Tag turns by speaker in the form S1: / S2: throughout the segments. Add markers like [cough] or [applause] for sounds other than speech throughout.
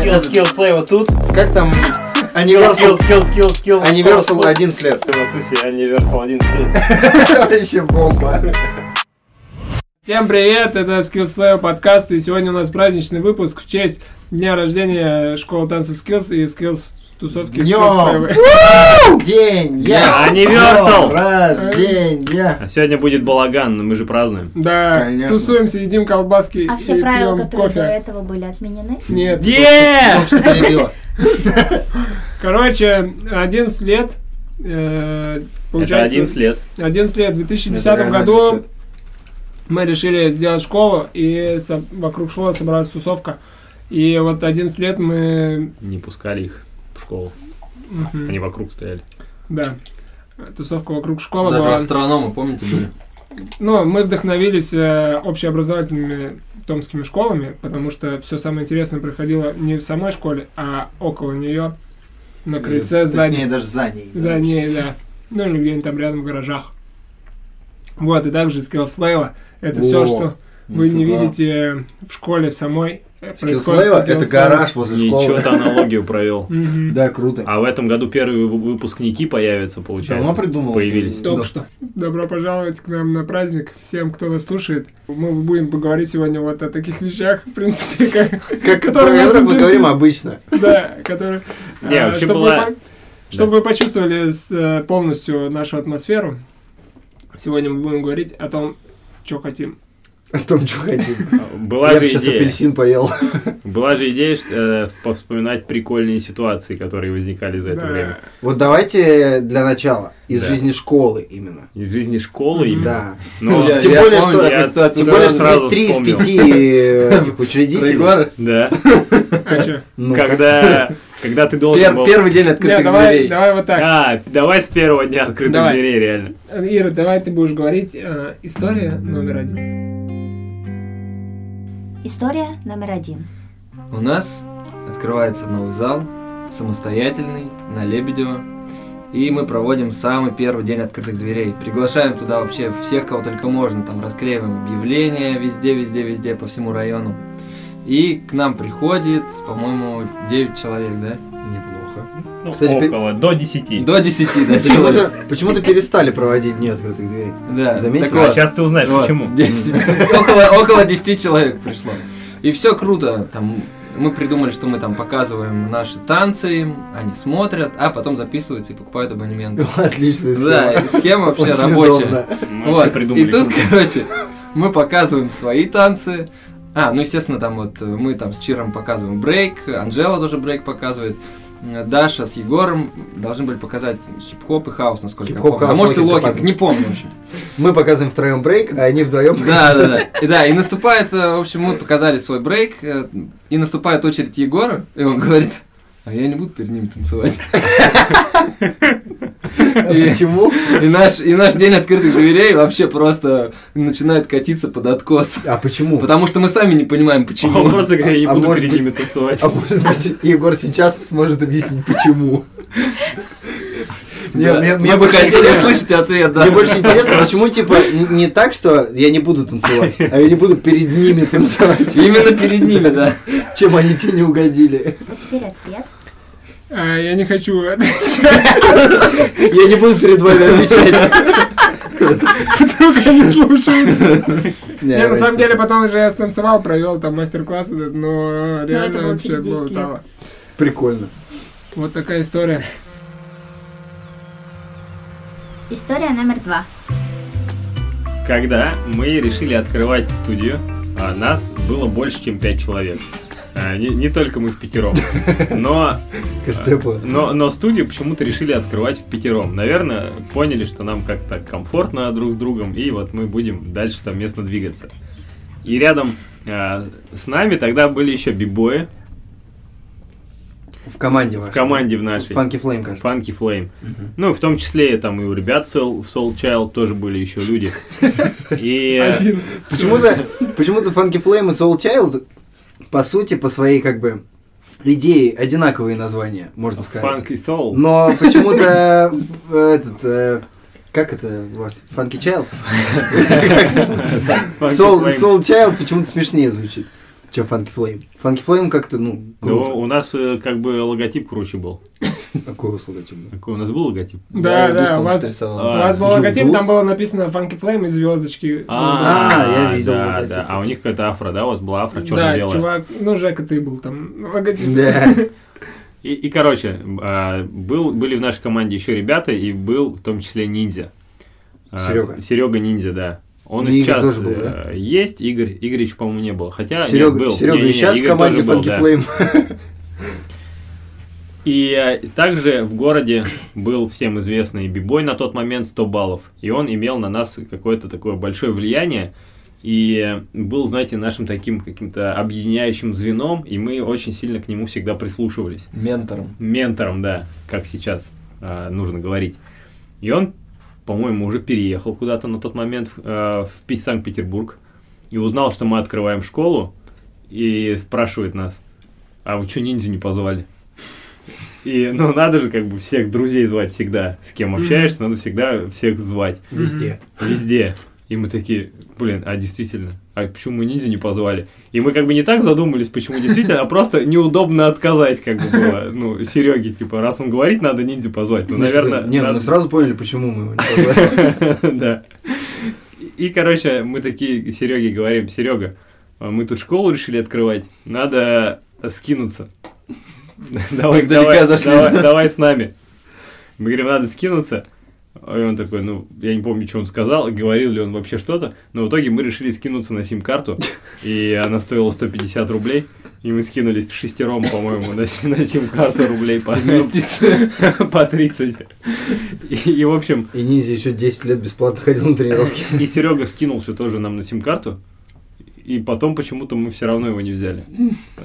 S1: Скилл, скилл, плей вот тут.
S2: Как там?
S1: Скилл,
S2: Аниверсал.
S1: скилл, скилл, скилл.
S2: Аниверсал 11 лет.
S3: [laughs]
S1: Матуси, Аниверсал 11 лет.
S2: Вообще бомба.
S3: Всем привет, это Skills Slave подкаст, и сегодня у нас праздничный выпуск в честь дня рождения школы танцев Skills и Skills тусовки
S2: Днём!
S3: Skills Slave.
S2: День я.
S1: Аниверсал!
S2: Рождение.
S1: А сегодня будет балаган, но мы же празднуем.
S3: Да,
S2: Конечно.
S3: тусуемся, едим колбаски
S4: А
S3: и
S4: все правила,
S3: пьем
S4: которые
S3: кофе.
S4: до этого были отменены?
S3: Нет.
S1: Е!
S2: Что перебило?
S3: Короче, 11 лет. э,
S1: Это
S3: получается,
S1: 11 лет.
S3: 11 лет. В 2010
S2: Это реально
S3: году
S2: 11 лет.
S3: мы решили сделать школу, и со- вокруг школы собралась тусовка. И вот 11 лет мы...
S1: Не пускали их в школу.
S3: мгм,
S1: Они вокруг стояли.
S3: Да. Тусовка вокруг школы
S5: Даже
S3: была.
S5: астрономы, помните, были?
S3: Ну, мы вдохновились э, общеобразовательными томскими школами, потому что все самое интересное происходило не в самой школе, а около нее, на крыльце, за
S2: Точнее,
S3: ней.
S2: даже за ней.
S3: За ней, да. Ну, или где-нибудь там рядом в гаражах. Вот, и также Скиллслейва. Это все,
S2: О,
S3: что вы не
S2: нифига.
S3: видите э, в школе в самой. э, происходит в
S2: Скиллслейва — это
S3: Skillslave.
S2: гараж возле
S1: Ничего
S2: школы.
S1: то аналогию провел.
S3: Мгм.
S2: Да, круто.
S1: А в этом году первые вы- выпускники появятся,
S2: Давно
S1: получается.
S2: придумал.
S1: Появились.
S2: Да.
S3: Только что. Добро пожаловать к нам на праздник. Всем, кто нас слушает, мы будем поговорить сегодня вот о таких вещах, в принципе, [laughs] как...
S2: Как про
S3: Который нас
S2: которых мы
S3: интересует.
S2: говорим обычно.
S3: [laughs] Да, которые...
S1: Не,
S3: а,
S1: вообще
S3: чтобы
S1: была-
S3: вы по- Чтобы вы почувствовали с, э, полностью нашу атмосферу, сегодня мы будем говорить о том, что хотим.
S2: О том, что хотим.
S1: Была
S2: Я
S1: же
S2: бы сейчас
S1: идея.
S2: апельсин поел.
S1: Была же идея что, э, повспоминать прикольные ситуации, которые возникали за это
S3: Да.
S1: время.
S2: Вот давайте для начала. Из
S1: Да.
S2: жизни школы именно.
S1: Из жизни школы
S3: Мгм.
S1: именно.
S2: Да. Ну,
S1: Но-
S2: Я- Тем я более, помню, что-
S1: я
S2: Тем
S1: Да,
S2: более, что
S1: сразу
S2: здесь три из
S1: вспомнил.
S2: пяти э, этих учредителей.
S5: Егор,
S1: Да.
S3: А
S1: [laughs]
S3: чё?
S2: Ну,
S1: когда, когда ты должен был...
S5: пер- первый день
S3: Не,
S5: открытых
S3: давай,
S5: дверей.
S3: давай вот так.
S1: А, давай с первого дня открытых
S3: Давай.
S1: дверей, реально.
S3: Ира, давай ты будешь говорить э, история номер один.
S4: История номер один.
S5: У нас открывается новый зал, самостоятельный, на Лебедево. И мы проводим самый первый день открытых дверей. Приглашаем туда вообще всех, кого только можно. Там расклеиваем объявления везде, везде, везде, по всему району. И к нам приходит, по-моему, 9 человек, да?
S2: Неплохо.
S1: Ну,
S2: Кстати, пер-
S1: около, до 10.
S5: До 10, да, человек.
S2: Почему-то почему-то перестали проводить дни открытых [laughs] дверей.
S5: Да,
S2: Заметил?
S5: так
S1: А
S5: вот.
S1: сейчас ты узнаешь,
S5: Вот,
S1: почему. [laughs]
S5: 10. около, около 10 человек пришло. И все круто. Там, мы придумали, что мы там показываем наши танцы, им, они смотрят, а потом записываются и покупают абонементы.
S2: Ну, Отличная
S5: Да,
S2: схема.
S5: и схема вообще
S2: Очень
S5: рабочая.
S2: удобно.
S1: Ну, Мы вообще
S5: Вот.
S1: придумали
S5: И тут,
S1: [laughs] круто.
S5: короче, мы показываем свои танцы. А, ну естественно, там вот э, мы там с Чиром показываем брейк, Анжела тоже брейк показывает. э, Даша с Егором должны были показать хип-хоп и хаус, насколько я
S2: Хип-хоп,
S5: помню. А
S2: хаус,
S5: может и
S2: локинг,
S5: локинг,
S2: кабак.
S5: не помню, в общем.
S2: Мы показываем втроем брейк, а они вдвоем.
S5: Да, да, да. И да, и наступает, э, в общем, мы показали свой брейк, э, и наступает очередь Егора, и он говорит, а я не буду перед ними танцевать. И,
S2: [laughs] Почему?
S5: и наш, и наш день открытых дверей вообще просто начинает катиться под откос.
S2: А почему?
S5: Потому что мы сами не понимаем,
S1: Он
S5: почему.
S1: просто говорит, я не
S2: А
S1: буду
S2: может
S1: перед
S2: быть-
S1: ними танцевать.
S2: [laughs] А может быть, Егор сейчас сможет объяснить, почему.
S5: Да.
S2: мне- мне
S5: мы бы
S2: больше
S5: хотели
S2: интересно.
S5: услышать ответ, да.
S2: Мне больше интересно, почему, типа, н- не так, что я не буду танцевать, а я не буду перед ними танцевать,
S5: Именно перед ними, да.
S2: чем они тебе не угодили.
S4: А теперь ответ.
S3: А, я не хочу [laughs]
S2: Я не буду перед вами отвечать.
S3: вдруг они слушают.
S2: Не,
S3: Я на
S2: ради-
S3: самом деле потом же я станцевал, провел там мастер-класс этот, но
S4: это было
S3: реально
S4: через
S3: вообще Ну,
S4: 10
S3: было
S4: лет.
S3: того.
S2: Прикольно.
S3: Вот такая история.
S4: История номер два.
S1: Когда мы решили открывать студию, а нас было больше, чем 5 человек. А, Не, не только мы в пятером, но,
S2: Кажется, я понял.
S1: но, но студию почему-то решили открывать в пятером. Наверное, поняли, что нам как-то комфортно друг с другом, и вот мы будем дальше совместно двигаться. И рядом а, с нами тогда были еще бибои
S2: В команде
S1: в команде в нашей.
S2: Фанки Флейм, кажется.
S1: Funky Flame. Ну, и в том числе там и у ребят Soul, Soul Child тоже были еще люди.
S2: [laughs]
S1: И э,
S3: Один.
S1: [laughs]
S2: Почему-то, почему-то Funky Flame и Soul Child, по сути, по своей, как бы, идее одинаковые названия, можно сказать.
S1: Funky Soul.
S2: Но почему-то э, этот... э, Как это у вас? Funky Child?
S1: Funky
S2: Soul,
S1: Flame.
S2: Soul Child почему-то смешнее звучит. Че, Funky Flame? Funky Flame как-то, ну,
S1: Ну,
S2: круто.
S1: у нас э, как бы логотип круче был.
S2: Какой у вас логотип был?
S1: Какой у нас был логотип?
S3: Да,
S5: я
S3: да,
S5: душком
S3: у вас- У
S5: срисовал.
S1: А,
S3: вас был
S2: Юбус?
S3: логотип, там было написано Funky Flame и звездочки. Ну,
S2: А, я видел
S1: Да,
S2: логотип.
S1: да. А у них какая-то афра, да? У вас была афра
S3: да,
S1: черно-белая.
S3: чувак, ну, Жека, ты был там. Логотип.
S1: [laughs]
S2: Да.
S1: И, и, короче, а, был, были в нашей команде еще ребята, и был в том числе ниндзя. А,
S2: Серега.
S1: Серега ниндзя, да. Он
S2: Ну,
S1: и
S2: Игорь
S1: сейчас
S2: тоже был, да?
S1: э, есть, Игорь, Игорь еще, по-моему, не было. Хотя А, нет,
S2: Серега,
S1: был.
S2: Серега и
S1: Не-не-не,
S2: сейчас в
S1: Игорь
S2: команде
S1: тоже был,
S2: Funky
S1: да.
S2: Flame.
S1: И э, также в городе был всем известный бибой на тот момент 100 баллов. И он имел на нас какое-то такое большое влияние. И э, был, знаете, нашим таким каким-то объединяющим звеном. И мы очень сильно к нему всегда прислушивались.
S5: Ментором.
S1: Ментором, да, как сейчас э, нужно говорить. И он, по-моему, уже переехал куда-то на тот момент в, э, в Пи- Санкт-Петербург. И узнал, что мы открываем школу. И спрашивает нас, а вы что ниндзя не позвали? И, ну, надо же как бы всех друзей звать всегда. С кем
S3: Мгм.
S1: общаешься, надо всегда всех звать.
S2: Везде.
S1: Везде. И мы такие, блин, а действительно, а почему мы ниндзя не позвали? И мы как бы не так задумались, почему действительно, а просто неудобно отказать, как бы было, ну, Сереге, типа, раз он говорит, надо ниндзя позвать, ну,
S2: Мы же-
S1: наверное...
S2: Не, ну,
S1: надо-
S2: мы сразу поняли, почему мы его не позвали. [laughs]
S1: [laughs] Да. И, короче, мы такие Сереге говорим, Серега, а мы тут школу решили открывать, надо
S5: [laughs]
S1: скинуться. Давай,
S5: Издалека
S1: давай,
S5: зашли.
S1: давай, давай с нами. Мы говорим, надо скинуться. И он такой, ну, я не помню, что он сказал, говорил ли он вообще что-то, но в итоге мы решили скинуться на
S5: [laughs]
S1: сим-карту, и она стоила 150 рублей, и мы скинулись в шестером, по-моему, на, си- на сим-карту рублей по,
S5: Инвестиции.
S1: [laughs] по 30. И, и, в общем,
S2: И Ниндзя еще 10 лет бесплатно ходил на [laughs] тренировки.
S1: и Серега скинулся тоже нам на сим-карту. И потом почему-то мы все равно его не взяли.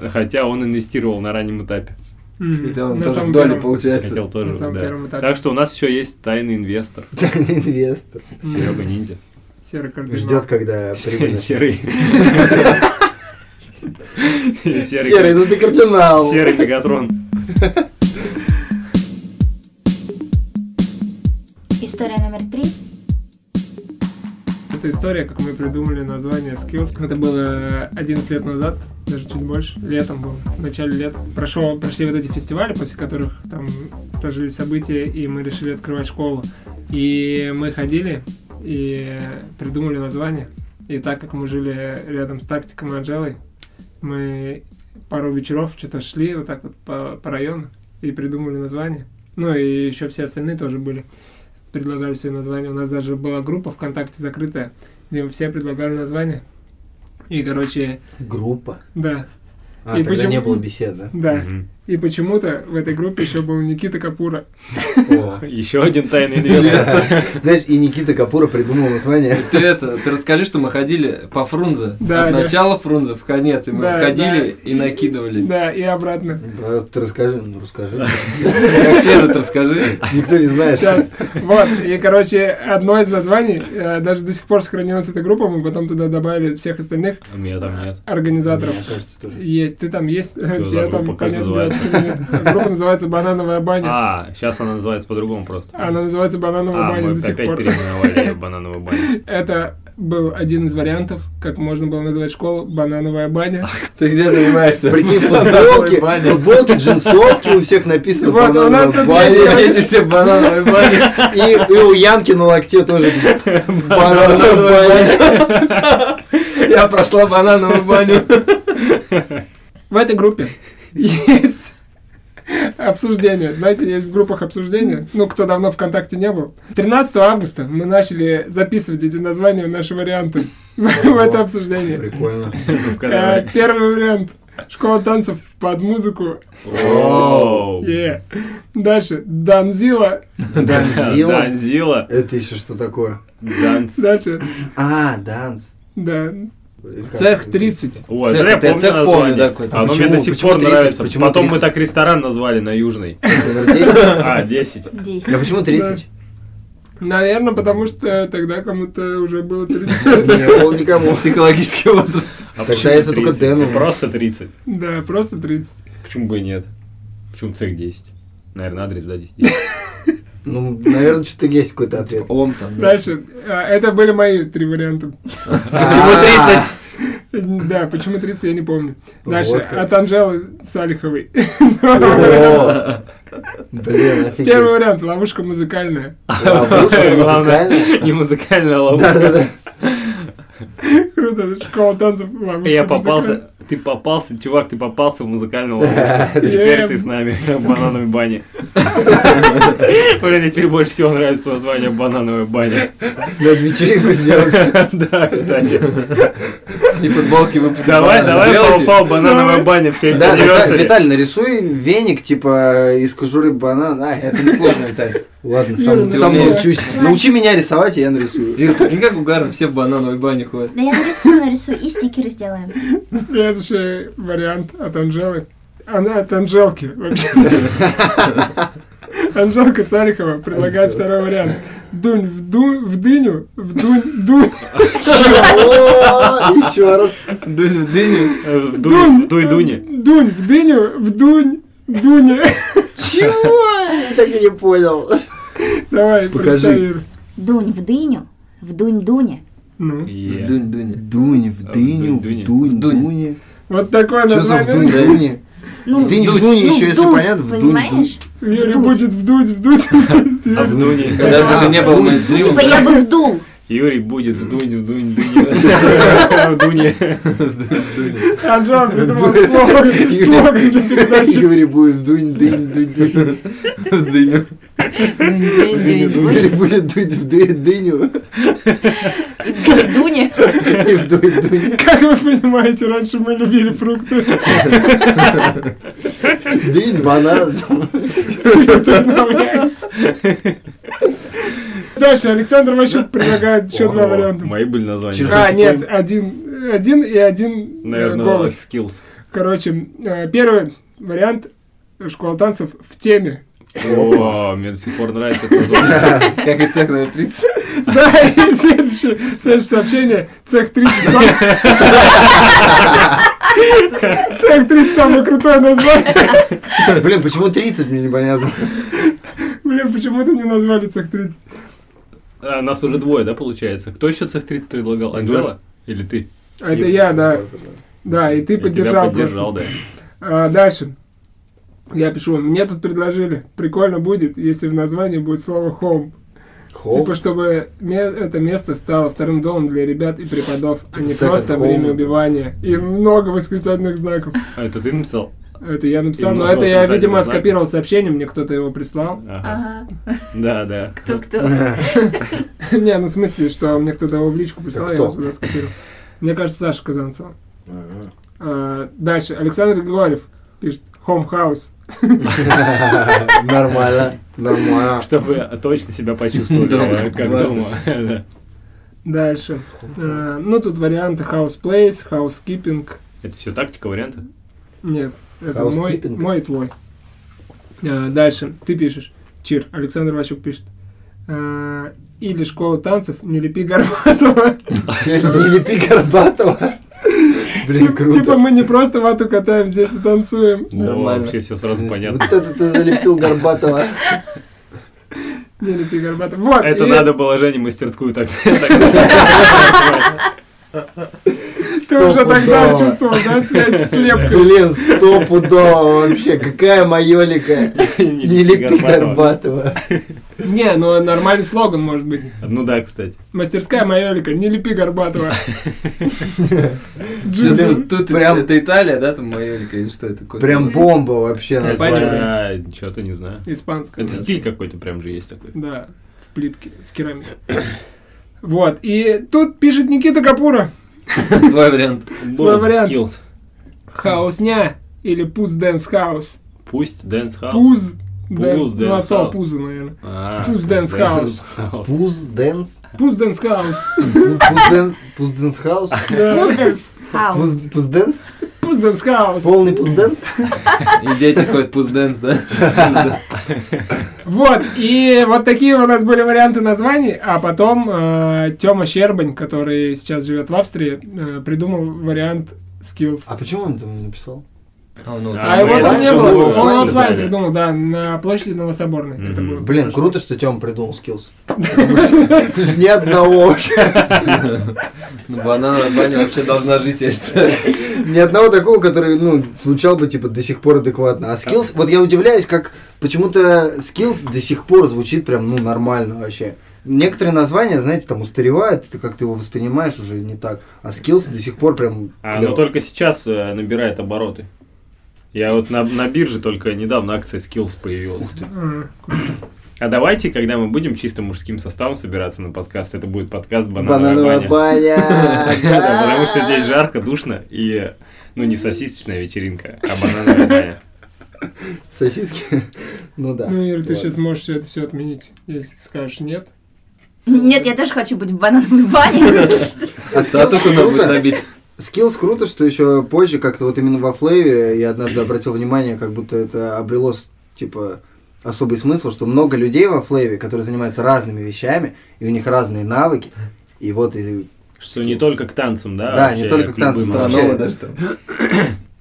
S1: Хотя он инвестировал на раннем этапе.
S3: Мгм.
S5: Да, он
S3: На
S5: тоже
S3: самом
S5: в доле
S3: первом.
S5: получается.
S1: Хотел тоже,
S3: на самом
S1: да.
S3: первом этапе.
S1: Так что у нас еще есть тайный инвестор.
S2: Инвестор.
S3: Мгм.
S1: Серега ниндзя.
S3: Серый кардинал.
S2: Ждет, когда прибыль.
S1: Серый.
S2: Серый,
S1: Серый.
S2: ну ты кардинал.
S1: Серый мегатрон.
S4: История номер три.
S3: Это история, как мы придумали название Skills. Это было 11 лет назад, даже чуть больше. Летом было, в начале лет. Прошло, прошли вот эти фестивали, после которых там сложились события, и мы решили открывать школу. И мы ходили и придумали название. И так как мы жили рядом с тактиком и Анжелой, мы пару вечеров что-то шли вот так вот по, по району и придумали название. Ну и еще все остальные тоже были. Предлагали свои названия. У нас даже была группа ВКонтакте закрытая, где все предлагали названия. И, короче,
S2: Группа.
S3: да,
S2: А,
S3: И
S2: тогда
S3: почему-
S2: не было бесед,
S3: [laughs]
S2: да?
S3: да.
S1: Мгм.
S3: И почему-то в этой группе еще был Никита Капура.
S1: [laughs]
S2: О.
S1: Еще один тайный инвестор.
S2: Да. [laughs] Знаешь, и Никита Капура придумал название.
S5: Ты это, ты расскажи, что мы ходили по Фрунзе.
S3: Да,
S5: От
S3: да.
S5: начала Фрунзе в конец. И мы
S3: Да,
S5: отходили и накидывали.
S3: Да, и обратно.
S2: Просто расскажи, ну расскажи.
S5: Как Серый, ты расскажи.
S2: Никто не знает.
S3: Сейчас. Вот. И, короче, одно из названий, э, даже до сих пор сохранилась эта группа, мы потом туда добавили всех остальных
S1: А У меня там нет.
S3: организаторов.
S2: Мне кажется, тоже.
S3: Е- ты там есть?
S1: за
S3: Тебя там,
S1: группа? Как
S3: понятно,
S1: называется?
S3: девочки нет. Группа называется «Банановая баня».
S1: А, сейчас она называется по-другому просто.
S3: Она называется «Банановая
S1: А,
S3: баня»
S1: мы
S3: до сих
S1: опять
S3: пор.
S1: переименовали её в банановую
S3: [laughs]
S1: баню.
S3: Это был один из вариантов, как можно было назвать школу «Банановая баня».
S5: Ты где занимаешься? [laughs]
S2: Прикинь,
S5: Банановой
S2: футболки,
S5: баней.
S2: футболки, джинсовки у всех написано
S3: Вот, у нас
S2: «Банановая
S3: тут
S2: баня».
S5: Вот эти все банановые бани.
S2: И, и у Янки на локте тоже банановая баня.
S5: Я прошла банановую баню.
S3: В этой группе есть обсуждение. Знаете, есть в группах обсуждения, ну, кто давно ВКонтакте не был. 13 августа мы начали записывать эти названия в наши варианты [laughs] в это обсуждение.
S2: Прикольно.
S1: В
S3: Э,
S1: Кадавре.
S3: Первый вариант. Школа танцев под музыку.
S1: Воу.
S3: Е. Дальше. Данзила.
S2: Данзила.
S1: Данзила.
S2: Это еще что такое?
S1: Данс.
S3: Дальше.
S2: А, данс.
S3: Да.
S2: Или как?
S3: Цех 30.
S1: Ой,
S5: Цех,
S1: да ну, я
S5: это я
S1: помню
S5: цех помню, да,
S1: название.
S5: какой-то.
S1: А мне
S2: Почему?
S1: до сих
S2: Почему
S1: пор
S2: 30?
S1: нравится.
S2: Почему
S1: Потом
S2: 30?
S1: мы так ресторан назвали на Южной.
S2: Номер 10? [laughs]
S1: А, 10.
S4: Десять.
S2: А почему 30?
S3: Наверное, потому что тогда кому-то уже было 30.
S2: Не было никому.
S5: Психологический возраст.
S1: А
S2: Тогда
S1: почему
S2: если только
S1: 30?
S2: Дэну.
S1: Ну, Просто 30.
S3: Да, просто 30.
S1: Почему бы и нет? Почему цех 10? Наверное, адрес, да,
S2: [laughs]
S1: 10.
S2: Ну, наверное, что-то есть какой-то ответ.
S5: Ом там. да.
S3: Дальше. А, Это были мои три варианта. [laughs]
S5: Почему 30?
S3: Да, почему 30, я не помню.
S2: Вот
S3: Дальше,
S2: как.
S3: от Анжелы Салиховой. [laughs]
S2: О, Блин, офигеть.
S3: Первый вариант, ловушка музыкальная. [laughs]
S2: Ловушка
S1: Главное,
S2: музыкальная.
S1: Не музыкальная ловушка.
S2: Да-да-да.
S3: Круто, школа танцев, ловушка
S1: Я
S3: музыкальная.
S1: попался, ты попался, чувак, ты попался в музыкальную
S2: Да.
S1: ловушку. Теперь ты с нами в
S2: [laughs]
S1: банановой бане. Блин, мне теперь больше всего нравится название банановая баня.
S2: Надо вечеринку
S1: [laughs]
S2: сделать.
S1: Да, кстати.
S5: И футболки выпустили.
S1: Давай, давай,
S5: Сделайте.
S1: пау пау банановая
S3: Давай.
S1: баня, все
S2: Да, Виталь,
S1: это
S2: Виталь, нарисуй веник, типа, из кожуры банана. А,
S5: Это несложно, Виталий.
S2: Ладно,
S3: Юра,
S2: сам,
S5: ты
S2: сам
S5: умеешь.
S2: научусь. Научи меня рисовать, и я [laughs] нарисую.
S5: Ир, прикинь, как угарно, все в банановой бане ходят.
S4: Да я нарисую, нарисую и стикеры сделаем.
S3: Следующий вариант от Анжелы. Она от Анжелки,
S2: [laughs]
S3: вообще. Анжелка Салихова предлагает второй вариант. Дунь в, ду, в дыню, в дунь,
S2: [laughs]
S3: дунь.
S2: О, Еще раз.
S5: Дунь в дыню.
S1: Дуй, дуй, дуни.
S3: Дунь в дыню, в дунь, дуня.
S2: Чего? Я так и не понял.
S3: [laughs] Давай,
S2: Покажи.
S3: прочитай, Ир.
S4: Дунь в дыню, в дунь-дуне.
S3: Ну,
S1: Е.
S5: В дунь дуня.
S2: Дунь в
S1: А, в
S2: дыню, в
S1: дунь,
S2: дунь,
S5: дунь.
S2: дуне.
S3: вот такое
S2: Что за в дунь,
S3: название.
S5: да?
S2: дуне? Дынь в
S4: вдуть,
S2: дуне
S4: ну,
S2: еще, если
S4: вдуть,
S2: понятно, в дунь,
S4: Понимаешь?
S3: В Юре
S4: Вдуть.
S3: будет вдуть, вдуть, вдуть.
S1: А в
S3: Юре.
S1: дуни.
S5: Когда это же не было мейнстримом.
S4: Типа я бы вдул.
S1: Юрий будет в дунь, в дунь, в дунь. В дуне.
S3: Анжела придумал слоган слоган для передачи.
S2: Юрий будет в дунь, [laughs] дынь, дунь, дунь.
S5: В дыню.
S2: Юрий будет дунь в дынь, дыню
S4: И в дунь-дуне.
S2: и в дунь, дунь.
S3: Как вы понимаете, раньше мы любили фрукты.
S2: Дынь, банан.
S3: Всё это обновляется. Дальше Александр Ващук предлагает еще два
S1: О,
S3: варианта.
S1: Мои были названия.
S2: Чирка.
S3: А, нет, один, один и один э,
S1: Наверное,
S3: голос.
S1: skills.
S3: Короче, э, первый вариант школа танцев в теме.
S1: О, мне до сих пор нравится это название.
S5: Как и цех номер 30.
S3: Да, и следующее, следующее сообщение. Цех 30. сам- Цех 30 самое крутое название.
S2: Блин, почему 30, мне непонятно.
S3: Блин, почему-то не назвали цех 30.
S1: А, Нас уже двое, да, получается? Кто еще цех 30 предлагал? Анжела? Или ты?
S3: А Это я, да. Да, и ты
S1: Я тебя
S3: поддержал
S1: поддержал,
S3: просто.
S1: да.
S3: А, дальше. Я пишу, мне тут предложили, прикольно будет, если в названии будет слово «home». Типа, чтобы ме- это место стало вторым домом для ребят и преподов, а не
S2: second
S3: просто
S2: home.
S3: время убивания. И много восклицательных знаков.
S1: А это ты написал?
S3: Это я написал,
S1: И
S3: но
S1: много
S3: это я,
S1: восклицательных
S3: видимо,
S1: знаков.
S3: скопировал сообщение, мне кто-то его прислал. [laughs]
S1: Ага.
S4: Ага,
S2: Типа.
S1: Да, да.
S2: [laughs]
S4: кто-кто.
S3: Не, ну в смысле, что мне кто-то его в личку прислал, я
S2: кто?
S3: его сюда скопировал. Мне кажется, Саша Казанцева. А, Дальше, Александр Григорьев пишет «home house». Типа-
S2: [laughs] Нормально. Нормально.
S1: Чтобы точно себя почувствовали
S5: Дома.
S1: э, как
S5: Важно.
S1: дома. Да.
S3: Дальше. Э, Ну, тут варианты house place, housekeeping.
S1: [laughs] Это все тактика варианта?
S3: Нет, это мой,
S2: Housekeeping?
S3: мой и твой. Э, Дальше. Ты пишешь. Чир. Александр Ващук пишет. Э, Или школа танцев, не лепи Горбатова. [laughs]
S2: Не лепи Горбатова. Блин,
S3: Тип- Типа
S2: круто.
S3: мы не просто вату катаем здесь и танцуем.
S1: О,
S5: Нормально.
S1: Вообще все сразу понятно.
S2: Вот это ты залепил [laughs] Горбатова.
S3: Не лепи Горбатова. Вот.
S1: Это
S3: и
S1: надо было Жене мастерскую так. [laughs] так
S3: Ты уже тогда
S2: стопудово.
S3: чувствовал, да, связь с лепкой.
S2: Блин, стопудово вообще. Какая майолика. Не лепи
S1: Горбатова.
S2: Горбатова.
S3: [laughs] Не, ну нормальный слоган может быть.
S1: Ну да, кстати.
S3: Мастерская майолика, не лепи [laughs] Горбатова. Джин,
S5: Чё,
S3: джин.
S5: Тут тут
S2: Прям-
S5: это Италия, да, там майорика или что это? такое?
S2: Прям бомба вообще
S3: Испания.
S2: название.
S1: Да, что-то А, не знаю.
S3: Испанская.
S1: Это стиль какой-то прям же есть такой.
S3: Да, в плитке, в керамике. Вот, и тут пишет Никита Капура.
S5: [laughs] Свой вариант.
S1: Бом,
S3: вариант.
S1: Skills.
S3: Хаосня или пуз дэнс хаус.
S1: Пусть Dance House.
S3: Пуз дэнс, ну
S1: dance
S3: а что
S1: house.
S3: пузы, наверное.
S1: А,
S3: Пусть
S1: пусть
S3: Dance
S1: Dance House.
S2: Пуз Дэнс.
S3: Пуз дэнс хаус. [laughs]
S2: Пуз Дэнс Хаус.
S4: Пузденс. Хаус.
S2: Пуз Дэнс?
S3: Пуз дэнс хаус.
S2: Полный пуз Дэнс?
S5: И дети ходят
S2: [laughs]
S5: пузденс, да?
S3: Вот, и вот такие у нас были варианты названий, а потом Тёма Щербань, который сейчас живет в Австрии, э, придумал э, вариант skills.
S2: А почему он там не написал?
S5: А, ну,
S1: А
S3: А
S1: мы
S3: его там
S1: это
S3: не
S1: всё
S3: было.
S1: было
S3: Он
S1: офлайн
S3: офлайн
S1: ждали.
S3: придумал, да, на площади Новособорной. Это
S1: Мгм.
S3: было
S2: Блин,
S3: просто.
S2: круто, что Тёма придумал [laughs] скиллс. То есть ни одного,
S5: Ну, банановая баня вообще должна жить, я считаю.
S2: ни одного такого, который, ну, звучал бы, типа, до сих пор адекватно. А скиллс, вот я удивляюсь, как почему-то скиллс до сих пор звучит прям, ну, нормально вообще. Некоторые названия, знаете, там устаревают, ты как-то его воспринимаешь уже не так. А скиллс до сих пор прям
S1: А
S2: клёво.
S1: оно только сейчас э, набирает обороты. Я вот на, на бирже только недавно акция Skills появилась.
S3: М.
S1: А давайте, когда мы будем чисто мужским составом собираться на подкаст, это будет подкаст «Банановая
S2: Банановая
S1: баня».
S2: баня.
S1: [laughs] Да,
S5: [laughs]
S2: да.
S1: потому что здесь жарко, душно и, ну, не сосисочная вечеринка, а банановая баня.
S2: Сосиски. [laughs] Ну да.
S3: Ну, Ира, ты
S2: Ладно.
S3: сейчас можешь всё это все отменить, если ты скажешь нет.
S4: Нет, я тоже хочу быть в банановой
S2: [laughs] [laughs]
S4: бане.
S2: А
S5: Да,
S2: скиллс
S5: только надо будет
S2: круто.
S5: набить.
S2: Скиллс круто, что еще позже как-то вот именно во флейве я однажды обратил внимание, как будто это обрело с- типа особый смысл, что много людей во флейве, которые занимаются разными вещами, и у них разные навыки, и вот и...
S1: Что не только к танцам, да?
S2: Да,
S1: вообще,
S2: не только к танцам,
S1: любым
S2: вообще.
S5: Астрономы даже там.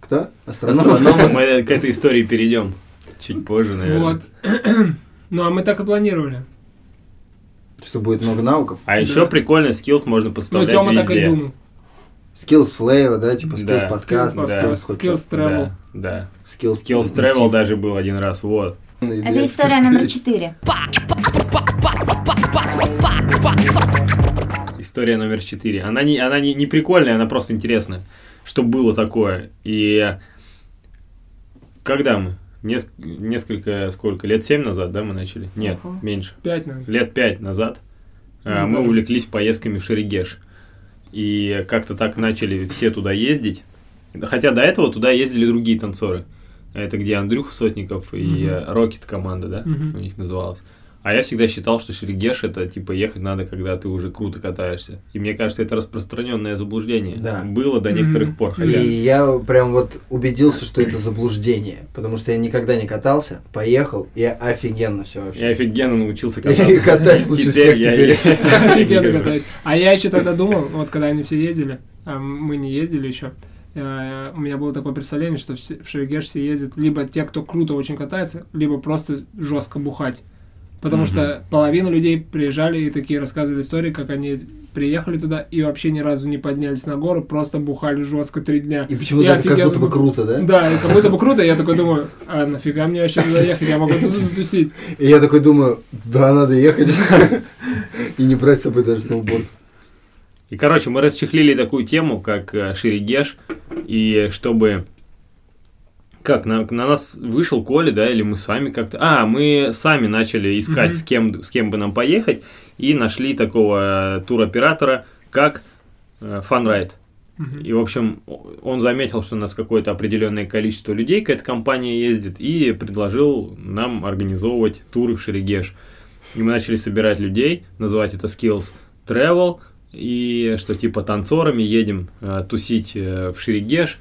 S2: Кто? Астрономы?
S1: Астрономы, мы к этой истории перейдем чуть позже, наверное.
S3: Вот. [clears throat] Ну, а мы так и планировали.
S2: Что будет много навыков.
S1: А еще
S3: Да.
S1: прикольно скиллс можно
S3: Ну,
S1: поставлять
S3: Тёма так и
S1: везде.
S3: думал.
S2: Скиллс флейва, да, типа
S1: Да.
S2: скиллс подкаст,
S1: Skills
S2: скиллс
S1: подкаст,
S2: хоть
S3: skills
S2: что.
S3: travel.
S1: Да, да.
S2: Skills-
S1: Skills travel даже был один раз, вот.
S4: Это история номер четыре.
S1: История номер четыре. Она не, она не, не прикольная, она просто интересная. Что было такое? И когда мы? Неск- несколько, сколько? Лет семь назад, да, мы начали? Нет,
S4: Ага.
S1: меньше.
S3: Пять, наверное.
S1: Лет пять назад э,
S3: Ну,
S1: мы
S3: даже.
S1: увлеклись поездками в Шерегеш. И как-то так начали все туда ездить. Да, Хотя до этого туда ездили другие танцоры. Это где Андрюха Сотников и
S3: Мгм.
S1: э, Рокет команда, да,
S3: Мгм.
S1: у них называлась. А я всегда считал, что Шерегеш это типа ехать надо, когда ты уже круто катаешься. И мне кажется, это распространенное заблуждение.
S2: Да.
S1: Было до некоторых
S3: Мгм.
S1: пор. Хотя...
S2: И я прям вот убедился, что это заблуждение, потому что я никогда не катался, поехал, и офигенно все
S1: Я
S2: вообще.
S1: офигенно
S2: [laughs]
S1: научился
S2: И
S1: кататься.
S2: катаюсь лучше всех
S1: Теперь [laughs] я
S2: теперь.
S3: Офигенно
S1: езжу.
S3: катаюсь. А я еще тогда думал, вот когда они все ездили, а мы не ездили еще, э, у меня было такое представление, что все- в Шерегеш все ездят либо те, кто круто очень катается, либо просто жестко бухать. Потому
S1: Мгм.
S3: что половина людей приезжали и такие рассказывали истории, как они приехали туда и вообще ни разу не поднялись на гору, просто бухали жестко три дня.
S2: И
S3: Я
S2: почему-то это как
S3: офигенно
S2: будто бы круто, да?
S3: Да, и как будто бы круто, я такой думаю, а нафига мне вообще туда ехать, я могу тут затусить.
S2: И я такой думаю, да, надо ехать. [laughs] И не брать с собой даже сноуборд.
S1: И, короче, мы расчехлили такую тему, как э, Шерегеш, и чтобы... Как, на, на нас вышел Коля, да, или мы сами как-то... А, мы сами начали искать,
S3: Мгм.
S1: с, кем, с кем бы нам поехать, и нашли такого э, туроператора, как Фанрайт.
S3: Мгм.
S1: И, в общем, о- он заметил, что у нас какое-то определенное количество людей к этой компании ездит, и предложил нам организовывать туры в Шерегеш. И мы начали собирать людей, называть это Skills Travel, и что типа танцорами едем э, тусить э, в Шерегеш.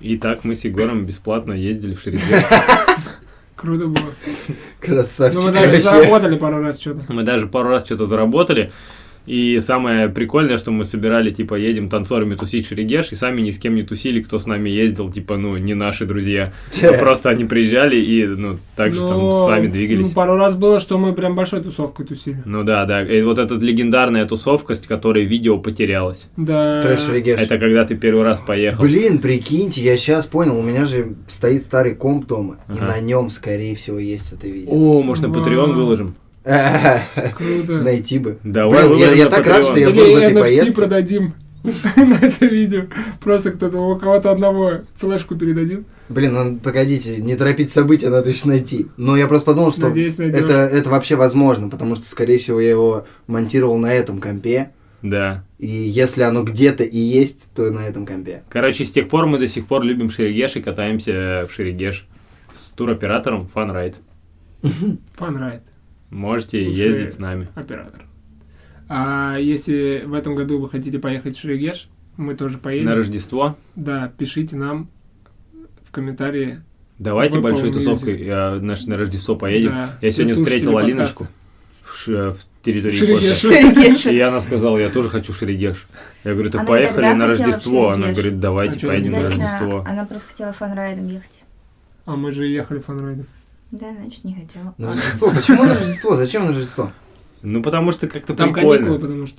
S1: И так мы с Егором бесплатно ездили в
S3: [laughs]
S1: Шерегеш.
S3: Круто было.
S2: Красавчик.
S3: Ну, мы даже
S2: вообще.
S3: заработали пару раз что-то.
S1: Мы даже пару раз что-то заработали. И самое прикольное, что мы собирали, типа, едем танцорами тусить в Шерегеш, и сами ни с кем не тусили, кто с нами ездил, типа, ну, не наши друзья. Ну, Просто они приезжали и, ну, так же там
S3: Но,
S1: сами
S3: ну,
S1: двигались.
S3: пару раз было, что мы прям большой тусовкой тусили.
S1: Ну да, да. И вот эта легендарная тусовка, с которой видео потерялось.
S3: Да.
S2: Трэш Регеш.
S1: Это когда ты первый раз поехал.
S2: Блин, прикиньте, я сейчас понял, у меня же стоит старый комп дома, и
S1: Ага.
S2: на нем, скорее всего, есть это видео.
S1: О, может, на
S3: Вау.
S1: Patreon выложим?
S3: Круто.
S2: [laughs] Найти бы.
S1: Давай
S2: Блин, я-
S1: выложим
S2: я
S1: на
S2: так рад, что
S1: Patreon.
S2: я
S3: Или
S2: был в этой
S3: NFT
S2: поездке.
S3: продадим [laughs] на это видео. Просто кто-то, у кого-то одного флешку передадим.
S2: Блин, ну погодите, не торопить события, надо еще найти. Но я просто подумал, что
S3: Надеюсь, найдем.
S2: это, это вообще возможно, потому что, скорее всего, я его монтировал на этом компе.
S1: Да.
S2: И если оно где-то и есть, то на этом компе.
S1: Короче, с тех пор мы до сих пор любим Шерегеш и катаемся в Шерегеш с туроператором FunRide.
S3: Фанрайт,
S1: Можете
S3: Лучше-
S1: ездить с нами.
S3: оператор. А если в этом году вы хотите поехать в Шерегеш, мы тоже поедем.
S1: На Рождество.
S3: Да, пишите нам в комментарии.
S1: Давайте
S3: Вы
S1: большой
S3: помните.
S1: тусовкой э, наш- на Рождество поедем.
S3: Да,
S1: Я
S3: все
S1: сегодня
S3: слушатели
S1: встретил
S3: подкаста.
S1: Алиночку в ш- э, в территории
S3: Шерегеш.
S1: Якутска.
S4: Шерегеши.
S1: И она сказала, я тоже хочу шерегеш. Я говорю, так
S4: Она и
S1: поехали
S4: тогда
S1: на
S4: хотела в
S1: Рождество. Она
S4: Шерегеш.
S1: говорит,
S3: А
S1: давайте
S3: чё,
S1: поедем на
S4: Обязательно.
S1: Рождество.
S4: Она просто хотела фанрайдом ехать.
S3: А мы же ехали фанрайдом.
S4: Да, значит, не хотела.
S3: А.
S2: На Рождество? Почему на Рождество? Зачем на Рождество?
S1: Ну, потому что как-то
S3: Там каникулы,
S1: прикольно.
S3: потому что.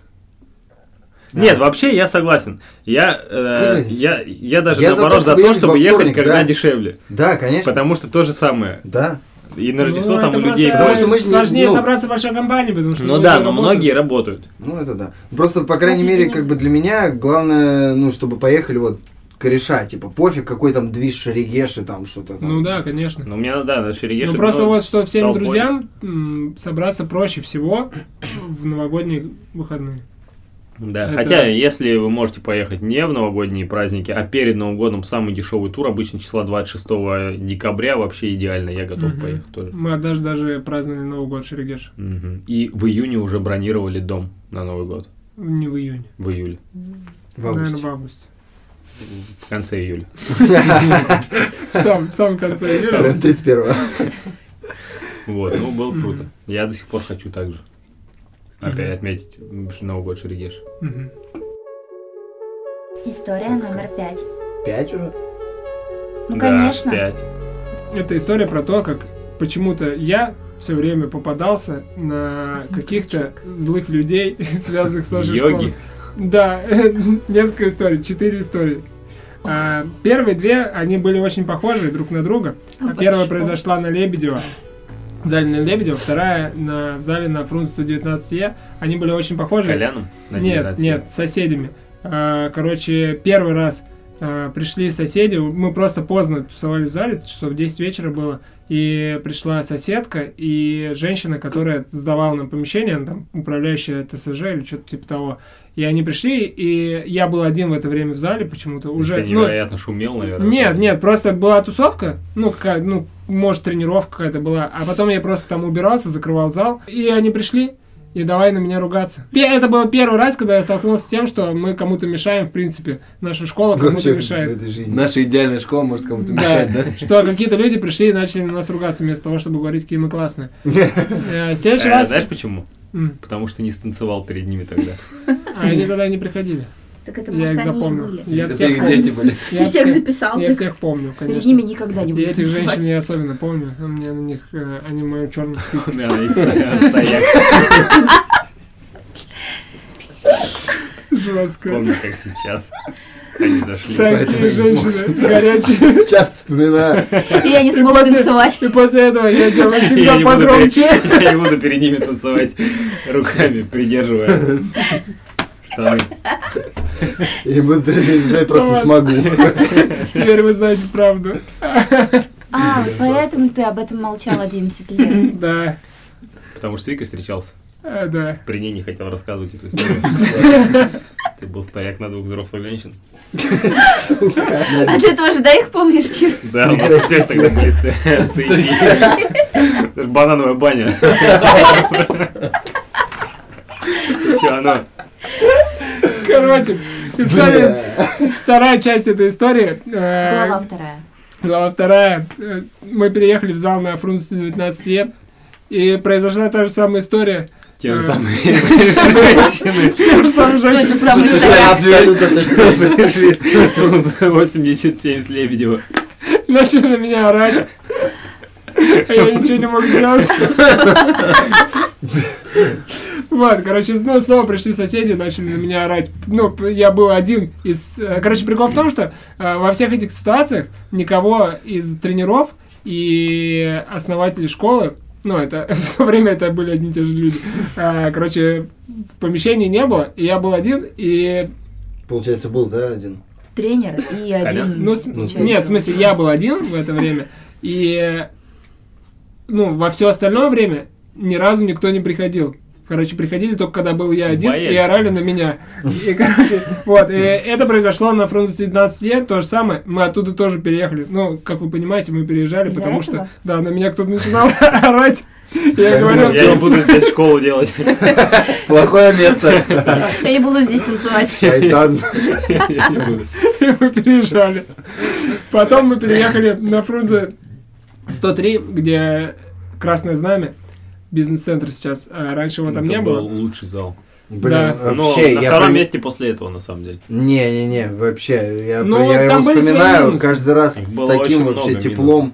S1: Нет, вообще я согласен. Я,
S2: Какая
S1: э,
S2: разница?
S1: я, я даже
S2: Я за
S1: наоборот
S2: то,
S1: за
S2: чтобы
S1: то,
S2: ехать во
S1: чтобы ехать,
S2: вторник,
S1: когда
S2: да.
S1: дешевле.
S2: Да, конечно.
S1: Потому что то же самое.
S2: Да.
S1: И на Рождество
S3: Ну,
S1: там
S3: это
S1: у людей...
S3: просто
S2: Потому что мы же не-
S3: Сложнее
S2: ну-
S3: собраться в большой компании, потому что...
S1: Ну
S3: многие
S1: да, но
S3: работают.
S1: многие работают.
S2: Ну, это да. Просто, по крайней
S4: Надеюсь,
S2: мере,
S4: не
S2: как
S4: нельзя.
S2: бы для меня главное, ну, чтобы поехали вот кореша, типа, пофиг, какой там движ шаригеши, там что-то там.
S3: Ну да, конечно.
S1: Но у меня, да, на Шерегеше...
S3: Ну просто
S1: ну,
S3: вот что всем
S1: толпой.
S3: друзьям м, собраться проще всего в новогодние выходные.
S1: Да,
S3: Это-
S1: хотя, если вы можете поехать не в новогодние праздники, а перед Новым годом самый дешевый тур, обычно числа 26 декабря, вообще идеально, я готов
S3: Мгм.
S1: поехать тоже.
S3: Мы однажды даже праздновали Новый год в Шерегеше.
S1: Мгм. И в июне уже бронировали дом на Новый год,
S3: Не в июне.
S1: в июле,
S2: в августе.
S3: Наверное, в августе. [laughs]
S1: в конце июля.
S3: В самом, в самом конце июля.
S2: Прям 31-го.
S1: Вот, ну, было
S3: Мгм.
S1: круто. Я до сих пор хочу так же. Опять
S3: Мгм.
S1: отметить м, Новый год Шерегеш.
S3: Мгм.
S4: История номер пять.
S2: Пять уже?
S4: Ну, конечно.
S1: Пять.
S3: Это история про то, как почему-то я все время попадался на каких-то злых людей, [laughs] связанных с нашей школой.
S1: Йоги.
S3: Да, [laughs] несколько историй, четыре истории. А, Первые две, они были очень похожи друг на друга.
S4: А,
S3: Первая
S4: большой.
S3: произошла на Лебедева, в зале на Лебедева, вторая на, в зале на Фрунзе 119Е. Они были очень
S1: С
S3: похожи.
S1: Коляном? на день
S3: Нет,
S1: рождения.
S3: нет, с соседями. А, Короче, первый раз а, пришли соседи, мы просто поздно тусовали в зале, часов 10 вечера было, и пришла соседка и женщина, которая сдавала нам помещение, она там управляющая ТСЖ или что-то типа того. И они пришли, и я был один в это время в зале почему-то, уже...
S1: Ты
S3: ну,
S1: невероятно шумел, наверное.
S3: нет, нет, просто была тусовка, ну, какая, ну, может, тренировка какая-то была, а потом я просто там убирался, закрывал зал, и они пришли, и давай на меня ругаться. Пе- Это был первый раз, когда я столкнулся с тем, что мы кому-то мешаем, в принципе, наша школа кому-то
S2: Вообще в
S3: мешает.
S2: этой жизни. [laughs]
S5: Наша идеальная школа может кому-то мешать, да?
S3: Что какие-то люди пришли и начали на нас ругаться, вместо того, чтобы говорить, какие мы
S5: [laughs]
S3: классные. Э, в
S1: Э,
S3: Следующий раз...
S1: Знаешь почему?
S3: М,
S1: Потому что не станцевал перед ними тогда. [laughs]
S3: а они тогда не приходили.
S4: Так это,
S3: Я
S4: может,
S3: их
S4: они и
S3: запомнил.
S4: были.
S3: Я
S5: Это
S3: всех
S5: их
S4: помню.
S5: дети были.
S3: я
S4: Ты всех
S3: всех-
S4: записал,
S3: Я
S4: ты-
S3: всех помню,
S4: Перед
S3: конечно.
S4: ними никогда не
S3: И
S4: буду
S3: этих женщин
S4: танцевать.
S3: я особенно помню. У меня на них, э, они в моем черном списке.
S1: Да, они стоя- [laughs] стоят.
S3: Жестко.
S1: Помню, как сейчас. Они зашли.
S3: Так,
S5: поэтому я
S3: и
S5: не смог
S3: женщины горячие.
S2: Часто вспоминаю.
S4: И [laughs] я не смогу танцевать. [laughs]
S3: И после этого я делаю
S1: [laughs] Я
S3: всегда
S1: не, буду
S3: погромче.
S1: перед, [laughs] я не буду перед ними танцевать руками, придерживая штаны.
S2: И буду я просто не
S3: Давай.
S2: смогу.
S3: [laughs] Теперь вы знаете правду.
S4: А, вот поэтому ты об этом молчал 11 [laughs] лет.
S3: Да,
S1: Потому что с Викой встречался.
S3: А, да.
S1: При ней не хотел рассказывать эту историю. [laughs] Ты был стояк на двух взрослых женщин.
S4: А ты тоже, да, их помнишь? чё?
S1: Да, у нас у всех тогда были [laughs] сто- стояки. Это ж банановая баня. [laughs] Все, оно.
S3: Короче, история, вторая часть этой истории. э,
S4: Глава вторая.
S3: Глава вторая. Э, Мы переехали в зал на Фрунзе 19 лет. И произошла та же самая история.
S1: Те же
S3: Э.
S1: самые женщины.
S3: Те же самые
S4: Тот же
S3: женщины.
S4: самый
S2: Да,
S4: стояк.
S2: Абсолютно точно.
S1: Пришли [laughs] с 87 с Лебедева.
S3: [laughs] начали на меня орать. А я ничего не мог сделать. [laughs] Вот, короче, ну, снова пришли соседи, начали на меня орать. Ну, п- я был один из... э, Короче, прикол в том, что э, во всех этих ситуациях никого из тренеров и основателей школы, ну, это [laughs] в то время это были одни и те же люди, э, короче, в помещении не было, и я был один, и
S2: Получается, был, да, [laughs] один?
S4: Тренер и один.
S3: ну, с-
S2: Ну,
S3: нет, в смысле, я был один в это время, и ну, во все остальное время ни разу никто не приходил. Короче, приходили только когда был я один, и
S1: Боялись.
S3: орали на меня. И, короче, вот, и это произошло на Фрунзе 19 лет, то же самое. Мы оттуда тоже переехали. Ну, как вы понимаете, мы переезжали,
S4: Из-за
S3: потому
S4: этого?
S3: что, да, на меня кто-то начинал [laughs] орать. Я
S2: Я
S3: говорю,
S1: Я не буду здесь школу делать.
S5: [laughs]
S1: [laughs]
S5: Плохое место.
S4: Я не буду здесь танцевать.
S2: Шайтан.
S1: Я не буду.
S3: [laughs] И мы переезжали. Потом мы переехали на Фрунзе 103, где Красное Знамя. бизнес-центр сейчас. А раньше его там
S1: Это
S3: не
S1: был
S3: было.
S1: лучший зал.
S2: Блин,
S3: Да.
S1: Но
S2: вообще,
S1: Ну, на
S2: я
S1: втором
S2: про-
S1: месте после этого, на самом деле.
S2: Не-не-не, вообще, я,
S3: Ну,
S2: я его
S3: там были свои
S2: вспоминаю
S3: минусы.
S2: каждый раз
S1: Их
S2: с
S1: было очень
S2: таким
S1: много
S2: вообще
S1: минусов.
S2: теплом.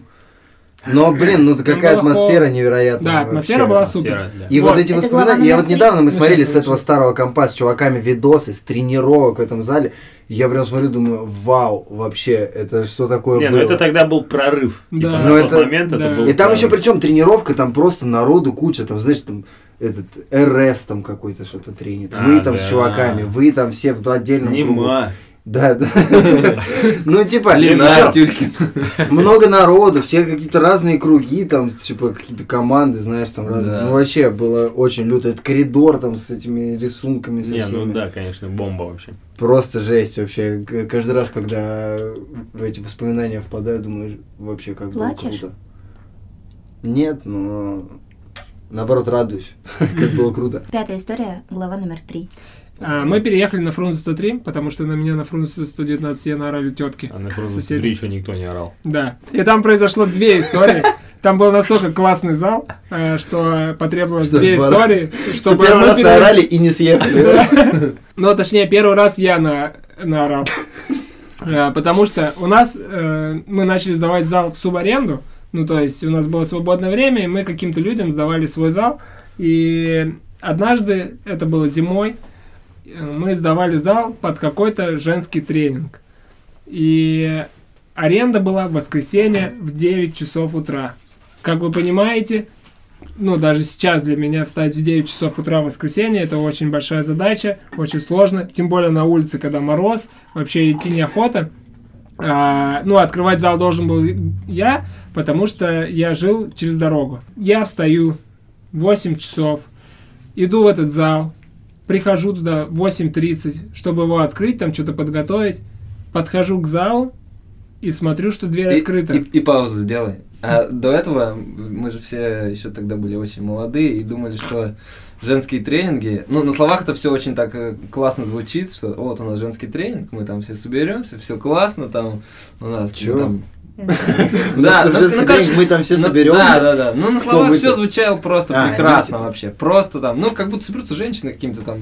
S2: Но, блин,
S3: [laughs]
S2: ну какая
S3: Там было
S2: атмосфера
S3: холодно.
S2: невероятная.
S3: Да, атмосфера
S2: вообще.
S3: была супер.
S1: Серая, да.
S2: И вот,
S3: Вот.
S2: эти
S4: Это
S2: воспоминания.
S4: главное,
S2: Я вот
S4: при-
S2: недавно мы
S3: Ну,
S2: смотрели
S3: сейчас
S2: с этого
S3: лучше.
S2: старого компа с чуваками видосы, с тренировок в этом зале. И я прям смотрю, думаю, вау, вообще, это что такое
S1: Не, ну
S2: было?
S1: это тогда был прорыв.
S3: Да.
S1: Типа, на
S2: Ну,
S1: тот
S2: это-
S1: момент это
S3: да.
S1: был
S2: И там еще
S1: прорыв.
S2: причем тренировка, там просто народу куча, там, знаешь, там этот РС там какой-то что-то тренит.
S1: А,
S2: вы там
S1: да.
S2: с чуваками, вы там все в отдельном кругу.
S1: Нема.
S2: Да,
S5: [laughs]
S2: да. Ну, типа,
S5: Ленар
S2: ещё
S5: Тюлькин.
S2: много народу, все какие-то разные круги, там, типа, какие-то команды, знаешь, там разные.
S5: Да.
S2: Ну, вообще было очень люто. Это коридор там с этими рисунками, со
S1: Не, ну
S2: всеми.
S1: да, конечно, бомба вообще.
S2: Просто жесть вообще. К- Каждый раз, когда в эти воспоминания впадаю, думаю, вообще как было
S4: Плачешь?
S2: круто. Нет, но наоборот радуюсь, [laughs] как было круто.
S4: Пятая история, глава номер три.
S3: А, мы переехали на Фрунзе 103, потому что на меня на Фрунзе 119 я наорали тетки.
S1: А на Крузу
S3: Соседи.
S1: смотри, еще никто не орал.
S3: Да. И там произошло две истории. Там был настолько классный зал, э, что потребовалось
S2: Что ж,
S3: две
S2: два-
S3: истории,
S2: Что
S3: чтобы
S2: первый
S3: мы
S2: раз
S3: переехали.
S2: наорали и не съехали.
S3: Ну, точнее, первый раз я на, наорал. Э, Потому что у нас, э, мы начали сдавать зал в субаренду, ну, то есть у нас было свободное время, и мы каким-то людям сдавали свой зал. И однажды, это было зимой, э, мы сдавали зал под какой-то женский тренинг. И аренда была в воскресенье в 9 часов утра. Как вы понимаете, ну, даже сейчас для меня встать в 9 часов утра в воскресенье, это очень большая задача, очень сложно, тем более на улице, когда мороз, вообще идти неохота. А, ну, открывать зал должен был я, потому что я жил через дорогу. Я встаю в 8 часов, иду в этот зал, прихожу туда в 8.30, чтобы его открыть, там что-то подготовить, подхожу к залу и смотрю, что дверь
S5: И-
S3: открыта.
S5: И, и паузу сделай. А до этого мы же все еще тогда были очень молодые и думали, что женские тренинги, ну на словах это все очень так э, классно звучит, что вот у нас женский тренинг, мы там все соберемся, все классно, там у нас ну,
S2: Чё?
S5: там-
S4: Э,
S2: Да,
S5: ну, ну, короче,
S2: мы там все
S5: ну,
S2: соберемся.
S5: Да, да, да. Ну на
S2: Кто
S5: словах
S2: мы
S5: все
S2: тут?
S5: звучало просто
S2: А, ну,
S5: прекрасно
S2: типа.
S5: вообще, просто там, ну как будто соберутся женщины какими-то там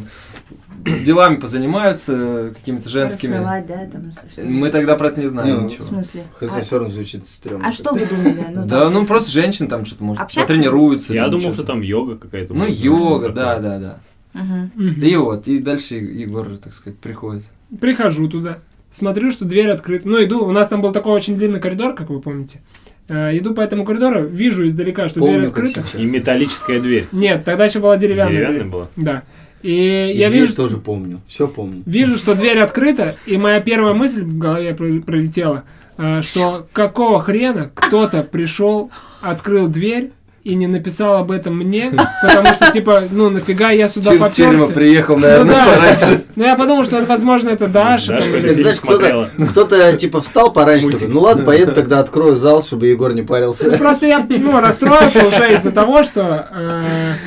S5: делами позанимаются э, какими-то женскими.
S4: Раскрывать, да, там, что-
S5: Мы тогда про это не знаем
S2: Не,
S4: В
S5: ничего.
S4: смысле?
S2: Хз, все равно звучит стрёмно.
S4: А, а что вы думали?
S5: Да, ну просто женщины там что-то может
S4: Общаться?
S5: потренируются.
S1: Я
S5: там
S1: думал,
S5: что-то.
S1: что там йога какая-то.
S5: Ну,
S1: может, что-то
S5: йога,
S1: такое.
S5: да, да, да.
S4: Мгм.
S3: Мгм.
S5: И вот, и дальше Егор, так сказать, приходит.
S3: Прихожу туда, смотрю, что дверь открыта. Ну, иду, у нас там был такой очень длинный коридор, как вы помните. Э, Иду по этому коридору, вижу издалека, что дверь
S2: Помню, как
S3: открыта.
S2: сейчас.
S1: И металлическая дверь.
S3: Нет, тогда еще была деревянная.
S1: Деревянная
S3: дверь.
S1: была.
S3: Да. И,
S2: И
S3: я
S2: дверь
S3: вижу,
S2: тоже помню. Все помню.
S3: вижу, что дверь открыта, и моя первая мысль в голове про- пролетела, э, что какого хрена кто-то пришел, открыл дверь и не написал об этом мне, потому что, типа, ну, нафига я сюда
S5: Чир с тюрьмы
S3: попёрся?
S5: приехал,
S3: Ну
S5: наверное, [laughs]
S3: да, ну я подумал, что, возможно, это Даша.
S1: Дашка или
S3: там, или-
S1: фильм
S2: Знаешь, кто-то,
S1: смотрела.
S2: кто-то, типа встал пораньше, такой, ну ладно, поеду тогда открою зал, чтобы Егор не
S3: Ну,
S2: парился.
S3: просто я ну, расстроился уже из-за того, что э,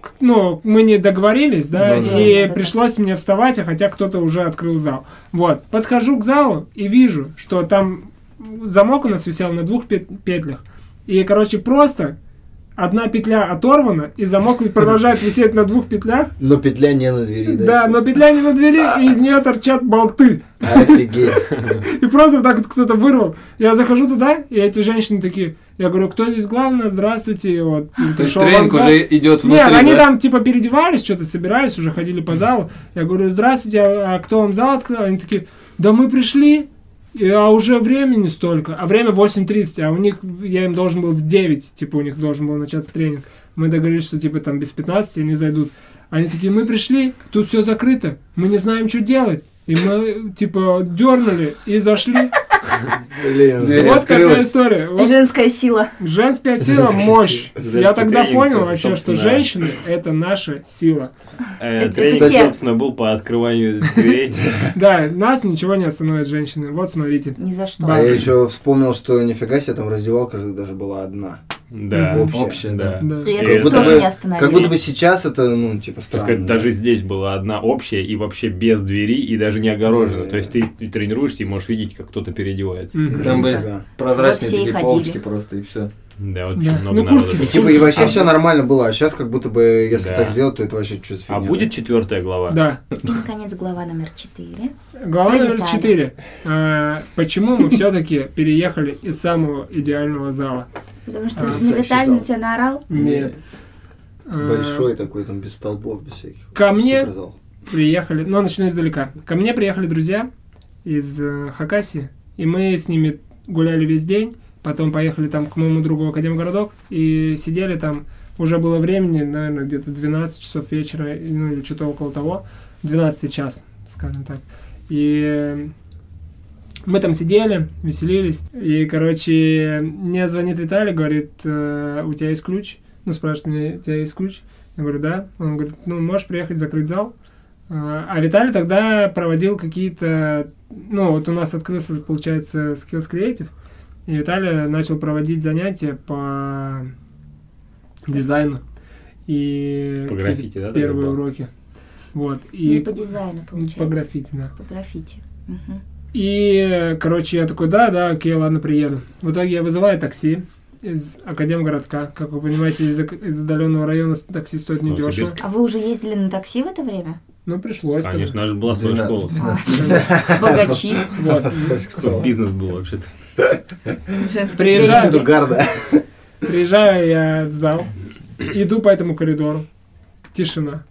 S3: к- ну, мы не договорились, да,
S2: Ну да.
S3: и
S4: Да-да-да.
S3: пришлось мне вставать, а хотя кто-то уже открыл зал. Вот, подхожу к залу и вижу, что там замок у нас висел на двух пет- петлях. И, короче, просто одна петля оторвана, и замок продолжает висеть на двух петлях.
S2: Но петля не на двери, да? типа.
S3: Да, но петля не на двери, и из нее торчат болты.
S2: Офигеть.
S3: [laughs] И просто вот так вот кто-то вырвал. Я захожу туда, и эти женщины такие, я говорю, кто здесь главное, здравствуйте, и вот. и
S5: [laughs] То есть
S3: пришел
S5: тренинг
S3: вокзал.
S5: уже идет внутри,
S3: Нет, они
S5: да?
S3: там типа переодевались, что-то собирались, уже ходили по залу. Я говорю, здравствуйте, а, а кто вам зал открыл? Они такие, да мы пришли, и- а уже времени столько. А время 8.30, а у них, я им должен был в 9, типа у них должен был начаться тренинг. Мы договорились, что типа там без 15 они зайдут. Они такие, мы пришли, тут все закрыто, мы не знаем, что делать. И мы, типа, дернули и зашли.
S5: Дверь
S2: Блин.
S3: Вот какая
S5: открылась.
S3: история. Вот
S4: Женская сила.
S3: женская сила – мощь.
S1: Женский
S3: Я тогда
S1: тренинг,
S3: понял
S1: это,
S3: вообще, что
S1: собственно,
S3: женщины – это наша сила.
S1: Э,
S4: Это
S1: Тренинг,
S4: те.
S1: собственно, был по открыванию дверей.
S3: Да, нас ничего не остановит женщины. Вот смотрите.
S4: Ни за что.
S2: А я еще вспомнил, что нифига себе, там раздевалка же даже была одна.
S1: Да.
S2: Мгм. Общее,
S5: Общее, да.
S1: да.
S3: Да.
S4: И
S1: Как
S4: это
S1: будто
S4: тоже
S2: бы-
S4: не остановили.
S2: Как будто бы сейчас это, ну, типа,
S1: Так
S2: странно.
S1: сказать, даже здесь была одна общая и вообще без двери и даже не огорожена. То есть ты, ты тренируешься и можешь видеть, как кто-то переодевается.
S3: Мгм.
S5: Там бы
S2: Да.
S4: все
S5: прозрачные
S4: и
S5: такие
S4: ходили.
S5: полочки просто, и все.
S1: Да, вот
S3: Да.
S1: очень много
S3: Ну,
S1: народу.
S3: куртки.
S2: И типа, и вообще все нормально было, а сейчас как будто бы, если
S1: Да.
S2: так сделать, то это вообще что-то
S1: А будет четвертая глава?
S3: Да.
S4: И, наконец, глава номер четыре.
S3: Глава номер
S4: Пролетали.
S3: 4. почему мы все-таки переехали из самого идеального зала?
S4: Потому что
S3: А,
S4: не
S2: потрясающий
S4: Виталий
S2: зал.
S4: на тебя наорал.
S3: Нет. А,
S2: Большой такой, там, без столбов, без всяких.
S3: Ко мне?
S2: Суперзал.
S3: А, Приехали, но начну издалека. Ко мне приехали друзья из э, Хакасии, и мы с ними гуляли весь день, потом поехали там к моему другу в Академгородок, и сидели там, уже было времени, наверное, где-то 12 часов вечера, и, ну или что-то около того, 12 час, скажем так. И э, мы там сидели, веселились, и, короче, мне звонит Виталий, говорит, «Э, у тебя есть ключ? Ну, спрашивает меня, у тебя есть ключ? Я говорю, да. Он говорит, ну, можешь приехать закрыть зал? А а Виталий тогда проводил какие-то... Ну, вот у нас открылся, получается, Skills Creative, и Виталий начал проводить занятия по дизайну. И
S1: По граффити, да, тогда
S3: Первые
S1: было?
S3: уроки. Вот.
S4: Не
S3: И
S4: Ну, по дизайну, получается.
S3: по граффити, да.
S4: По граффити. Мгм.
S3: И, короче, я такой, да, да, окей, ладно, приеду. В итоге я вызываю такси из Академгородка. Как вы понимаете, из, отдаленного района с- такси стоит недешево.
S1: Новосибирск.
S4: А вы уже ездили на такси в это время?
S3: Ну, пришлось. тогда.
S1: Конечно, наша была своя школа.
S5: 12.
S4: Богачи.
S3: [laughs] Вот.
S1: Свой бизнес был вообще-то.
S4: женские
S3: Приезжаю.
S4: деньги.
S2: Гарда.
S3: Приезжаю я в зал, иду по этому коридору. Тишина.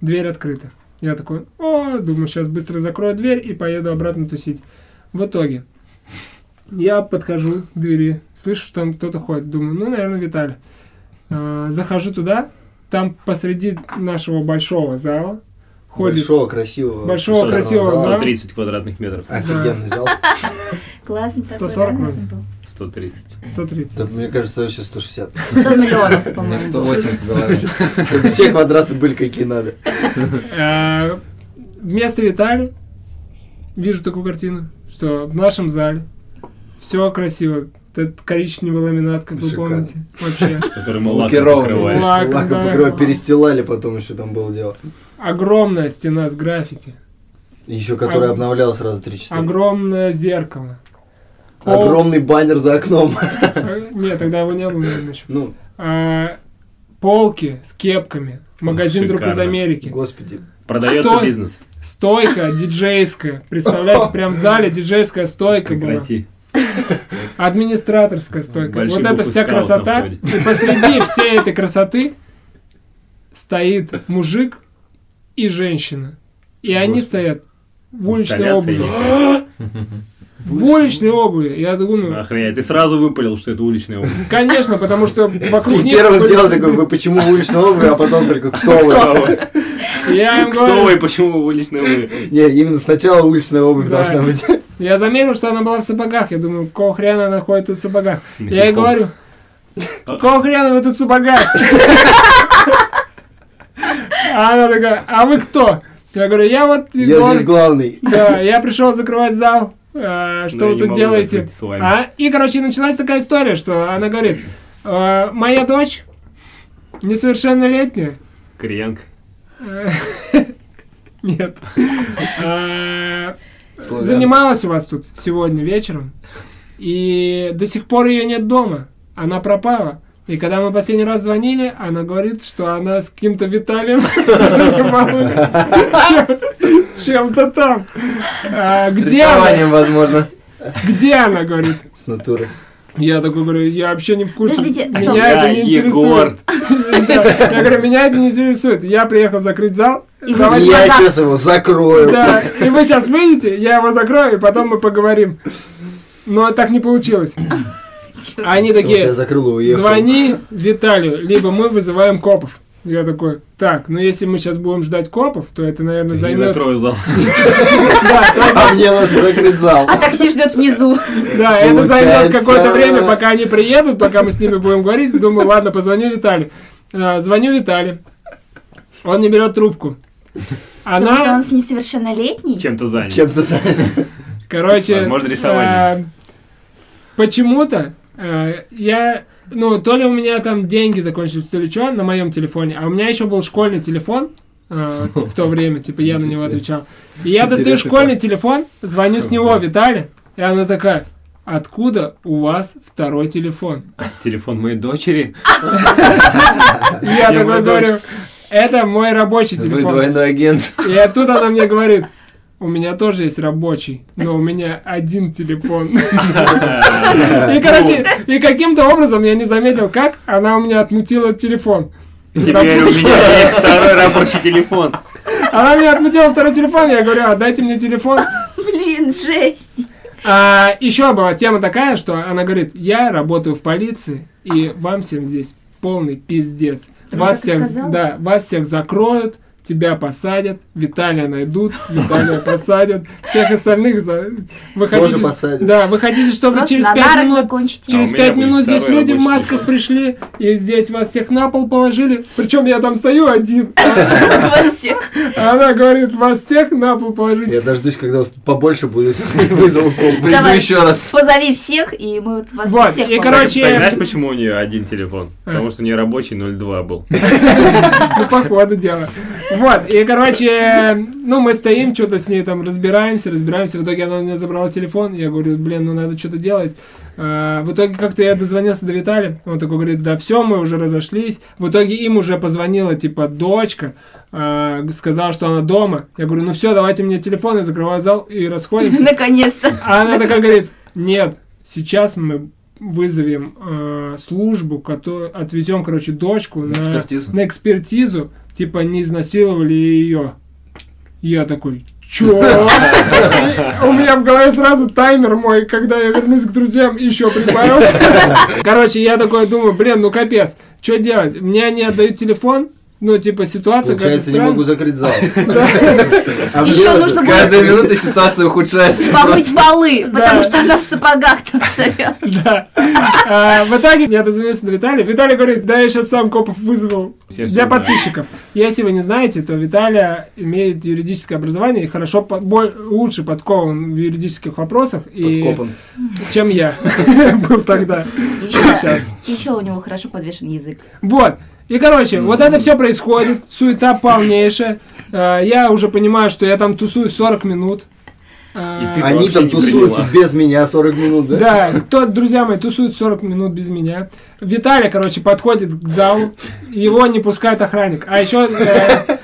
S3: Дверь открыта. Я такой, о, думаю, сейчас быстро закрою дверь и поеду обратно тусить. В итоге, я подхожу к двери, слышу, что там кто-то ходит. Думаю, ну, наверное, Виталий. А, Захожу туда, там посреди нашего большого зала ходит...
S2: Большого, красивого.
S3: Большого,
S2: шикарного
S3: красивого
S2: зала.
S3: зала.
S1: 130 квадратных метров.
S2: Офигенный зал.
S4: Классно
S3: 140
S4: такой, да,
S3: вроде.
S4: наверное, был?
S1: 130.
S3: 130.
S2: Да, мне кажется, вообще 160.
S4: 100 миллионов,
S5: У меня
S4: по-моему.
S5: 180 в голове.
S2: Чтобы [laughs] Все квадраты были какие надо.
S3: А, Вместо Виталий вижу такую картину, что в нашем зале все красиво. Вот Этот коричневый ламинат, как вы
S2: Шикарно.
S3: помните. Вообще.
S1: Который мы лаком
S5: Лакированный.
S1: покрывали.
S3: Лак,
S2: Лаком
S3: да.
S2: покрывали, перестилали потом еще там было дело.
S3: Огромная стена с граффити.
S2: Еще который
S3: Ог-
S2: обновлялась раза 3-4.
S3: Огромное зеркало. Пол-
S2: Огромный баннер за окном.
S3: Э, [laughs] Нет, тогда его не было, наверное, еще.
S2: [laughs] Ну,
S3: А, Полки с кепками. Магазин друг из
S1: Шикарно.
S3: Америки.
S2: господи.
S1: Продается
S3: Стой.
S1: бизнес.
S3: Стойка диджейская. Представляете, прям в зале диджейская стойка была.
S1: Прекрати.
S3: Администраторская стойка.
S1: Большие
S3: вот это
S1: буквы
S3: вся
S1: «Скаут» на
S3: красота.
S1: входе.
S3: И посреди всей этой красоты стоит мужик и женщина. И они
S2: Господи.
S3: стоят в уличной
S1: Инсталляция
S3: обуви.
S1: или
S3: В уличной обуви. Я
S1: как?
S3: думаю,
S1: Охренеть, ты сразу выпалил, что это уличная обувь.
S3: [laughs] конечно, потому что вокруг
S2: И
S3: них...
S2: первым
S3: только-
S2: делом такой, вы почему в уличной обуви, а потом только кто вы?
S3: Я им
S1: Кто вы
S3: говорю,
S1: и почему вы уличная
S2: [laughs]
S1: обувь?
S2: Не, именно сначала уличная обувь
S3: Да.
S2: должна
S3: [laughs]
S2: быть.
S3: я заметил, что она была в сапогах. Я думаю, какого хрена она ходит тут в сапогах? Я ей
S1: Хип-хоп.
S3: говорю, какого хрена вы тут в сапогах? [laughs] А она такая, а вы кто? Я говорю, я вот...
S2: Я
S3: глаз-
S2: здесь главный.
S3: Да, я пришел закрывать зал. Э,
S1: Но
S3: Что
S1: я
S3: вы
S1: не
S3: тут
S1: могу
S3: делаете?
S1: закрыть с вами.
S3: А, и, короче, началась такая история, что она говорит, «Э, моя дочь несовершеннолетняя.
S1: Кореянка.
S3: Э, Нет. Э,
S5: Славян.
S3: Занималась у вас тут сегодня вечером. И до сих пор ее нет дома. Она пропала. И когда мы последний раз звонили, она говорит, что она с каким-то Виталием [laughs]
S1: [laughs]
S3: занималась чем-то там. А, Где она?
S5: Рисованием, возможно.
S3: Где она, говорит?
S2: С натуры.
S3: Я такой говорю, я вообще не в курсе.
S4: Подождите, стоп.
S3: меня это не
S1: Я Егор.
S3: интересует. [laughs] Да, Я говорю, меня это не интересует. Я приехал закрыть зал.
S4: И вы
S3: Давай
S4: не
S2: Я
S4: пока-
S2: сейчас его закрою.
S3: Да, и вы сейчас выйдете, я его закрою, и потом мы поговорим. Но так не получилось. А
S2: Потому что
S3: Они
S2: Я
S3: такие,
S2: закрыл и уехал.
S3: звони Виталию, либо мы вызываем копов. Я такой, так, ну если мы сейчас будем ждать копов, то это, наверное,
S1: Я не
S3: займет...
S1: закрою зал. [laughs]
S2: А мне надо закрыть зал.
S4: А такси ждет внизу.
S3: Да, это займет
S2: Получается.
S3: какое-то время, пока они приедут, пока мы с ними будем говорить. Думаю, ладно, позвоню Виталию. А, Звоню Виталию. Он не берет трубку.
S4: Потому что
S3: Она,
S4: он с несовершеннолетней.
S1: Чем-то занят.
S2: Чем-то занят.
S3: короче... а,
S1: Возможно, рисование.
S3: э, Почему-то э, я ну, то ли у меня там деньги закончились, то ли что, на моем телефоне. А у меня еще был школьный телефон э, в то время, типа я на него
S5: Интересно.
S3: отвечал. И я достаю
S5: Интересный
S3: школьный
S5: факт.
S3: телефон, звоню с него Витале, и она такая, откуда у вас второй телефон?
S1: Телефон моей дочери.
S3: [laughs] И я
S1: Я
S3: такой
S1: мой дочь.
S3: говорю, это мой рабочий
S5: Вы
S3: телефон.
S5: двойной агент.
S3: И оттуда она мне говорит, у меня тоже есть рабочий, но у меня один телефон. И, короче, и каким-то образом, я не заметил как, она у меня отмутила телефон.
S1: Теперь у меня есть второй рабочий телефон.
S3: Она мне отмутила второй телефон, я говорю, отдайте мне телефон.
S4: Блин, жесть.
S3: А еще была тема такая, что она говорит, я работаю в полиции, и вам всем здесь полный пиздец.
S4: Она
S3: Вас
S4: так и
S3: всех,
S4: сказала?
S3: да, вас всех закроют, тебя посадят, Виталия найдут, Виталия посадят, всех остальных за... Вы
S2: Тоже
S3: хотите-
S2: посадят.
S3: Да, вы хотите, чтобы
S4: Просто
S3: через
S4: на
S3: пять
S4: нарах
S3: минут
S4: закончите.
S1: А
S3: Через
S1: у меня
S3: пять
S1: будет
S3: минут здесь
S1: второй
S3: люди в
S1: рабочий
S3: масках
S1: телефон.
S3: пришли, и здесь вас всех на пол положили. Причем я там стою один. [laughs] А
S4: Вообще.
S3: она говорит, вас всех на пол положили.
S2: Я дождусь, когда у вас побольше будет [laughs] вызову комп.
S5: Приду
S4: Ну, Давай.
S5: еще раз.
S4: Позови всех, и мы вот вас
S3: Вот,
S4: всех
S3: и,
S4: положим.
S3: короче,
S1: Так знаешь, почему у нее один телефон? Потому что у нее рабочий 02 был.
S3: [laughs] Ну, походу дело. Вот, и, короче, ну, мы стоим, что-то с ней там разбираемся, разбираемся. В итоге она у меня забрала телефон. Я говорю, блин, ну, надо что-то делать. А, В итоге как-то я дозвонился до Виталия. Он такой говорит, да все, мы уже разошлись. В итоге им уже позвонила, типа, дочка. а, Сказала, что она дома. Я говорю, ну все, давайте мне телефон. Я закрываю зал и [laughs] расходимся.
S4: Наконец-то.
S3: А она такая говорит, нет, сейчас мы вызовем э, службу, которую отвезем, короче, дочку на,
S5: На экспертизу.
S3: на экспертизу, типа не изнасиловали ее. Я такой,
S2: [laughs]
S3: чё? И У меня в голове сразу таймер мой, когда я вернусь к друзьям,
S2: [laughs]
S3: еще прибавился. Короче, я такой думаю, блин, ну капец, что делать? Мне не отдают телефон, ну, типа, ситуация
S2: Получается, не
S3: как-то
S2: могу закрыть зал.
S3: [laughs]
S2: А
S4: Еще
S3: Ну,
S4: нужно
S5: С
S4: будет
S5: каждой минутой ситуация ухудшается.
S4: помыть Типа полы,
S3: Да.
S4: потому что она в сапогах там стояла.
S3: [laughs] Да. А, В итоге я дозвонился до Виталия. Виталий говорит, да, я сейчас сам копов вызвал
S1: Все всё
S3: для
S1: знают.
S3: подписчиков. Если вы не знаете, то Виталия имеет юридическое образование и хорошо, по- бо- лучше подкован в юридических вопросах, и-
S2: Подкопан.
S3: чем я [laughs] был тогда. сейчас?
S4: И еще у него хорошо подвешен язык.
S3: Вот. И, короче, вот это все происходит, суета полнейшая. А, Я уже понимаю, что я там тусую 40 минут. А,
S1: И ты
S2: Они
S1: вообще
S2: там
S1: не
S2: тусуются
S1: поняла.
S2: без меня 40 минут, да? А
S3: Да, кто, друзья мои, тусует 40 минут без меня. Виталий, короче, подходит к залу, его не пускает охранник. А еще э,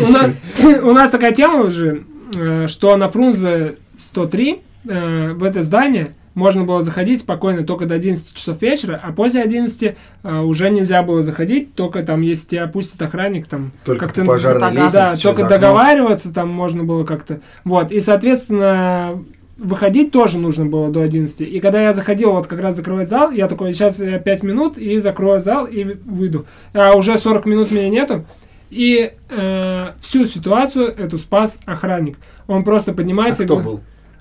S3: у, нас, [laughs] у нас такая тема уже, э, что на Фрунзе 103 э, в это здание можно было заходить спокойно только до 11 часов вечера, а после 11 э, уже нельзя было заходить, только там, если тебя пустит охранник, там
S2: Только
S3: как-то
S2: по пожарной
S4: западал.
S2: лестнице
S3: да,
S2: через
S3: только
S2: окно.
S3: договариваться там можно было как-то. Вот, и, соответственно, выходить тоже нужно было до 11. И когда я заходил вот как раз закрывать зал, я такой, сейчас я 5 минут и закрою зал и выйду. А уже 40 минут меня нету. И э, всю ситуацию эту спас охранник. Он просто
S2: А
S3: поднимается... и
S2: кто
S3: говорит,
S2: был?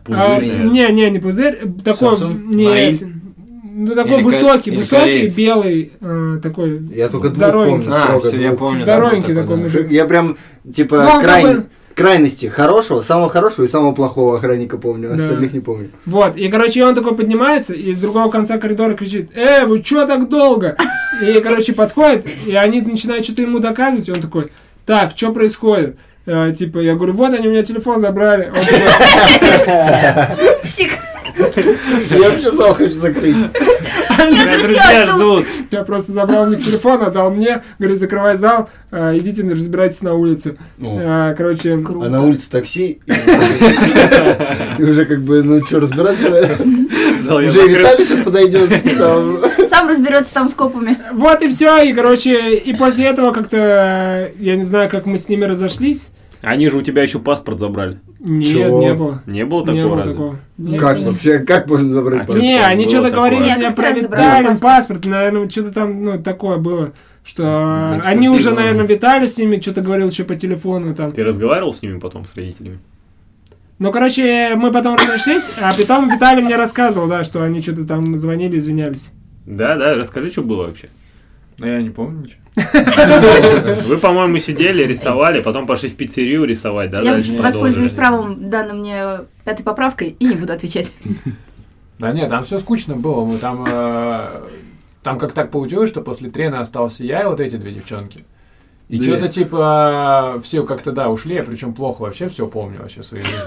S3: а,
S1: Пузырь, наверное.
S3: не, не, не пузырь. э, Такой,
S5: Самсон?
S3: не,
S5: Наиль?
S3: ну, такой
S5: Или ко-
S3: высокий,
S5: или
S3: высокий,
S5: кореец?
S3: белый, э, такой
S2: Я только двух
S3: здоровенький.
S2: помню,
S5: А,
S2: строго
S5: все, я
S2: двух.
S5: помню. да,
S3: Здоровенький
S5: был
S3: такой
S5: да.
S2: [laughs]
S3: мужик.
S2: Я прям,
S3: Ну,
S2: типа,
S3: он
S2: крайне-
S3: такой-
S2: крайности хорошего, самого хорошего и самого плохого охранника помню, а
S3: Да.
S2: остальных не помню. [laughs]
S3: Вот, и, короче, он такой поднимается, и с другого конца коридора кричит, «Э, вы чё так долго?» И, короче, подходит, и они начинают что-то ему доказывать, и он такой, «Так, что происходит?» Э, типа, я говорю, вот они у меня телефон забрали. Он такой,
S4: Псих.
S2: Я вообще зал хочу закрыть.
S5: [laughs]
S1: Меня друзья ждут.
S3: Я просто забрал у них телефон, отдал мне. Говорит, закрывай зал, э, идите разбирайтесь на улице.
S2: А
S3: Э, Короче,
S4: Круто.
S2: на улице такси. и- [laughs] И уже как бы, ну что, разбираться?
S1: Зал я
S2: Уже и
S1: закрыл.
S2: Виталий сейчас подойдет. там.
S4: Сам разберется там с копами.
S3: вот и все. И, короче, и после этого как-то, э, я не знаю, как мы с ними разошлись.
S1: Они же у тебя еще паспорт забрали.
S3: Нет,
S2: Чего?
S3: не было.
S1: Не было
S3: не
S1: такого
S3: было
S1: раза?
S3: такого.
S4: Нет,
S2: Как
S4: конечно.
S2: вообще, как можно
S1: А
S2: забрать?
S1: чё?
S2: паспорт?
S3: Не,
S1: там
S3: они
S1: было
S3: что-то
S1: такое?
S3: говорили
S4: Я
S3: мне
S4: как
S3: про
S4: раз забрала
S3: Виталин,
S4: паспорт.
S3: паспорт, наверное, что-то там, ну, такое было, что
S5: Экспертиза.
S3: они уже, наверное, витали с ними, что-то говорил еще по телефону там.
S1: Ты разговаривал с ними потом, с родителями?
S3: Ну, короче, мы потом разошлись, а потом Виталий мне рассказывал, да, что они что-то там звонили, извинялись.
S1: Да, да, расскажи, что было вообще.
S6: Но
S7: Ну,
S6: я не помню ничего.
S1: Вы, по-моему, сидели, рисовали, потом пошли в пиццерию рисовать, да,
S4: Я
S1: дальше
S4: воспользуюсь
S1: продолжили.
S4: правом, данным мне пятой поправкой, и не буду отвечать.
S6: Да нет, там все скучно было. Мы там... э,
S7: Там как так получилось, что после трена остался я и вот эти две девчонки. И
S5: Две.
S7: что-то типа все как-то да ушли, я причем плохо вообще все помню вообще в своей жизни.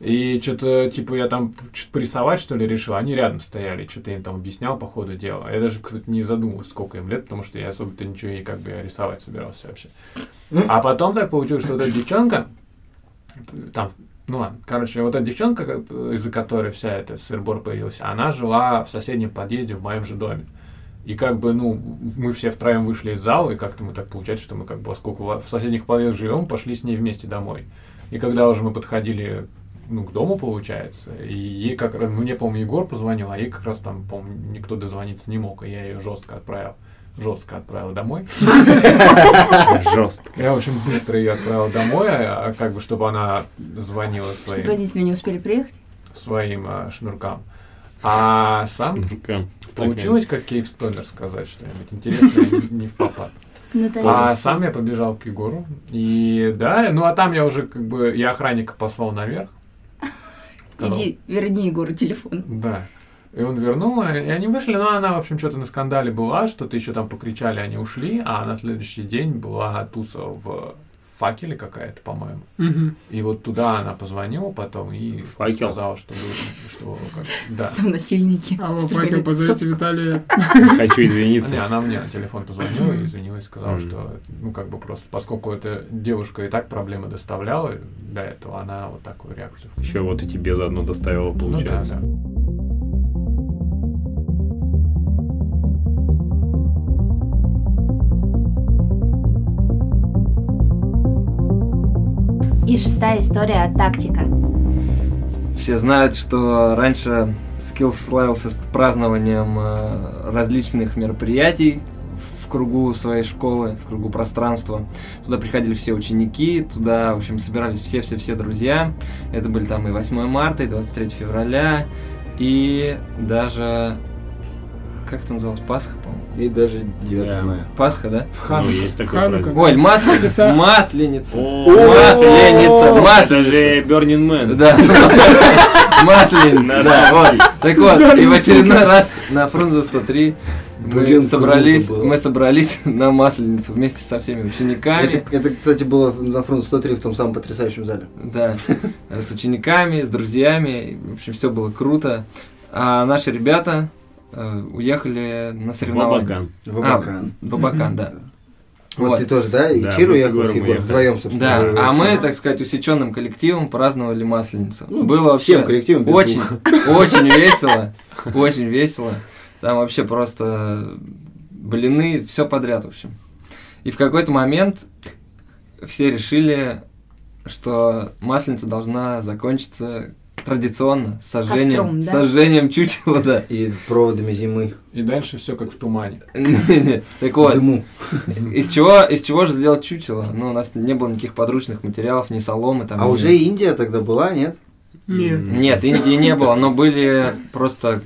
S7: И что-то, типа, я там что-то порисовать, что ли, решил. Они рядом стояли, что-то я им там объяснял по ходу дела. Я даже, кстати, не задумывался, сколько им лет, потому что я особо-то ничего и как бы рисовать собирался вообще. А потом так получилось, что вот эта девчонка, там, ну ладно, короче, вот эта девчонка, как бы, из-за которой вся эта сырбор появилась, она жила в соседнем подъезде в моем же доме. И как бы, ну, мы все втроем вышли из зала, и как-то мы так получается, что мы как бы, поскольку во- в соседних подъездах живем, пошли с ней вместе домой. И когда уже мы подходили ну, к дому, получается, и ей как раз, ну, мне, по-моему, Егор позвонил, а ей как раз там, по-моему, никто дозвониться не мог, и я ее жестко отправил. Жестко отправил домой.
S1: Жестко.
S7: Я, в общем, быстро ее отправил домой, а, как бы, чтобы она звонила
S4: Чтобы
S7: своим,
S4: родители не успели приехать.
S7: своим а, шнуркам. А сам
S1: Рука. Стакан.
S7: получилось, как Кейв Стонер сказать что-нибудь интересное, не- не в попад.
S4: Ну, да.
S7: А сам я побежал к Егору. И да, ну а там я уже как бы, я охранника послал наверх. Сказал,
S4: Иди, верни Егору телефон.
S7: Да. И он вернул, и они вышли, но она, в общем, что-то на скандале была, что-то еще там покричали, они ушли, а на следующий день была туса в факеле какая-то, по-моему.
S3: Мгм.
S7: И вот туда она позвонила потом и
S1: Факел.
S7: сказала, что, вы- что как, да.
S4: Там насильники.
S3: Алло,
S4: стреляют.
S3: факел, А, позовите Виталия.
S1: Хочу
S7: Не,
S1: извиниться.
S7: она мне на телефон позвонила и извинилась, сказала,
S1: Мгм.
S7: что, ну, как бы просто, поскольку эта девушка и так проблемы доставляла до этого, она вот такую реакцию
S1: Еще вот и тебе заодно доставило,
S7: Ну да,
S1: получается.
S7: да.
S4: И шестая история тактика.
S5: Все знают, что раньше Skills славился с празднованием э, различных мероприятий в кругу своей школы, в кругу пространства. Туда приходили все ученики, туда, в общем, собирались все-все-все друзья. Это были там и 8 марта, и 23 февраля, и даже... Как это называлось? Пасха, по-моему?
S2: И даже 9
S1: Да.
S2: мая.
S5: Пасха, да?
S1: Ну,
S3: Хан.
S1: есть такой
S3: Ханука.
S1: праздник.
S5: Ой, масленица!
S3: Масленица.
S5: Масленица!
S1: О,
S5: Масленица!
S1: Это
S5: Масленица!
S1: же Burning Man.
S5: Да. Масленица,
S1: Наш
S5: да, вот.
S1: русский.
S5: Так вот, и в очередной раз на Фрунзе 103 мы
S2: Блин,
S5: собрались,
S2: круто было.
S5: мы собрались [laughs] на Масленицу вместе со всеми
S2: Это,
S5: учениками.
S2: это, кстати, было на фронт 103 в том самом потрясающем зале.
S5: Да, э, с учениками, с друзьями. В общем, все было круто. А наши ребята э, уехали на соревнования.
S1: Бабакан.
S2: В Абакан.
S5: В Абакан, да.
S2: Вот,
S5: А, Вот.
S2: ты тоже, да? И
S1: Да,
S2: Чиру
S1: мы с
S2: ехал,
S1: Егором
S2: и Егор
S1: уехали.
S2: вдвоем, собственно.
S5: Да,
S2: говоря,
S5: а мы,
S2: уехали.
S5: так сказать, усеченным коллективом праздновали Масленицу.
S2: Ну,
S5: Было вообще
S2: всем коллективом без
S5: очень,
S2: двух.
S5: [laughs] очень весело, очень весело. Там вообще просто блины, все подряд, в общем. И в какой-то момент все решили, что Масленица должна закончиться традиционно с сожжением,
S4: Костром, да?
S5: сожжением чучела, да. [laughs]
S2: И проводами зимы.
S7: И дальше все как в тумане.
S5: Не-не, Так вот,
S2: Дыму.
S5: из чего, из чего же сделать чучело? Ну, у нас не было никаких подручных материалов, ни соломы там.
S2: А
S5: ни-
S2: уже Индия тогда была, нет?
S3: Нет.
S5: Нет, Индии не было, но были просто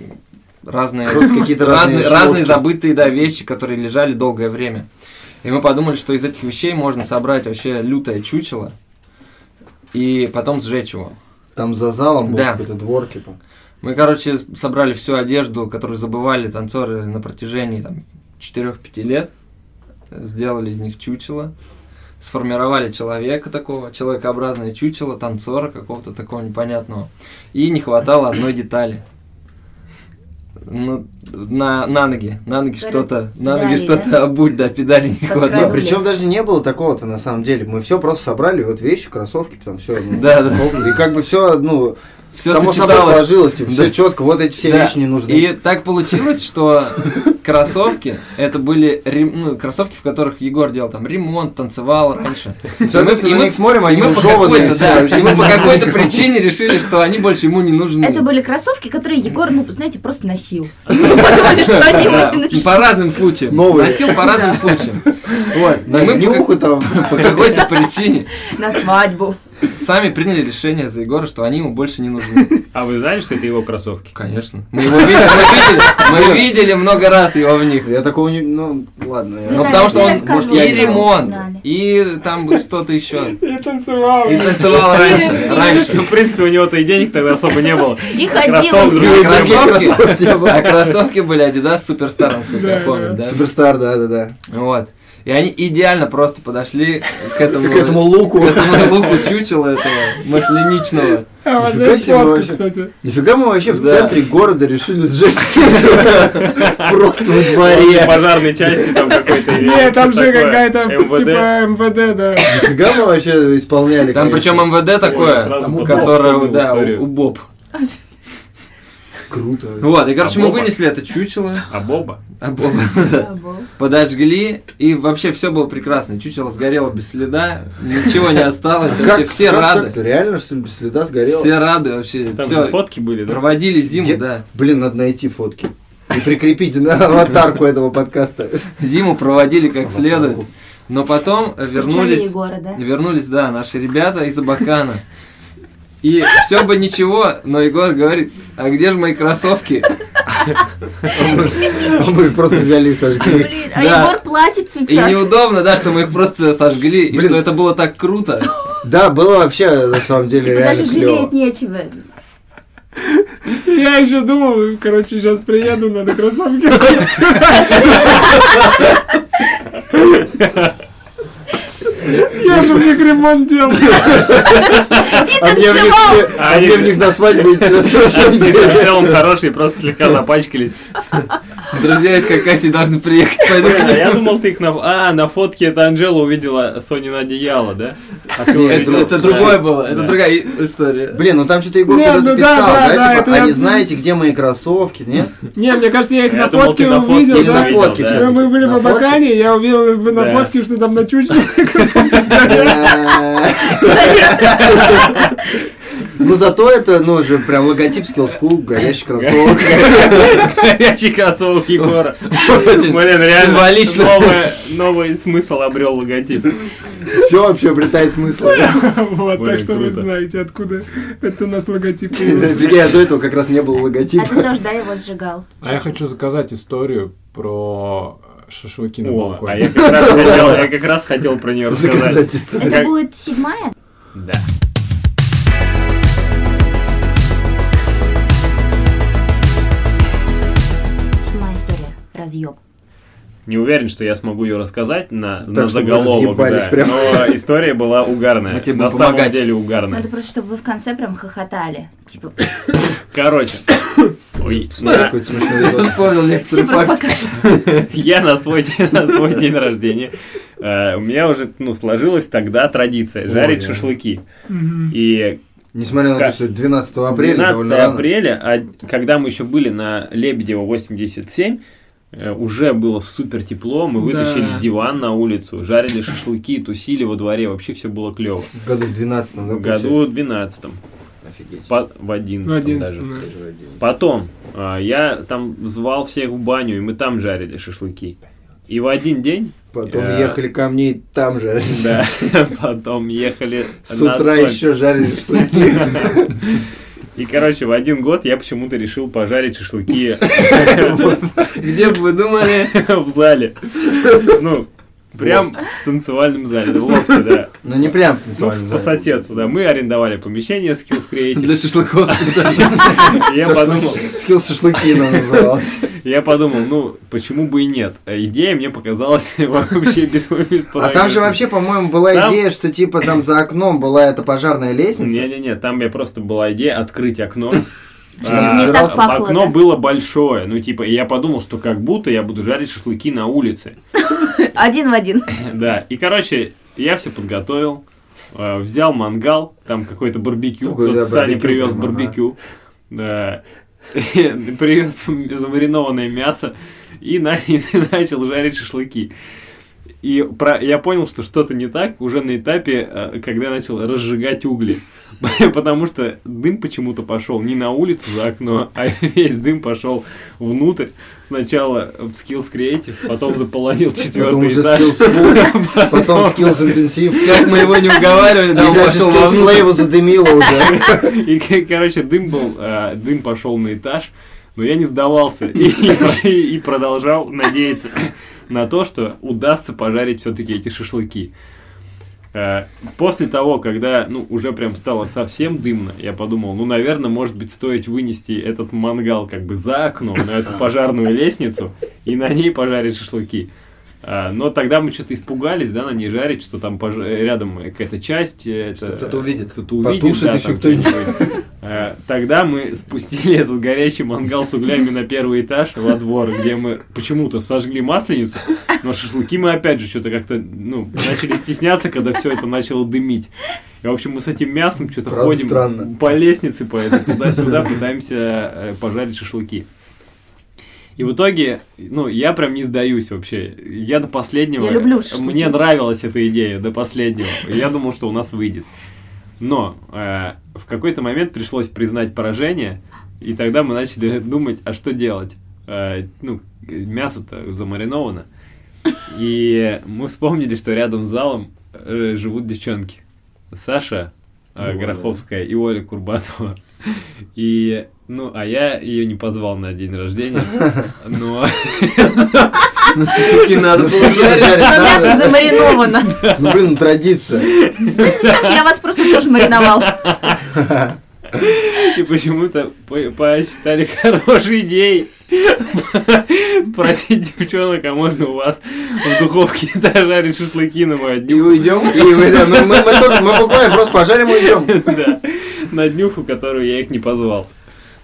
S5: разные,
S2: Просто какие-то разные
S5: разные, разные
S2: шмотки.
S5: забытые да, вещи, которые лежали долгое время. И мы подумали, что из этих вещей можно собрать вообще лютое чучело и потом сжечь его.
S2: Там за залом был
S5: Да.
S2: какой-то двор, типа.
S5: Мы, короче, собрали всю одежду, которую забывали танцоры на протяжении там, 4-5 лет, сделали из них чучело, сформировали человека такого, человекообразное чучело, танцора какого-то такого непонятного. И не хватало одной детали. Ну, на, на ноги, на ноги
S4: Педали.
S5: что-то, на ноги
S4: Педали, да?
S5: что-то обуть, да, педали не
S4: Подправили.
S5: хватало.
S2: причем даже не было такого-то на самом деле. Мы все просто собрали, вот вещи, кроссовки, там все.
S5: Да, да.
S2: И как бы все, ну,
S5: Всё
S2: само собой
S5: сочеталось.
S2: сложилось, типа, все
S5: Да.
S2: четко, вот эти все
S5: Да.
S2: вещи не нужны.
S5: И так получилось, что кроссовки, это были рем- ну, кроссовки, в которых Егор делал там ремонт, танцевал
S2: [laughs]
S5: раньше.
S2: Соответственно, мы
S5: и мы-
S2: на них смотрим, они
S5: и мы по
S2: ужеванные.
S5: какой-то,
S2: все,
S5: да,
S2: вообще
S5: и мы по
S2: не нужны
S5: какой-то
S2: никому.
S5: причине решили, что они больше ему не нужны.
S4: Это были кроссовки, которые Егор, ну, знаете, просто носил. Мы [laughs] подумали, что они
S5: Да,
S4: ему не нужны.
S5: по разным случаям.
S2: Новые.
S5: Носил по разным случаям. Вот.
S2: Да,
S5: И мы по
S2: нюху
S5: как-
S2: там.
S5: по какой-то причине
S4: На свадьбу.
S5: сами приняли решение за Егора, что они ему больше не нужны.
S1: А вы знали, что это его кроссовки?
S5: Конечно. Мы его видели, мы видели, мы видели много раз его в них.
S2: Я такого не... Ну, ладно. я-
S5: Ну, потому что он, может,
S4: рассказывал,
S5: я и
S4: что
S5: ремонт,
S4: знали.
S5: И там что-то еще.
S3: И танцевал.
S5: И танцевал раньше.
S1: Ну,
S5: Раньше.
S1: в принципе, у него-то и денег тогда особо не было.
S4: И
S1: Кроссовок
S4: ходил.
S1: другой.
S5: А
S1: Кроссовок.
S5: кроссовки, а кроссовки были Adidas Superstar, насколько я
S3: Да,
S5: помню, да?
S2: Суперстар, да, да, да.
S5: Вот. И они идеально просто подошли к этому,
S2: К этому луку.
S5: к этому луку чучела этого масляничного.
S3: А вот
S2: Нифига
S3: здесь
S2: себе
S3: фотка,
S2: вообще.
S3: кстати.
S2: [laughs] Нифига мы вообще в
S5: Да.
S2: центре города решили сжечь [laughs] просто во
S1: Вроде
S2: дворе.
S1: пожарной части там какой-то. или
S3: Не, там
S1: что
S3: же
S1: такое,
S3: какая-то
S1: МВД.
S3: типа МВД, да.
S2: Нифига мы вообще исполняли.
S5: Там причем
S2: конечно.
S5: МВД
S1: Ой,
S5: такое,
S1: сразу
S5: тому,
S1: подумал,
S5: которое,
S1: вспомнил
S5: да,
S1: историю.
S5: у у Боб.
S2: круто.
S5: Вот, и, короче,
S1: А
S5: мы
S1: Боба?
S5: вынесли это чучело,
S1: А Боба?
S5: а Боба, да, подожгли, и вообще все было прекрасно. Чучело сгорело без следа, ничего не осталось, вообще
S2: Как-
S5: все
S2: как
S5: рады.
S2: так-то? Реально, что ли, без следа сгорело?
S5: Все рады вообще,
S1: Там же
S5: все,
S1: фотки были,
S5: [laughs]
S1: да?
S5: проводили зиму,
S2: Где-
S5: да.
S2: Блин, надо найти фотки. И прикрепить на аватарку этого
S5: [laughs]
S2: подкаста.
S5: Зиму проводили как следует, но потом вернулись...
S4: Егора, да?
S5: Вернулись, да, наши ребята из Абакана. И все бы ничего, но Егор говорит, а где же мои кроссовки?
S2: А мы их просто взяли и сожгли.
S4: Блин, а
S5: Да.
S4: Егор плачет
S5: И
S4: сейчас.
S5: неудобно, да, что мы их просто сожгли, и
S2: Блин.
S5: что это было так круто.
S2: Да, было вообще, на самом деле,
S4: Типа даже
S2: реально
S4: жалеть
S2: клево.
S4: нечего.
S3: Я еще думал, короче, сейчас приеду, надо кроссовки. Я же в них ремонт делал.
S4: И
S2: А мне в них
S4: танцевал.
S2: все- а мне в них на свадьбу идти на следующей
S1: [laughs] Они же в
S2: неделе.
S1: целом хорошие, просто слегка запачкались.
S5: Друзья из Кавказии должны приехать, пойду к
S1: Блин, а
S5: ним.
S1: я думал, ты их на... А, на фотке это Анжела увидела Сонина одеяло, да? А ты
S5: Нет,
S1: увидела
S5: Это
S1: Соню.
S5: другое было, это
S1: Да.
S5: другая и- история.
S2: Блин, ну там что-то Егор
S3: Не,
S2: когда-то
S3: ну да,
S2: писал,
S3: да,
S2: да,
S3: да,
S2: типа,
S3: это
S2: а
S3: я-
S2: не знаете, где мои кроссовки, нет?
S3: Не, мне кажется, я их
S1: Я
S3: на
S1: думал, ты
S3: фотке
S1: на фотке
S3: увидел,
S1: их
S3: да.
S2: на
S1: увидел,
S2: фотке,
S1: да.
S3: Когда Мы были в
S2: На фотке?
S3: Абакане, я увидел в- на
S1: Да.
S3: фотке, что там на чучеле.
S2: Э, Ну зато это, ну же, прям логотип Skills School, горящий кроссовок.
S1: [laughs] Горячий кроссовок Егора. [laughs]
S5: Очень
S1: Блин, реально
S5: символично.
S1: новое- новый смысл обрел логотип.
S2: Все вообще обретает смысл.
S3: [laughs] Вот,
S1: Блин,
S3: так что вы
S1: круто.
S3: знаете, откуда это у
S1: [laughs]
S3: нас логотип.
S2: Прикинь, а до этого как раз не было
S4: А ты
S2: логотипа.
S4: тоже, да, его сжигал.
S7: А я хочу заказать историю про шашлыки на
S1: О, а
S7: балконе.
S1: я
S7: [laughs]
S1: как раз хотел, я как раз хотел про нее рассказать.
S2: Заказать историю.
S4: Это
S1: Как-
S4: будет седьмая?
S1: Да.
S4: Седьмая история. Разъеб.
S1: Не уверен, что я смогу ее рассказать на, на
S2: чтобы
S1: заголовок,
S2: разъебались
S1: да.
S2: прям.
S1: но история была угарная.
S5: Мы тебе
S1: на
S5: будем
S1: самом
S5: помогать.
S1: деле угарная.
S4: Надо Ну, просто, чтобы вы в конце прям хохотали. Типа,
S1: Короче,
S2: [coughs]
S1: Ой,
S2: Смотри,
S1: да.
S2: какой смешной видос.
S5: Вспомнил
S4: все
S5: некоторые
S4: просто
S5: факты.
S4: покажут.
S1: я на свой, день- на свой
S2: [laughs]
S1: день рождения, э, у меня уже ну, сложилась тогда традиция жарить
S2: Ой, ой.
S1: шашлыки. И
S2: Несмотря на то,
S1: Как?
S2: что 12 апреля
S1: 12
S2: довольно рано.
S1: апреля, а когда мы еще были на Лебедева 87, э, уже было супер тепло, мы
S3: Да.
S1: вытащили диван на улицу, жарили шашлыки, тусили во дворе, вообще все было клево.
S2: В году в 12 да,
S1: В году 12
S2: Ну, Офигеть.
S1: по- в 11 даже.
S3: Одиннадцатое.
S1: Потом а, я там звал всех в баню, и мы там жарили шашлыки. И в один
S2: [laughs]
S1: день,
S2: Потом
S1: Э,
S2: ехали ко мне и там жарили.
S1: да, [laughs] потом ехали
S2: С
S1: на
S2: утра
S1: Томь.
S2: еще жарили шашлыки.
S1: [laughs] И, короче, в один год я почему-то решил пожарить шашлыки [laughs]
S5: Где бы вы думали?
S1: в зале. Ну, прям в танцевальном зале, да, в лофте, да.
S2: [laughs] Ну не прям в
S1: Ну,
S2: танцевальном
S1: в- по соседству, да. Мы арендовали помещение Skills Creative.
S5: Для шашлыков специально.
S1: И я подумал,
S2: Скилл шашлыки
S1: [laughs]
S2: она называлась.
S1: я подумал, ну, почему бы и нет. А Идея мне показалась [laughs] вообще без
S2: А там же вообще, по-моему, была
S1: Там-
S2: идея, что типа там за окном была эта пожарная лестница.
S1: Не-не-не, там я просто была идея открыть
S4: [laughs]
S1: окно.
S4: Что
S1: А,
S4: из них так
S2: собирался.
S4: пахло,
S1: Окно
S4: да?
S1: было большое, ну типа, и я подумал, что как будто я буду жарить шашлыки на улице.
S4: Один в [laughs] один.
S1: [laughs] Да, и короче, я все подготовил, э, взял мангал, там какой-то барбекю,
S2: Такой,
S1: кто-то
S2: да,
S1: Саня
S2: барбекю
S1: привез
S2: прямо, ага.
S1: барбекю, да, [laughs] привез замаринованное мясо и, на- [laughs] и начал жарить шашлыки. И про- я понял, что что-то не так уже на этапе, э, когда я начал разжигать угли. [laughs] Потому что дым почему-то пошел не на улицу за окно, [laughs] а весь дым пошел внутрь. Сначала в Skills Creative, потом заполонил
S2: Потом
S1: четвертый
S2: уже
S1: этаж.
S2: скилл
S1: [laughs]
S2: потом скиллс интенсив.
S5: Как мы его не уговаривали, да,
S2: И
S5: он
S2: даже
S5: пошел
S2: скиллс
S5: вовнутрь.
S2: его задымило
S1: [laughs]
S2: уже.
S1: И, к- короче, дым был, э, дым пошел на этаж, но я не сдавался и, и про- и продолжал надеяться на то, что удастся пожарить все-таки эти шашлыки. Э, После того, когда ну, уже прям стало совсем дымно, я подумал, ну, наверное, может быть, стоит вынести этот мангал как бы за окно, на эту пожарную лестницу, и на ней пожарить шашлыки. А, Но тогда мы что-то испугались, да, на ней жарить, что там пож- э, рядом какая-то часть. э, это-
S5: Что кто-то увидит.
S1: Кто-то увидит,
S2: Потушит
S1: да,
S2: еще
S1: там
S2: кто-нибудь.
S1: что-нибудь. Э, Тогда мы спустили этот горящий мангал с углями на первый этаж во двор, где мы почему-то сожгли масленицу, но шашлыки мы опять же что-то как-то, ну, начали стесняться, когда все это начало дымить. И, в общем, мы с этим мясом что-то
S2: Правда,
S1: ходим
S2: странно.
S1: по лестнице, по
S2: [laughs]
S1: этой, туда-сюда пытаемся э, пожарить шашлыки. И в итоге, ну, я прям не сдаюсь вообще. Я до последнего...
S4: Я люблю шашлыки.
S1: Мне нравилась эта идея до последнего. И Я думал, что у нас выйдет. Но э, в какой-то момент пришлось признать поражение, и тогда мы начали [laughs] думать, а что делать? Э, ну, мясо-то замариновано. И мы вспомнили, что рядом с залом э, живут девчонки. Саша э,
S5: Оля.
S1: Гроховская и Оля Курбатова. [laughs] И, ну, а я ее не позвал на день рождения, но... [laughs]
S5: Шашлыки надо
S2: Ну,
S5: было
S2: шашлыки
S5: жарить.
S2: жарить
S4: Но мясо
S2: надо.
S4: замариновано.
S2: Ну, блин, традиция.
S4: Так я вас просто тоже [laughs] мариновал.
S1: И почему-то по- посчитали [laughs] хорошей идеей [laughs] спросить девчонок, а можно у вас в духовке [laughs] дожарить шашлыки на мою
S2: И
S1: днюху?
S2: уйдем, и вы- да, ну, мы, мы только- мы буквально просто пожарим и
S1: [laughs]
S2: уйдем.
S1: Да, на днюху, которую я их не позвал.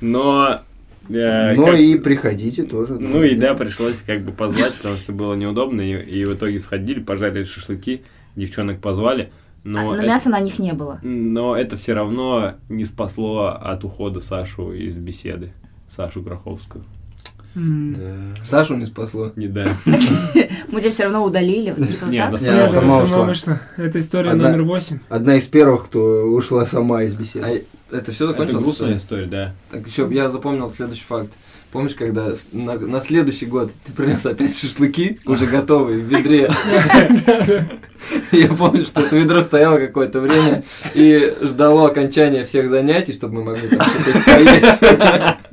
S1: Но... э,
S2: Ну
S1: как-
S2: и приходите тоже.
S1: Ну и да, пришлось как бы позвать, потому что было неудобно. И, и в итоге сходили, пожарили шашлыки, девчонок позвали.
S4: А,
S1: Но,
S4: Но
S1: это,
S4: мяса на них не было.
S1: но это все равно не спасло от ухода Сашу из беседы. Сашу Гроховскую.
S3: М,
S5: Сашу не спасло.
S1: Не да.
S4: Мы тебя все равно удалили. вот
S3: Ну
S4: Типа
S1: Не,
S4: так.
S2: Не,
S1: она
S2: она
S1: сама ушла.
S2: сама ушла.
S3: вышла. Это история
S2: Одна-
S3: номер восемь.
S2: Одна из первых, кто ушла сама из беседы.
S5: А это все
S1: Это
S5: закончилось?
S1: грустная история, да.
S5: Так еще я запомнил следующий факт. Помнишь, когда с- на, на следующий год ты принес опять шашлыки, уже готовые, в ведре? Я помню, что это ведро стояло какое-то время и ждало окончания всех занятий, чтобы мы могли там что-то поесть.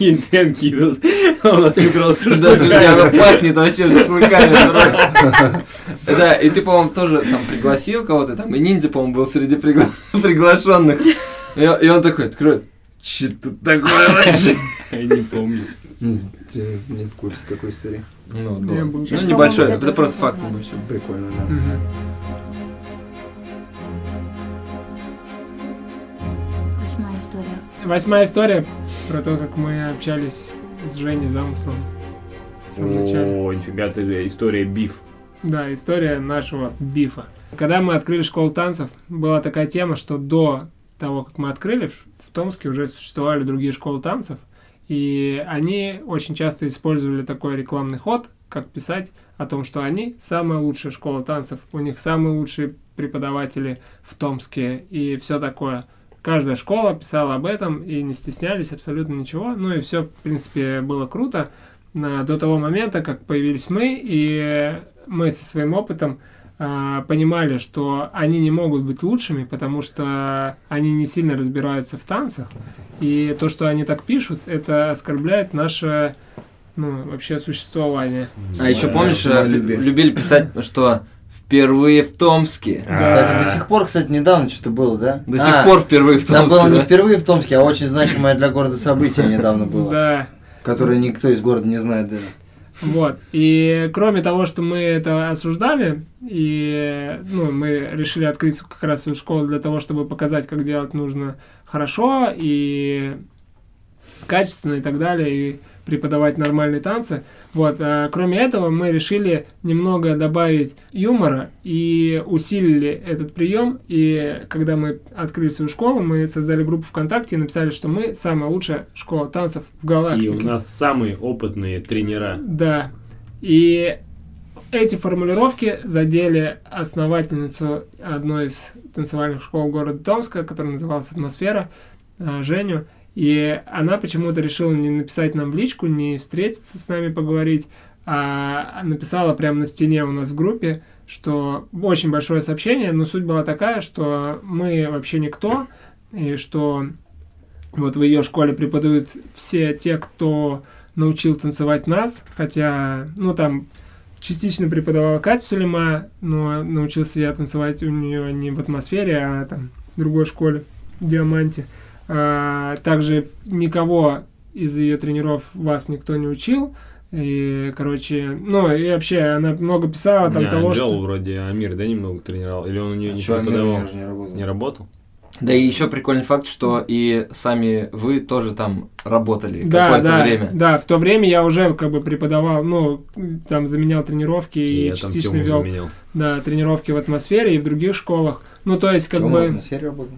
S1: И тренки идут, а у нас ведро с
S5: Даже
S1: шашлыками.
S5: прямо пахнет вообще шашлыками просто. Да, и ты, по-моему, тоже там пригласил кого-то, там и ниндзя, по-моему, был среди пригла- [laughs] приглашенных. И и он такой откроет. Че тут такое вообще?
S1: Я не помню.
S2: М, я Не в курсе такой истории.
S5: Ну,
S3: да. Я был-
S5: Ну, небольшой,
S4: По-моему,
S5: это
S4: тебя
S5: просто
S4: тоже
S5: факт
S4: узнали.
S5: небольшой.
S2: Прикольно, да.
S3: Мгм.
S4: Восьмая история.
S3: Восьмая история про то, как мы общались с Женей Замысловым в самом начале.
S1: О, нифига ты, история биф.
S3: Да, история нашего бифа. Когда мы открыли школу танцев, была такая тема, что до того, как мы открыли, в- в Томске уже существовали другие школы танцев, и они очень часто использовали такой рекламный ход, как писать о том, что они самая лучшая школа танцев, у них самые лучшие преподаватели в Томске и все такое. Каждая школа писала об этом и не стеснялись абсолютно ничего. Ну и все, в принципе, было круто на- до того момента, как появились мы, и мы со своим опытом а, понимали, что они не могут быть лучшими, потому что они не сильно разбираются в танцах, и то, что они так пишут, это оскорбляет наше ну, вообще существование.
S5: А еще помнишь,
S2: да,
S5: э,
S2: люби.
S5: любили писать, что впервые в Томске.
S2: Так и до сих пор, кстати, недавно что-то было, да?
S5: До
S2: А,
S5: сих пор впервые в
S2: Там было не
S5: Томске. да?
S2: впервые в Томске, а очень значимое для города событие недавно было,
S3: Да.
S2: которое никто из города не знает даже.
S3: Вот. И кроме того, что мы это осуждали, и ну, мы решили открыть как раз свою школу для того, чтобы показать, как делать нужно хорошо и качественно и так далее, и преподавать нормальные танцы. Вот. а кроме этого, мы решили немного добавить юмора и усилили этот прием. И когда мы открыли свою школу, мы создали группу ВКонтакте и написали, что мы самая лучшая школа танцев в
S1: И
S3: галактике.
S1: у нас самые опытные тренера.
S3: Да. И эти формулировки задели основательницу одной из танцевальных школ города Томска, которая называлась «Атмосфера», э, Женю. И она почему-то решила не написать нам в личку, не встретиться с нами, поговорить, а написала прямо на стене у нас в группе, что очень большое сообщение, но суть была такая, что мы вообще никто, и что вот в ее школе преподают все те, кто научил танцевать нас, хотя, ну, там частично преподавала Катя Сулейма, но научился я танцевать у нее не в атмосфере, а там в другой школе, в Диаманте. А, также никого из ее тренеров вас никто не учил. И, короче, ну, и вообще, она много писала А, там
S1: Не,
S3: того,
S1: Анжелу
S3: что...
S1: вроде Амир, да, немного тренировал? Или он у нее
S2: А
S1: не
S2: чё, Амир,
S1: преподавал?
S2: я же не работал.
S1: Не работал?
S5: Да и еще прикольный факт, что и сами вы тоже там работали
S3: Да,
S5: какое-то
S3: да,
S5: время.
S3: да, в то время я уже как бы преподавал, ну, там заменял тренировки и,
S1: я там
S3: частично
S1: Тему
S3: вел
S1: заменял.
S3: да, тренировки в атмосфере и в других школах. Ну, то есть, как
S2: Тёма в
S3: бы,
S2: атмосфере работал?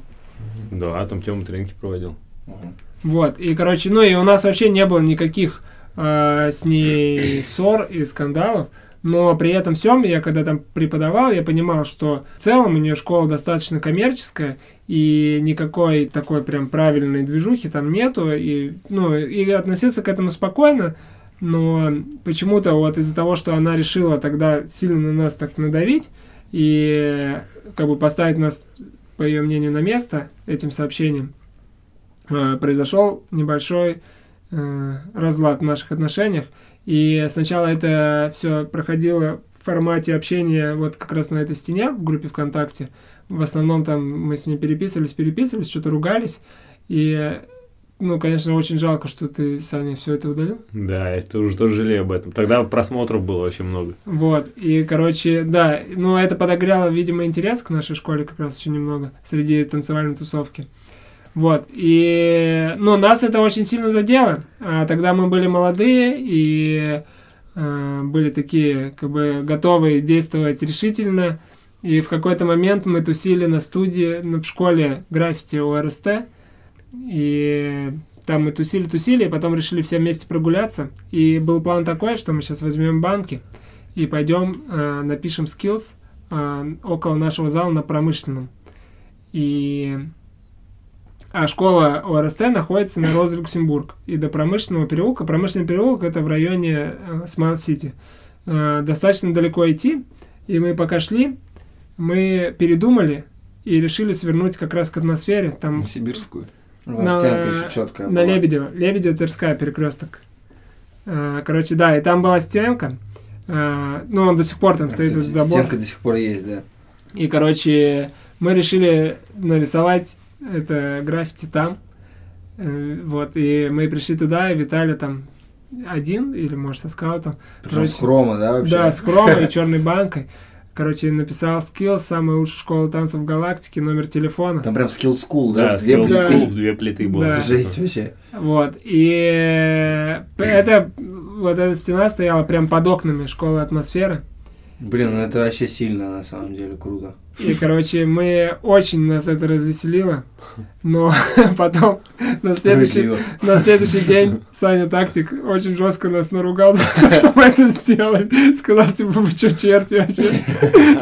S1: Да, там Тему тренинги проводил.
S2: Мгм.
S3: вот, и, короче, ну, и у нас вообще не было никаких а, с ней ссор и скандалов, но при этом всем, я когда там преподавал, я понимал, что в целом у нее школа достаточно коммерческая, и никакой такой прям правильной движухи там нету, и, ну, и относиться к этому спокойно, но почему-то вот из-за того, что она решила тогда сильно на нас так надавить и э, как бы поставить нас, по ее мнению, на место этим сообщением, э, произошел небольшой э, разлад в наших отношениях. И сначала это все проходило в формате общения вот как раз на этой стене в группе ВКонтакте. В основном там мы с ней переписывались, переписывались, что-то ругались. И, ну, конечно, очень жалко, что ты, Саня, все это удалил.
S1: Да, это уже тоже жалею об этом. Тогда просмотров было очень много.
S3: Вот, и, короче, да, ну, это подогрело, видимо, интерес к нашей школе как раз еще немного среди танцевальной тусовки. Вот, и, ну, нас это очень сильно задело. А тогда мы были молодые и э, были такие, как бы, готовые действовать решительно. И в какой-то момент мы тусили на студии, на- в школе граффити у РСТ. И там мы тусили-тусили, и потом решили все вместе прогуляться. И был план такой, что мы сейчас возьмем банки, и пойдем э, напишем skills э, около нашего зала на промышленном. И а школа ОРСТ находится на Розе Люксембург и до промышленного переулка. Промышленный переулок это в районе э, Смайл Сити. Э, достаточно далеко идти, и мы пока шли, мы передумали и решили свернуть как раз к атмосфере. Там
S5: В Сибирскую.
S2: Ну,
S3: На-
S2: а стенка еще четкая
S3: на
S2: была.
S3: Лебедева. Лебедева, Тверская, перекресток. Э, Короче, да, и там была стенка. Э, Ну, он до сих пор там стоит этот
S2: А, Кстати,
S3: забор.
S2: Стенка до сих пор есть, да.
S3: И, короче, мы решили нарисовать это граффити там. Э, Вот, и мы пришли туда, и Виталий там один, или, может, со скаутом.
S2: Причем с
S3: Короче,
S2: хрома, да, вообще?
S3: Да, с Кромой и Черной банкой. Короче, написал скилл, самая лучшая школа танцев галактики, номер телефона.
S2: Там прям скилл скул, да?
S1: Да,
S2: Две
S1: скилл
S3: плиты.
S1: скул в две плиты было.
S3: Да.
S2: Жесть вообще.
S3: Вот, и это, вот эта стена стояла прям под окнами школы атмосферы.
S2: Блин, ну это вообще сильно, на самом деле, круто.
S3: И, короче, мы очень нас это развеселило. Но [laughs] потом на следующий,
S2: Справедливо.
S3: на следующий день Саня Тактик очень жестко нас наругал за то, что мы это сделали. Сказал, типа, вы что, черти вообще?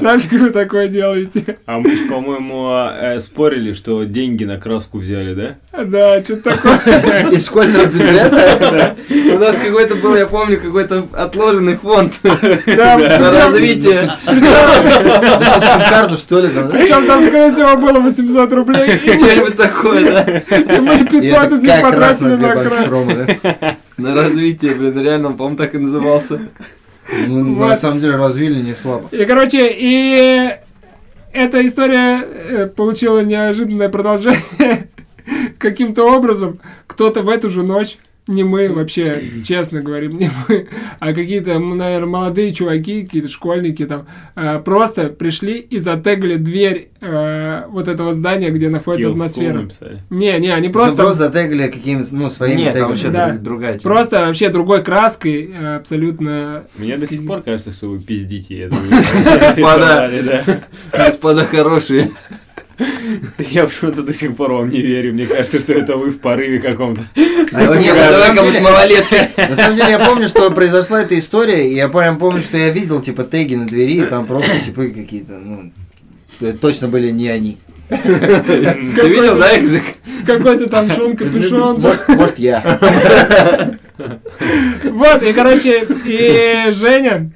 S3: Нафиг вы такое делаете?
S1: А мы ж, по-моему, э, спорили, что деньги на краску взяли, да?
S3: Да, что-то такое.
S2: Из из школьного
S3: [laughs]
S2: бюджета?
S5: У нас какой-то был, я помню, какой-то отложенный фонд [laughs]
S3: Да,
S5: на развитие.
S2: Да, сим-карту, что ли, там, да?
S3: Причем там, скорее всего, было 800 рублей. И
S5: [laughs] Что-нибудь такое, да?
S3: мы 500
S2: [laughs] И
S3: из них
S2: это как раз
S3: потратили
S2: две
S3: на
S2: банки
S3: краску.
S2: хрома, да?
S5: На развитие, блин, реально, он, по-моему, так и назывался.
S2: Ну,
S3: Вот.
S2: на самом деле, развили не слабо.
S3: И, короче, и эта история э, получила неожиданное продолжение. [laughs] Каким-то образом кто-то в эту же ночь, не мы вообще, честно говорим, не мы, [laughs] а какие-то, наверное, молодые чуваки, какие-то школьники там, э, просто пришли и затегли дверь э, вот этого здания, где находится
S1: Скилл скул
S3: атмосфера.
S1: написали.
S3: Не, не, они
S2: Просто...
S3: просто...
S2: затегли какими-то, ну, своими
S5: Нет, там
S2: тегами.
S5: вообще
S3: Да.
S5: друг- другая тема.
S3: Просто вообще другой краской э, абсолютно
S1: Мне до сих пор кажется, что вы пиздите. я думаю, [laughs]
S5: Господа.
S1: рисовали, да.
S5: Господа хорошие.
S1: Я почему-то до сих пор вам не верю. Мне кажется, что это вы в порыве каком-то.
S2: А
S5: Давай,
S2: нет,
S5: нет,
S2: на
S5: давай
S2: самом
S5: кому-то
S2: деле-
S5: малолетка.
S2: На самом деле, я помню, что произошла эта история, и я прям помню, что я видел, типа, теги на двери, и там просто, типа, какие-то, ну... это Точно были не они.
S5: Ты видел, да, их же?
S3: э, [laughs] какой-то там шон
S2: [laughs]
S3: капюшон.
S2: Может, может, я.
S3: Вот, и, короче, и Женя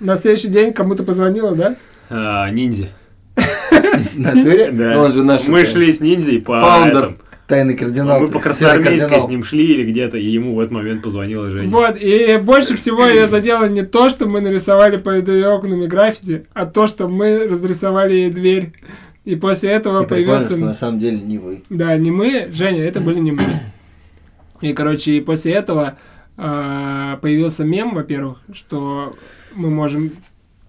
S3: на следующий день кому-то позвонила, да?
S1: А, Ниндзя.
S2: В натуре?
S5: Ну, он же наш.
S1: Мы
S5: это,
S1: шли с ниндзей по
S5: Фаундер.
S1: этому,
S2: Тайный кардинал.
S1: Мы
S2: ты,
S1: по
S2: серый
S1: Красноармейской
S2: кардинал.
S1: с ним шли или где-то, и ему в этот момент позвонила Женя.
S3: Вот, и больше всего ее задело не то, что мы нарисовали под ее окнами граффити, а то, что мы разрисовали ей дверь. И после этого
S2: И прикольно,
S3: появился...
S2: что на самом деле не вы.
S3: Да, не мы, Женя, это были не мы. И, короче, и после этого а, появился мем, во-первых, что мы можем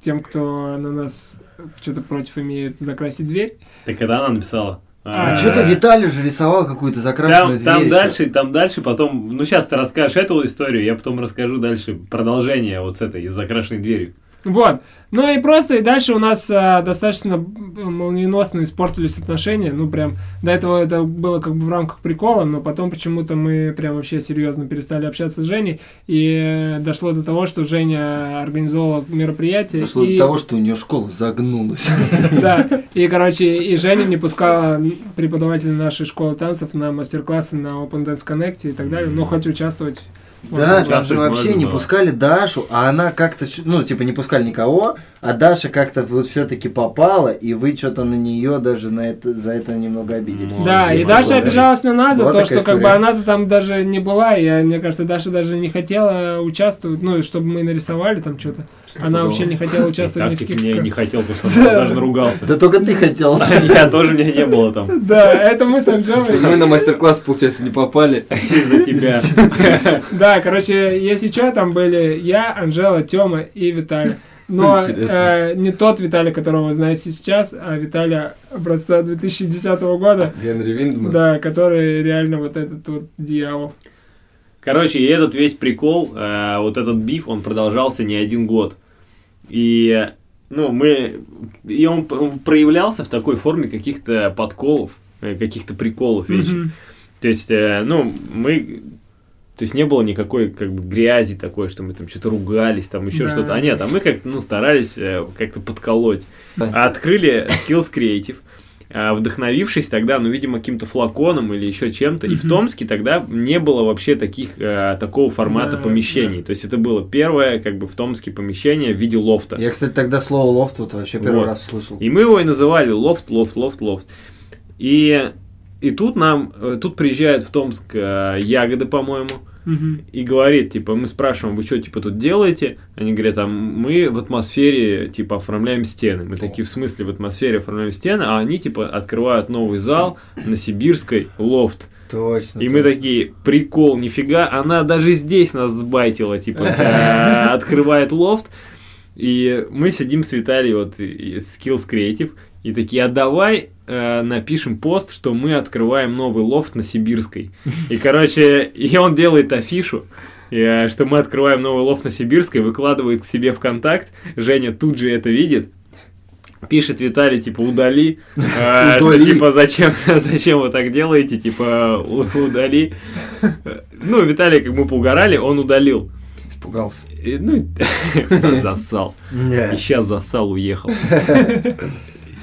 S3: тем, кто на нас что-то против имеет, закрасить дверь.
S1: Так когда она написала?
S3: А
S2: А что-то
S1: э,
S2: Виталий же рисовал какую-то
S1: Там,
S2: закрашенную дверь.
S1: там
S2: ещё.
S1: дальше, там дальше, потом, ну сейчас ты расскажешь эту историю, я потом расскажу дальше продолжение вот с этой из закрашенной дверью.
S3: Вот. Ну и просто, и дальше у нас а, достаточно молниеносно испортились отношения. Ну, прям, до этого это было как бы в рамках прикола, но потом почему-то мы прям вообще серьезно перестали общаться с Женей. И э, дошло до того, что Женя организовала мероприятие.
S2: Дошло
S3: и-
S2: до того, что у нее школа загнулась.
S3: [laughs] Да, и, короче, и Женя не пускала преподавателя нашей школы танцев на мастер-классы на Open Dance Connect и так далее, но хоть участвовать.
S2: Да,
S1: Ну,
S3: можно было.
S2: там же
S1: Участвовать
S2: вообще
S1: можно
S2: не
S1: было.
S2: пускали Дашу, а она как-то, ч- ну, типа, не пускали никого, а Даша как-то вот все-таки попала, и вы что-то на нее даже на это, за это немного обиделись.
S1: Ну,
S3: Да, и
S2: Если
S3: Даша
S2: было,
S3: обижалась на нас за
S2: Была
S3: то,
S2: такая
S3: что как бы
S2: история?
S3: она-то там даже не была, и, э, мне кажется, Даша даже не хотела участвовать, ну, и чтобы мы нарисовали там что-то. Она
S2: было.
S3: вообще не хотела
S1: И
S3: участвовать ни в
S1: Тактик
S3: каких...
S1: мне не
S3: кон-
S1: хотел, потому что он даже
S2: да.
S1: ругался.
S2: Да только ты хотел.
S1: [laughs] Я тоже, меня не было там
S3: [laughs] Да, это мы с
S5: [laughs]
S3: Анжелой.
S5: Мы на мастер-класс, получается, не попали.
S1: из-за тебя.
S3: Да, короче, если что, там были я, Анжела, Тёма и Виталий. Но
S5: Интересно.
S3: э, не тот Виталий, которого вы знаете сейчас, а Виталия образца 2010 года,
S5: Генри Виндман.
S3: да, который реально вот этот вот дьявол.
S1: Короче, и этот весь прикол, э, вот этот биф, он продолжался не один год. И, ну, мы... И он, п- он проявлялся в такой форме каких-то подколов, э, каких-то приколов вечно.
S3: Мгм.
S1: То есть, э, ну, мы... То есть не было никакой как бы грязи такой, что мы там что-то ругались, там еще
S3: Да.
S1: что-то. А нет, а мы как-то ну, старались э, как-то подколоть.
S5: Да.
S1: А открыли Skills Creative, а, вдохновившись тогда, ну, видимо, каким-то флаконом или еще чем-то. И в
S3: Мгм.
S1: Томске тогда не было вообще таких, э, такого формата
S3: Да,
S1: помещений. То есть это было первое как бы в Томске помещение в виде лофта.
S2: Я, кстати, тогда слово лофт вот вообще первый
S1: Вот.
S2: раз услышал.
S1: И мы его и называли лофт, лофт, лофт, лофт. И, и тут нам, э, тут приезжает в Томск э, ягоды, по-моему,
S3: Мгм.
S1: и говорит, типа, мы спрашиваем, вы что, типа, тут делаете? Они говорят, а мы в атмосфере, типа, оформляем стены. Мы такие, в смысле, в атмосфере оформляем стены, а они, типа, открывают новый зал на Сибирской, лофт.
S2: Точно.
S1: И мы
S2: точно.
S1: такие, прикол, нифига, она даже здесь нас сбайтила, типа, э, открывает лофт. И мы сидим с Виталием, вот, и- и Skills Creative, и такие, а давай э, напишем пост, что мы открываем новый лофт на Сибирской. И, короче, и он делает афишу, э, что мы открываем новый лофт на Сибирской, выкладывает к себе ВКонтакт, Женя тут же это видит, пишет Виталий, типа, удали, э, что,
S2: Удали.
S1: типа, зачем, [laughs] зачем вы так делаете, типа, у- удали. Ну, Виталий, как мы поугарали, он удалил.
S2: Испугался.
S1: И, Ну, [laughs] засал. И
S2: Не.
S1: сейчас засал, уехал.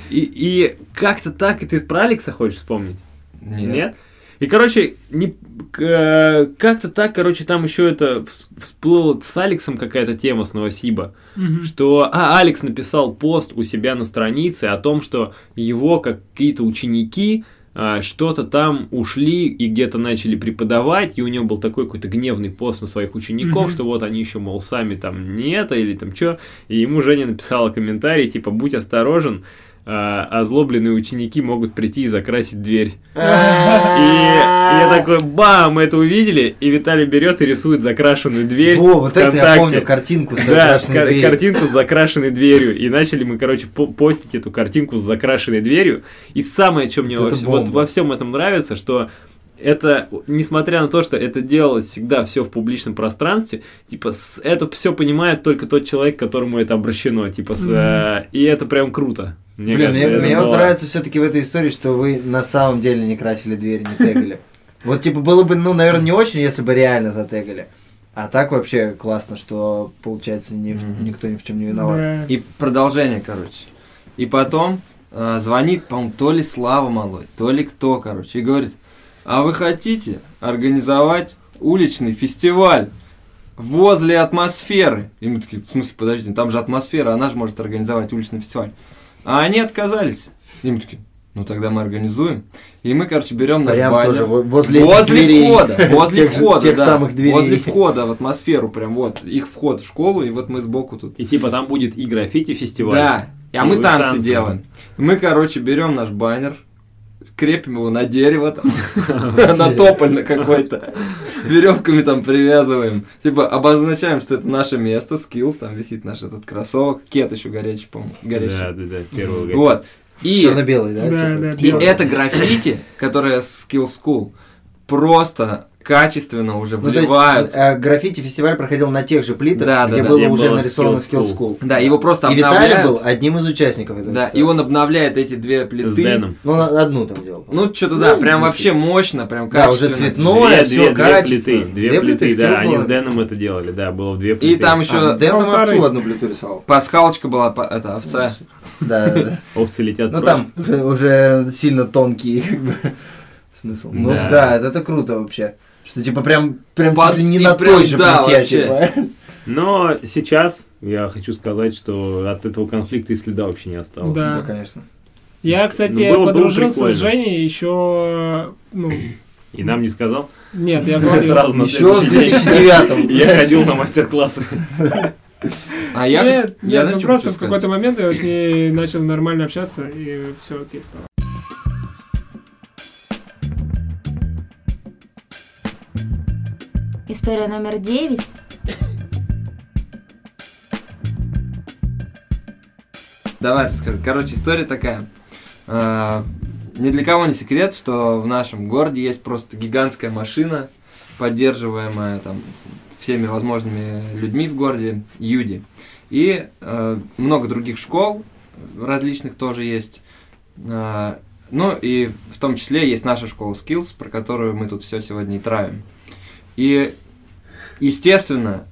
S1: И, и как-то так, и ты про Алекса хочешь вспомнить? Нет. И, короче, не, к- э, как-то так, короче, там еще это вс- всплыла с Алексом какая-то тема с Новосиба,
S3: Мгм.
S1: что а, Алекс написал пост у себя на странице о том, что его какие-то ученики а, что-то там ушли и где-то начали преподавать, и у него был такой какой-то гневный пост на своих учеников,
S3: Мгм.
S1: что вот они еще, мол, сами там не это или там что, и ему Женя написала комментарий, типа, будь осторожен, а, озлобленные ученики могут прийти и закрасить дверь. И я такой, бам, мы это увидели, и Виталий берет и рисует закрашенную дверь.
S2: Во, вот это я
S1: ВКонтакте.
S2: помню картинку с
S1: Да, с
S2: закрашенной
S1: кар-
S2: дверью.
S1: картинку с закрашенной дверью. И начали мы, короче, по- постить эту картинку с закрашенной дверью. И самое, что мне
S2: Вот
S1: во,
S2: это
S1: вс- вот
S2: бомба.
S1: во всем этом нравится, что это, несмотря на то, что это делалось всегда все в публичном пространстве, типа, с- это все понимает только тот человек, которому это обращено. Типа, с, э, и это прям круто. Мне
S2: Блин,
S1: кажется,
S2: мне,
S1: это
S2: мне вот
S1: было-
S2: нравится все-таки в этой истории, что вы на самом деле не красили дверь, не тегали. Вот, типа, было бы, ну, наверное, не очень, если бы реально затегали. А так вообще классно, что, получается, ни в-
S5: Мгм.
S2: никто ни в чем не виноват.
S3: Да.
S5: И продолжение, короче. И потом э, звонит, по-моему, то ли Слава Малой, то ли кто, короче, и говорит, а вы хотите организовать уличный фестиваль возле атмосферы? И мы такие, в смысле, подождите, там же атмосфера, она же может организовать уличный фестиваль. А они отказались. И мы такие, Ну тогда мы организуем. И мы, короче, берем наш
S2: Прям
S5: баннер.
S2: тоже во- возле, этих дверей. [laughs]
S5: входа, возле
S2: Тех же-
S5: входа,
S2: тех
S5: да,
S2: самых дверей. [laughs]
S5: возле входа в атмосферу, прям вот их вход в школу, и вот мы сбоку тут.
S1: И типа там будет и граффити фестиваль.
S5: Да, а
S1: Типа, И
S5: мы
S1: вы
S5: танцы,
S1: танцы.
S5: делаем. Мы, короче, берем наш баннер, крепим его на
S2: [laughs]
S5: дерево, там, на тополь на какой-то, веревками там привязываем, типа обозначаем, что это наше место, скилл, там висит наш этот кроссовок, кет еще горячий, по-моему,
S1: Да, да,
S5: горячий.
S1: да, первого года.
S5: Вот. И
S2: Черно-белый, да?
S3: Да,
S2: типа?
S3: да,
S5: и
S3: белый.
S5: это граффити, которое Skill School, просто качественно уже
S2: Ну, то есть,
S5: вливают.
S2: э, граффити фестиваль проходил на тех же плитах,
S5: Да, да,
S2: где
S5: да.
S2: было
S1: Где
S2: уже
S1: было
S2: нарисовано
S1: Skill
S2: Skill
S1: School.
S2: School.
S5: Да, его просто
S2: И Виталий
S5: обновляют.
S2: был одним из участников этого
S5: Да, и
S2: фестиваля.
S5: он обновляет эти две плиты.
S1: С Дэном.
S2: Ну, он одну там делал.
S5: Ну, что-то да,
S2: Ну,
S5: прям
S2: не
S5: вообще мощно, прям
S2: да,
S5: качественно.
S2: уже цветное,
S1: две,
S2: все,
S1: две, две
S2: качество.
S1: плиты. Две, плиты,
S2: Skills
S1: да. Они
S2: было.
S1: с Дэном это делали, да, было в две плиты.
S5: И там еще
S2: А, Дэн там
S3: Полторы.
S2: овцу одну плиту рисовал.
S5: пасхалочка была, па- это, овца.
S2: Да, да, да.
S1: овцы летят
S2: Ну
S1: прочь.
S2: там уже- уже сильно тонкий как бы, [laughs] смысл. Ну
S1: Да.
S2: да, это это круто вообще. Что типа прям, прям
S5: Под-
S2: чуть ли не
S5: и
S2: на
S5: прям,
S2: той же
S5: да,
S2: плите,
S5: вообще.
S2: типа.
S1: Но сейчас я хочу сказать, что от этого конфликта и следа вообще не осталось.
S5: А.
S3: Да.
S2: Да, Ну, конечно.
S3: Я, кстати,
S1: Ну, было- было
S3: подружился
S1: прикольно.
S3: с Женей еще... Ну,
S1: И нам не сказал. [laughs]
S3: нет, я
S5: Ну,
S3: говорил.
S1: Сразу на
S2: Еще в
S1: следующий день.
S2: 2009
S1: Я ходил
S2: [laughs]
S1: на мастер-классы.
S5: А я...
S3: нет, нет,
S5: я знаешь,
S3: ну
S5: что
S3: просто
S5: хочу
S3: в какой-то момент я с ней начал нормально общаться, и все окей стало.
S4: История номер девять.
S5: Давай расскажи. Короче, история такая. А, Ни для кого не секрет, что в нашем городе есть просто гигантская машина, поддерживаемая там всеми возможными людьми в городе, Юди. И э, много других школ различных тоже есть. А, ну и в том числе есть наша школа Skills, про которую мы тут все сегодня и травим. И, естественно,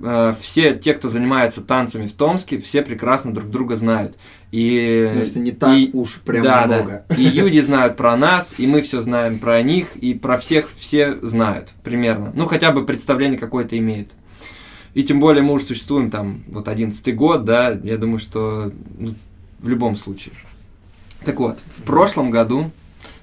S5: э, все те, кто занимается танцами в Томске, все прекрасно друг друга знают. И,
S2: Потому что не так
S5: и-
S2: уж прям
S5: да,
S2: много.
S5: да. И люди знают про нас, и мы все знаем про них, и про всех все знают примерно. Ну, хотя бы представление какое-то имеет. И тем более мы уже существуем там вот 11 год, да, я думаю, что ну, в любом случае. Так вот, в прошлом году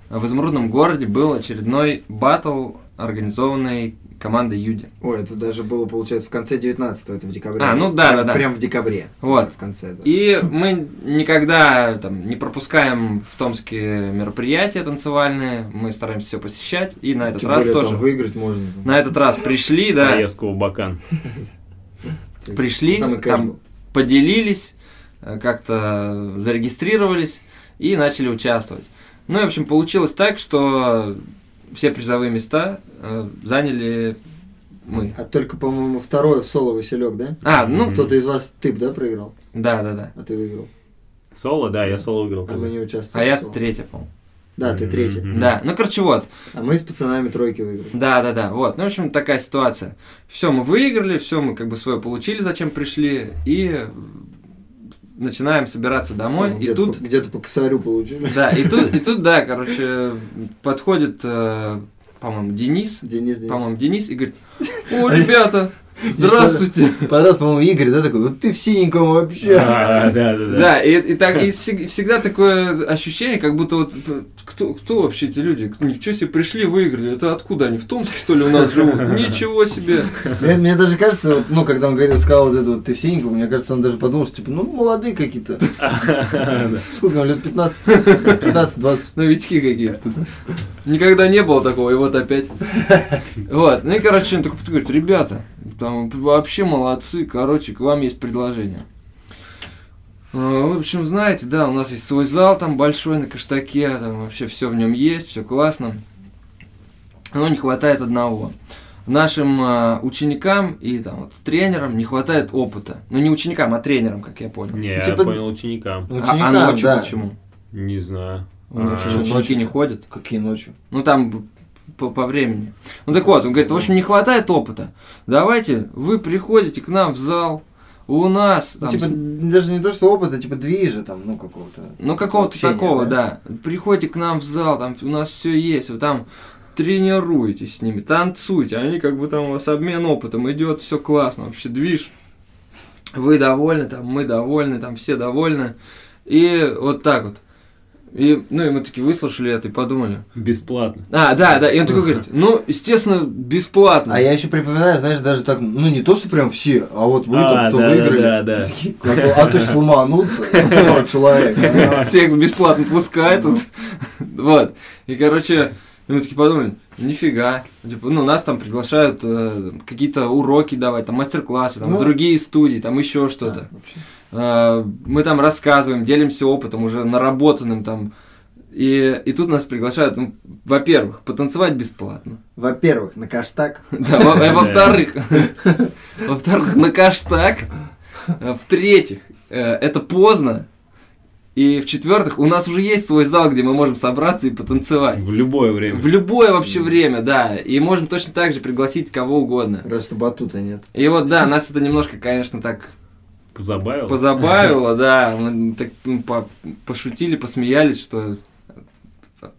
S5: в Изумрудном городе был очередной батл, организованный командой Юди.
S2: Ой, это даже было, получается, в конце 19-го, это в декабре.
S5: А, ну да,
S2: Прям-
S5: да, да.
S2: Прям в декабре.
S5: Вот.
S2: В конце, да.
S5: И мы никогда там, не пропускаем в Томске мероприятия танцевальные, мы стараемся все посещать, и на этот
S2: Ну, Тем
S5: раз
S2: более там
S5: тоже.
S2: выиграть можно.
S5: На этот раз пришли, да,
S1: Поездку в Бакан.
S2: То есть,
S5: пришли,
S2: Ну, Там и кэш
S5: там
S2: был.
S5: поделились, э, как-то зарегистрировались и начали участвовать. Ну и, в общем, получилось так, что все призовые места э, заняли мы.
S2: А только, по-моему, второе в соло Василек, да?
S5: А, ну,
S1: Мгм.
S2: Кто-то из вас тып, да, проиграл?
S5: да-да-да.
S2: А ты выиграл.
S1: Соло, да, я соло играл.
S2: А мы не
S5: А
S2: участвовали.
S5: я
S2: в соло.
S5: третья, по-моему.
S2: Да, ты третий.
S1: Мгм.
S5: Да, ну, короче, вот.
S2: А мы с пацанами тройки выиграли.
S5: Да, да, да. Вот. Ну, в общем, такая ситуация. Все, мы выиграли, все, мы как бы свое получили, зачем пришли, и начинаем собираться домой.
S2: Там
S5: и
S2: где-то
S5: тут.
S2: по- Где-то по косарю получили. [laughs]
S5: [laughs] Да, и тут, и тут, да, короче, подходит, э, по-моему, Денис.
S2: Денис, Денис.
S5: По-моему, Денис
S2: [laughs]
S5: и говорит: О, ребята! Здравствуйте!
S2: Понравился, по-моему, Игорь, да, такой, вот ты в синеньком вообще.
S1: А, Да, да, да.
S5: Да, и, и так и всег- всегда такое ощущение, как будто вот э, кто, кто вообще эти люди? Ничего себе пришли, выиграли. Это откуда они? В Томске, что ли, у
S2: [laughs]
S5: нас живут? Ничего себе!
S2: [laughs] Мне, мне даже кажется, вот, ну, когда он говорил, сказал вот это вот, ты в синеньком, мне кажется, он даже подумал, что, типа, ну, молодые
S1: [laughs]
S2: какие-то. Сколько им лет? 15? 15-20.
S5: Новички какие-то. Никогда не было такого, и вот опять. Вот. Ну и, короче, он такой говорит, ребята, там вообще молодцы, короче, к вам есть предложение. Э, В общем, знаете, да, у нас есть свой зал там большой на Каштаке, там вообще все в нем есть, все классно. Но не хватает одного. Нашим э, ученикам и там вот тренерам не хватает опыта. Ну не ученикам, а тренерам, как я понял.
S1: Не, я
S2: Типа-
S1: понял ученика.
S5: А-
S2: Ученикам,
S5: а, ночью
S2: да.
S5: почему? Э,
S1: Не знаю.
S5: Ночью же
S1: А,
S5: ученики не ходят.
S2: Какие ночью?
S5: Ну там по, по времени. Ну так вот, он говорит, в общем, не хватает опыта. Давайте вы приходите к нам в зал. У нас
S2: Ну,
S5: там,
S2: типа,
S5: с-
S2: даже не то, что опыт, а типа движа там, ну, какого-то.
S5: ну какого-то
S2: общения,
S5: такого, да. Приходите к нам в зал, там у нас все есть, вы там тренируетесь с ними, танцуйте, они как бы там у вас обмен опытом идет, все классно, вообще движ. Вы довольны, там мы довольны, там все довольны. И вот так вот. И, ну, и мы такие выслушали это и подумали.
S1: Бесплатно.
S5: А, да, да. И он такой говорит, ну, естественно, бесплатно.
S2: А я еще припоминаю, знаешь, даже так, ну не то, что прям все, а вот вы там,
S1: А,
S2: кто
S1: да, да,
S2: выиграли.
S1: да, да.
S2: Такие, А то, а то ж сломанутся 40 человек.
S5: Всех бесплатно пускают. тут. [laughs] Вот. И, короче, и мы такие подумали, нифига. Типа, ну, нас там приглашают э, какие-то уроки давать, там, мастер-классы, там,
S2: Ну.
S5: другие студии, там, еще что-то. Э, мы там рассказываем, делимся опытом уже наработанным там. И, и тут нас приглашают, ну, во-первых, потанцевать бесплатно.
S2: Во-первых, на каштаг.
S5: Да, во- э, [laughs] во-вторых, во-вторых, на каштаг. Э, В-третьих, э, это поздно. И в-четвертых, у нас уже есть свой зал, где мы можем собраться и потанцевать.
S1: В любое время.
S5: В любое вообще время, да. И можем точно так же пригласить кого угодно.
S2: Раз что батута нет.
S5: И вот, да, нас это немножко, конечно, так
S1: Позабавил.
S5: позабавило, да. Мы так ну, по- пошутили, посмеялись, что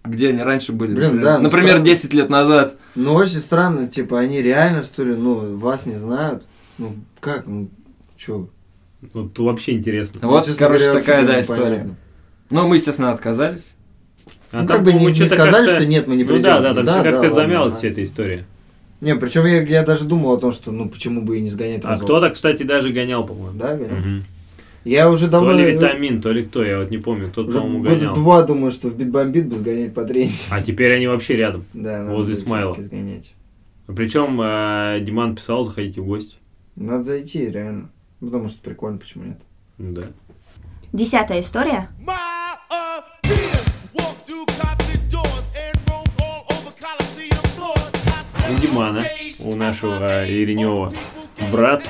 S5: где они раньше были.
S2: Блин,
S5: например.
S2: да, ну
S5: Например,
S2: странно.
S5: 10 лет назад.
S2: Ну, очень странно, типа, они реально, что ли, ну, вас не знают. Ну, как, ну, чё?
S1: Вот вообще интересно.
S5: Ну, Вот,
S2: честно
S5: короче,
S2: говоря,
S5: такая,
S2: вообще
S5: да,
S2: непонятно.
S5: история. Но мы, естественно, отказались.
S1: А
S2: ну,
S1: там,
S2: как бы не,
S1: по-моему,
S2: не
S1: что-то
S2: сказали,
S1: как-то-
S2: что нет, мы не
S1: Ну
S2: придем.
S1: да, да, там все как-то
S2: ладно,
S1: замялась
S2: да.
S1: вся эта история.
S2: Не, причем я, я даже думал о том, что, ну, почему бы и не сгонять
S1: А
S2: разок.
S1: кто-то, кстати, даже гонял, по-моему.
S2: Да, Ганя?
S1: Мгм.
S2: Я уже
S1: То
S2: давно... э,
S1: ли витамин, то ли кто, я вот не помню, кто,
S2: уже
S1: по-моему,
S2: года
S1: гонял.
S2: два думаю, что в битбомбит бы сгонять по тренде.
S1: А теперь они вообще рядом.
S2: [laughs] Да, надо
S1: Возле
S2: будет всё-таки
S1: Смайла.
S2: сгонять.
S1: Причем э, Диман писал, заходите в гости.
S2: Надо зайти, реально. Ну, Потому что прикольно, почему нет.
S1: Да.
S4: Десятая история.
S8: My opinion. Walk through constant doors and roam all over Coliseum floors. I
S1: У
S8: stand on
S1: Димана,
S8: stage.
S1: у нашего Иринева, брат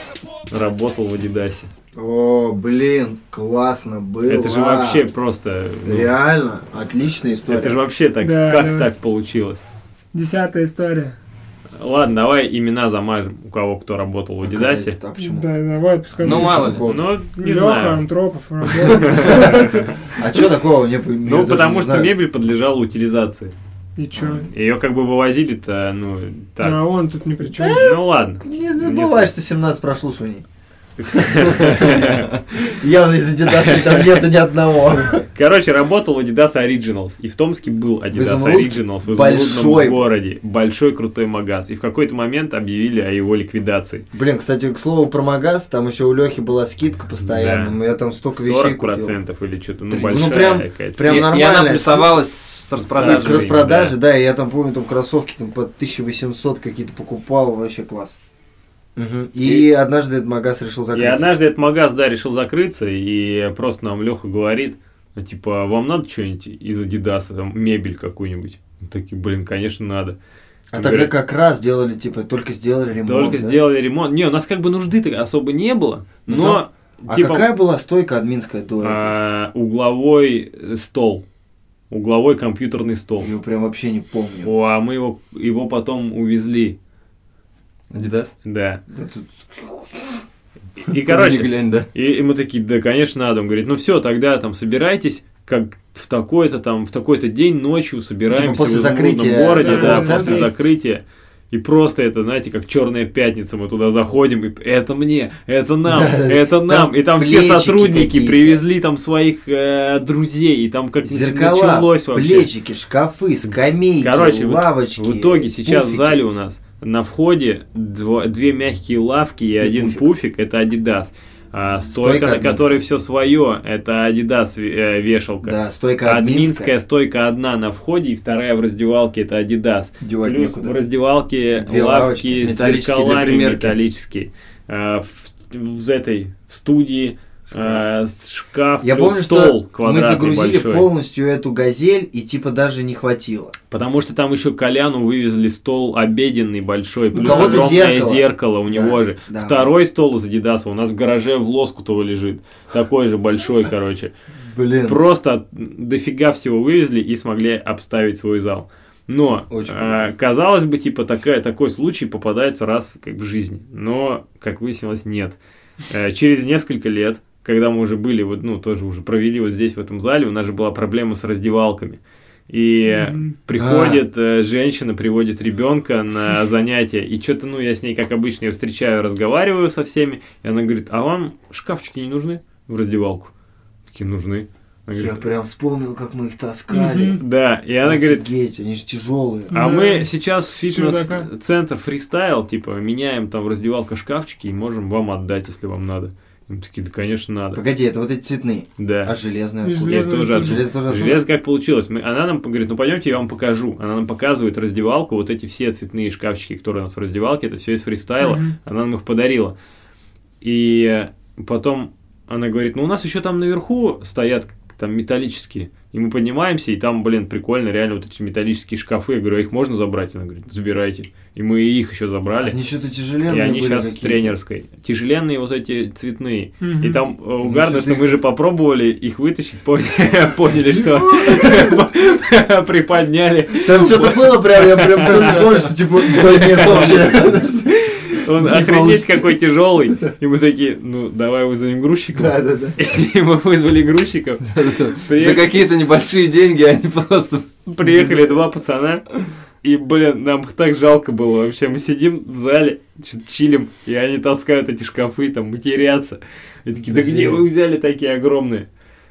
S1: работал в Адидасе.
S2: О, блин, классно было.
S1: Это же вообще просто... ну,
S2: Реально, отличная история.
S1: это же вообще так...
S3: Да,
S1: как
S3: да.
S1: так получилось?
S3: Десятая история.
S1: Ладно, давай имена замажем, у кого кто работал в Адидасе.
S2: А почему?
S3: Да, давай, пускай.
S5: Ну,
S3: будет.
S5: мало ли.
S2: такого?
S1: Ну, не
S3: Лёха,
S1: [laughs] знаю.
S5: [laughs]
S3: Антропов, Рогозин.
S2: А что такого? Я пой- я
S1: Ну,
S2: даже
S1: потому
S2: не
S1: что
S2: знаю.
S1: мебель подлежала утилизации.
S3: И чё?
S1: Ее как бы вывозили-то, ну,
S3: А
S1: так.
S3: он тут ни при чем.
S1: Ну, ладно.
S2: Не
S1: Не
S2: забывай, что 17 прослушиваний. Явно из Adidas
S1: [laughs]
S2: там нету ни одного.
S1: Короче, работал в Adidas Originals. И в Томске был Adidas
S2: Изумруд?
S1: Originals в
S2: Большой.
S1: изумрудном городе. Большой крутой магаз. И в какой-то момент объявили о его ликвидации.
S2: Блин, кстати, к слову про Магаз, там еще у Лехи была скидка постоянно. Я там столько вещей купил.
S1: 40% или что-то. Ну,
S5: 30.
S1: большая
S2: Ну, прям-
S1: какая-то.
S2: прям
S1: скидка.
S5: и, И она
S2: нормальная
S5: плюсовалась с распродажей.
S2: К
S1: продажи,
S2: распродаже, да, я там помню, там кроссовки там под 1800 какие-то покупал, вообще класс. И, однажды этот магаз решил
S1: И
S2: закрыться.
S1: однажды этот магаз, да, решил закрыться, и просто нам Леха говорит, ну, типа, вам надо что-нибудь из Адидаса, там, мебель какую-нибудь? Мы такие, блин, конечно, надо.
S2: А тогда как раз делали, типа, только сделали ремонт.
S1: Только
S2: да?
S1: сделали ремонт. Не, у нас как бы нужды-то особо не было,
S2: Ну,
S1: но,
S2: А
S1: типа,
S2: какая была стойка админская до этого?
S1: а, угловой э, стол, угловой компьютерный стол.
S2: Я его прям вообще не помню.
S1: О, а мы его, его потом увезли,
S5: Adidas?
S1: да.
S2: Да тут-
S1: И,
S5: Не
S1: короче,
S5: глянь, да.
S1: И, и мы такие, да, конечно, надо. Он говорит, ну все, тогда там собирайтесь, как в такой-то там, в такой-то день ночью собираемся
S2: Типа после
S1: в изумрудном
S2: закрытия,
S1: городе,
S3: да,
S1: да, после
S3: центра.
S1: закрытия. И просто это, знаете, как черная пятница, мы туда заходим, и это мне, это нам,
S2: Да, да, да.
S1: это нам, и там все
S2: плечики
S1: сотрудники
S2: какие-то.
S1: привезли там своих э, друзей, и там как нач-
S2: Зеркала,
S1: началось вообще.
S2: плечики, шкафы, скамейки,
S1: Короче, вот
S2: лавочки.
S1: В итоге сейчас
S2: пуфики.
S1: в зале у нас на входе дво- две мягкие лавки и, один
S2: пуфик.
S1: пуфик. это Adidas.
S2: Стойка
S1: А, стойка, на
S2: админская.
S1: которой все свое, это Adidas ве- э, вешалка.
S2: Да, стойка
S1: А
S2: админская.
S1: Админская стойка одна на входе, и вторая в раздевалке это Adidas.
S2: Девать
S1: Плюс
S2: некуда.
S1: в раздевалке
S2: Две лавочки
S1: лавки с
S5: металлические для
S1: зеркалами
S5: примерки.
S1: металлические. А, в, в этой в студии а, с- шкаф,
S2: Я
S1: плюс
S2: помню,
S1: стол
S2: что мы
S1: квадратный
S2: загрузили
S1: большой.
S2: полностью эту газель, и типа даже не хватило.
S1: Потому что там еще Коляну вывезли стол обеденный большой, плюс
S2: кого-то
S1: огромное
S2: зеркало.
S1: зеркало, у него же.
S2: да.
S1: Второй стол из Адидаса у нас в гараже в Лоскутово лежит. Такой же большой, короче.
S2: Блин.
S1: Просто от- дофига всего вывезли и смогли обставить свой зал. Но,
S2: Очень
S1: э, казалось бы, типа, такая, такой случай попадается раз как в жизни. Но, как выяснилось, нет. Э, через несколько лет, когда мы уже были, вот, ну, тоже уже провели вот здесь, в этом зале, у нас же была проблема с раздевалками. И э,
S3: Мгм.
S1: Приходит э, женщина, приводит ребенка на занятия, и что-то, ну, я с ней, как обычно, я встречаю, разговариваю со всеми, и она говорит, а вам шкафчики не нужны в раздевалку? Такие, нужны. Она
S2: Я
S1: говорит,
S2: прям вспомнил, как мы их таскали.
S3: Мгм.
S1: да, и она говорит,
S2: Офигеть, они же тяжелые.
S1: а
S3: Да.
S1: мы сейчас в
S3: Чудака.
S1: фитнес-центр фристайл, типа, меняем там в раздевалка шкафчики и можем вам отдать, если вам надо. И мы такие, да, конечно, надо.
S2: Погоди, это вот эти цветные. А
S1: Да.
S2: железные
S3: И
S2: откуда?
S1: Я тоже
S3: железные
S2: Железо тоже отсюда?
S1: Желез как получилось. Мы- она нам говорит, ну пойдемте, я вам покажу. Она нам показывает раздевалку, вот эти все цветные шкафчики, которые у нас в раздевалке, это все из фристайла.
S3: Мгм.
S1: Она нам их подарила. И потом она говорит, ну у нас еще там наверху стоят там металлические. И мы поднимаемся, и там, блин, прикольно, реально вот эти металлические шкафы. Я говорю, а их можно забрать? Она говорит, забирайте. И мы и их еще забрали.
S2: Они что-то
S1: И
S2: тяжеленные
S1: они
S2: были
S1: сейчас в
S2: какие-то.
S1: тренерской. Тяжеленные вот эти цветные.
S3: Мгм.
S1: И там э, угарно,
S2: что-то
S1: что мы
S2: их-
S1: же попробовали их вытащить, поняли, [laughs] поняли, что [laughs] приподняли.
S2: Там что-то было прям, я прям тоже помню, что типа, да
S1: [laughs]
S2: нет, вообще.
S1: Он
S2: Не
S1: охренеть
S2: получится.
S1: какой тяжелый. И мы такие, ну давай вызовем
S2: [laughs]
S1: грузчиков.
S2: Да, да, да.
S1: [laughs] И мы вызвали грузчиков.
S5: За
S1: Приех-
S5: какие-то небольшие деньги они просто...
S1: Приехали два пацана. И, блин, нам их так жалко было вообще. Мы сидим в зале, чё-то чилим, и они таскают эти шкафы, там, матерятся. И такие, да где вы взяли такие огромные?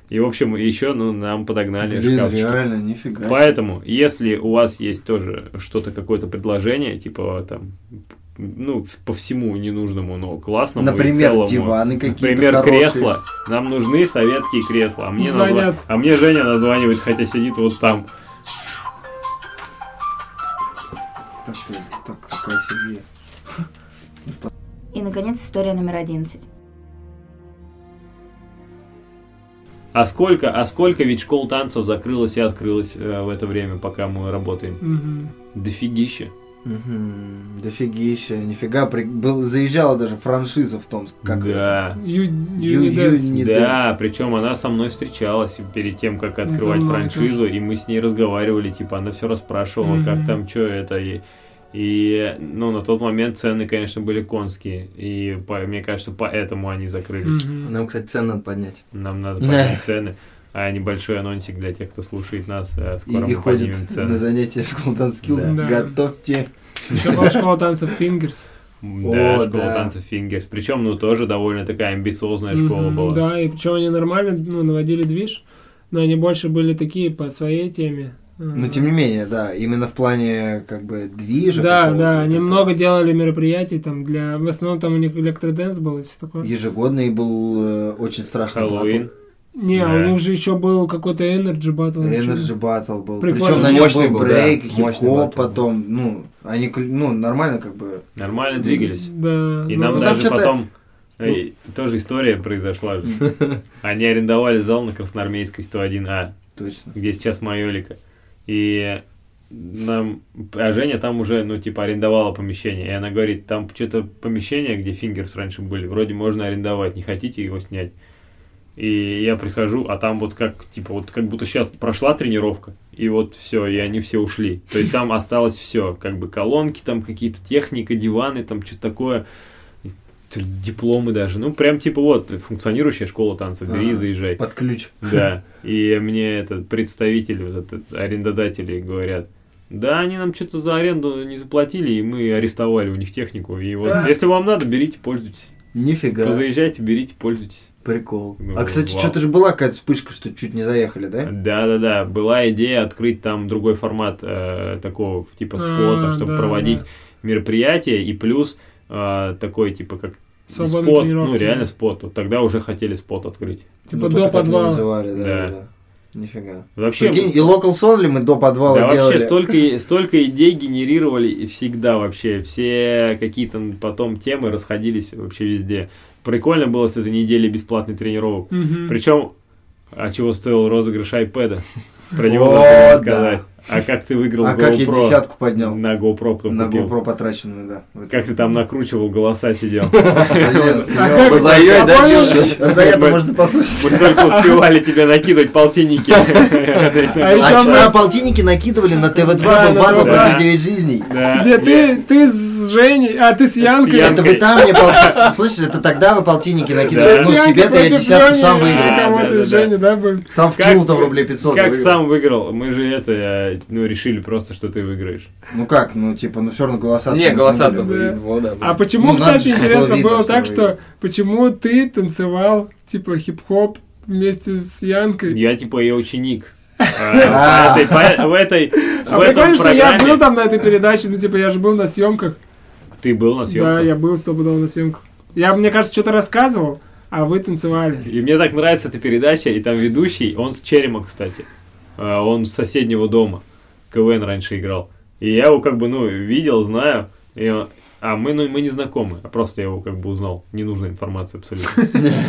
S1: И, в общем, еще, ну, нам подогнали
S2: Блин,
S1: шкафчики.
S2: реально, нифига. себе.
S1: Поэтому, если у вас есть тоже что-то, какое-то предложение, типа там, ну, по всему ненужному, но классному и
S2: Например,
S1: целому,
S2: диваны какие-то
S1: Например,
S2: хорошие.
S1: кресла. Нам нужны советские кресла. А мне, назва-
S3: Звонят.
S1: а мне Женя названивает, хотя сидит вот там.
S2: Так, ты- так, такая себе.
S4: И, наконец, история номер 11.
S1: А сколько, а сколько ведь школ танцев закрылось и открылось э, в это время, пока мы работаем?
S3: Мгм.
S1: Дофигища.
S2: Мгм, Дофигища, нифига. при- был- Заезжала даже франшиза в Томск. Как
S1: да.
S3: Ю-
S2: Ю-
S3: Ю- не
S2: Ю-
S3: дать.
S2: не дать.
S1: да, причем она со мной встречалась перед тем, как открывать
S3: мной
S1: франшизу, и мы с ней разговаривали, типа, она все расспрашивала,
S3: Мгм.
S1: как там, что это, и, и, ну, на тот момент цены, конечно, были конские, и, по- мне кажется, поэтому они закрылись.
S3: Мгм.
S5: Нам, кстати, цену
S1: [laughs]
S5: надо поднять.
S1: Нам надо
S2: Да.
S1: поднять цены. А небольшой анонсик для тех, кто слушает нас, э,
S2: И,
S1: скоро
S2: и
S1: мы
S2: ходит
S1: поднимем
S2: на
S1: цены.
S2: занятия в Golden Skills.
S3: Да.
S2: Готовьте.
S3: Еще была школа танцев Fingers.
S1: Да,
S2: О,
S1: школа
S2: да.
S1: танцев Fingers. Причем, ну, тоже довольно такая амбициозная школа
S3: Мгм,
S1: была.
S3: Да, и причем они нормально ну, наводили движ, но они больше были такие по своей теме. Э,
S2: Но тем не менее, да, именно в плане как бы движа.
S3: Да,
S2: какого-то
S3: да,
S2: вот
S3: они
S2: этого.
S3: много делали мероприятий там для... В основном там у них электроденс был и все такое.
S2: Ежегодный был э, очень страшный
S1: Хэллоуин.
S3: Не,
S1: Да.
S3: а у них же еще был какой-то Energy Battle.
S2: батл.
S3: или
S2: Energy
S3: что-то.
S2: Battle был.
S3: Ну, Прикольно.
S2: Причем на нем
S5: Мощный
S2: был
S5: был, да,
S2: брейк,
S5: мощный
S2: хип-хоп,
S5: батл.
S2: потом, ну, они кл- ну, нормально как бы.
S1: Нормально двигались.
S3: Да.
S1: И нам
S3: ну,
S2: Ну, там ну,
S1: даже
S2: чё-то-
S1: потом э, тоже история произошла.
S2: [laughs]
S1: же. Они арендовали зал на Красноармейской А. 101А,
S2: Точно.
S1: где сейчас майолика. И нам... А Женя там уже, ну, типа, арендовала помещение. И она говорит, там что-то помещение, где фингерс раньше были, вроде можно арендовать, не хотите его снять? И я прихожу, а там вот как, типа, вот как будто сейчас прошла тренировка, и вот все, и они все ушли. То есть там осталось все, как бы колонки, там какие-то техника, диваны, там что-то такое, т- дипломы даже. Ну, прям типа вот, функционирующая школа танцев, бери,
S2: Ага.
S1: заезжай.
S2: Под ключ.
S1: Да, [laughs] и мне этот представитель, вот этот, арендодатели говорят, да, они нам что-то за аренду не заплатили, и мы арестовали у них технику. И вот,
S2: Да.
S1: если вам надо, берите, пользуйтесь.
S2: Нифига.
S1: Позаезжайте, берите, пользуйтесь.
S2: Прикол.
S1: Ну,
S2: а, кстати,
S1: вау.
S2: что-то же была какая-то вспышка, что чуть не заехали, да?
S1: Да-да-да, была идея открыть там другой формат э, такого, типа спота,
S3: А,
S1: чтобы
S3: да,
S1: проводить
S3: да.
S1: мероприятие, и плюс э, такой, типа, как
S3: Свободные
S1: спот, ну,
S3: тренировки.
S1: реально спот. Вот тогда уже хотели спот открыть.
S3: Типа
S2: Ну,
S3: до
S2: только так не
S3: подвала.
S2: называли, да,
S1: Да.
S2: да, да. Нифига.
S1: Вообще,
S2: Прикинь, и Local Sonly мы до подвала
S1: Да
S2: делали.
S1: вообще столько, столько идей генерировали и всегда вообще. Все какие-то потом темы расходились вообще везде. Прикольно было с этой недели бесплатной тренировок. [laughs]
S3: Мгм.
S1: Причем, а чего стоил розыгрыш айпэда? Про него
S2: О,
S1: забыли
S2: да.
S1: сказать. А как ты выиграл
S2: А как я
S1: GoPro?
S2: десятку поднял?
S1: На GoPro потом
S2: На
S1: купил.
S2: GoPro потраченную, да. Вот.
S1: Как ты там накручивал, голоса сидел.
S2: [laughs] Блин,
S3: как-
S2: за-
S5: Заёй, да,
S3: понял?
S2: [laughs]
S5: чё?
S2: За это
S1: Мы-
S2: можно послушать.
S1: Мы только успевали тебе накидывать
S3: [laughs]
S1: полтинники.
S3: А
S2: А
S3: ещё
S2: чё,
S3: мы-
S2: а полтинники накидывали на ТВ2
S3: Да,
S2: был
S3: на
S2: батл
S1: ТВ2.
S2: против 9 жизней.
S1: Да.
S3: Где ты, ты с Женей, а ты с
S1: Янкой.
S3: Янкой.
S2: Это вы там мне пол- [laughs] слышали, это тогда вы полтинники накидывали.
S1: Да.
S2: Ну,
S3: С Янкой
S2: себе-то я
S3: против
S2: десятку
S3: Жени,
S2: сам
S1: А,
S2: выиграл.
S3: а кого-то
S1: да-да-да.
S3: Женя, да, был?
S2: Сам
S1: Как-
S2: вкинул там рублей 500.
S1: Как
S2: выиграл.
S1: сам выиграл? Мы же это, э, ну, решили просто, что ты выиграешь.
S2: Ну как, ну типа, ну все равно голоса.
S5: Не, голоса-то
S3: были.
S5: были. Во, да,
S3: А
S5: были.
S2: Ну,
S3: почему,
S2: надо
S3: кстати,
S2: же, чтобы
S3: интересно
S2: было видно,
S3: было
S2: что
S3: так,
S2: вы-
S3: что почему ты танцевал типа хип-хоп вместе с Янкой.
S1: Я типа ее
S3: [laughs]
S1: ученик. А, в этой- по- В этой
S3: А
S1: в
S3: прикольно,
S1: этом
S3: что я был
S1: программе
S3: там на этой передаче, ну типа я же был на съемках.
S1: ты был на
S3: Да,
S1: съемках.
S3: я был стопудово на съемках. Я, мне кажется, что-то рассказывал, а вы танцевали.
S1: И мне так нравится эта передача, и там ведущий, он с Черема, кстати. А, Он с соседнего дома. КВН раньше играл. И я его как бы, ну, видел, знаю. И он- А мы, ну, мы не знакомы, а просто я его как бы узнал. Ненужная информация абсолютно.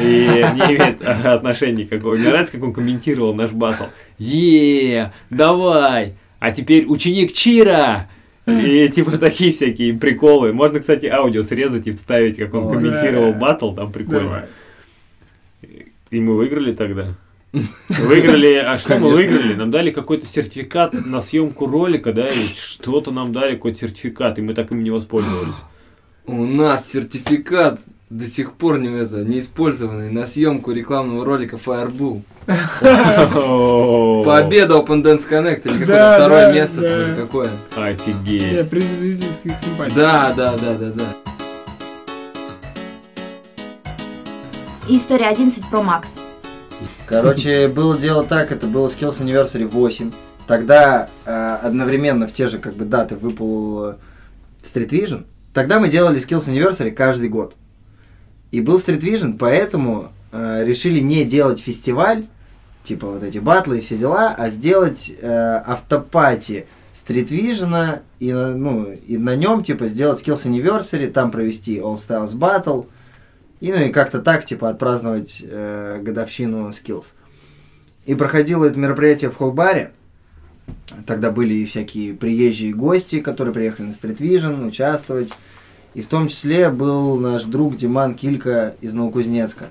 S1: И не имеет [laughs] а, отношения никакого. Мне нравится, как он комментировал наш батл. е давай! А теперь ученик Чира! И типа такие всякие приколы. Можно, кстати, аудио срезать и вставить, как он
S2: Ой.
S1: комментировал батл, там прикольно.
S3: Давай.
S1: И мы выиграли тогда. Выиграли, а что мы выиграли? Нам дали какой-то сертификат на съемку ролика, да, и что-то нам дали, какой-то сертификат, и мы так им не воспользовались.
S5: У нас сертификат до сих пор не, это, не использованный на съемку рекламного ролика Fireball. Победа Open Dance Connect или
S3: Да,
S5: какое-то второе
S3: да,
S5: место, там,
S3: да.
S5: или какое.
S3: Я
S1: Офигеть.
S3: приз зрительских симпатий.
S5: Да, да, да, да, да.
S4: И история 11 про Макс.
S2: Короче, было дело так, это было Skills Anniversary 8. Тогда э, одновременно в те же как бы даты выпал э, Street Vision. Тогда мы делали Skills Anniversary каждый год. И был Street Vision, поэтому э, решили не делать фестиваль, типа вот эти батлы и все дела, а сделать э, автопати Street Vision и, на- ну, и на нем типа сделать Skills Anniversary, там провести All Stars Battle, и ну и как-то так, типа, отпраздновать э, годовщину Skills. И проходило это мероприятие в холл-баре. Тогда были и всякие приезжие гости, которые приехали на Street Vision участвовать. И в том числе был наш друг Диман Килька из Новокузнецка.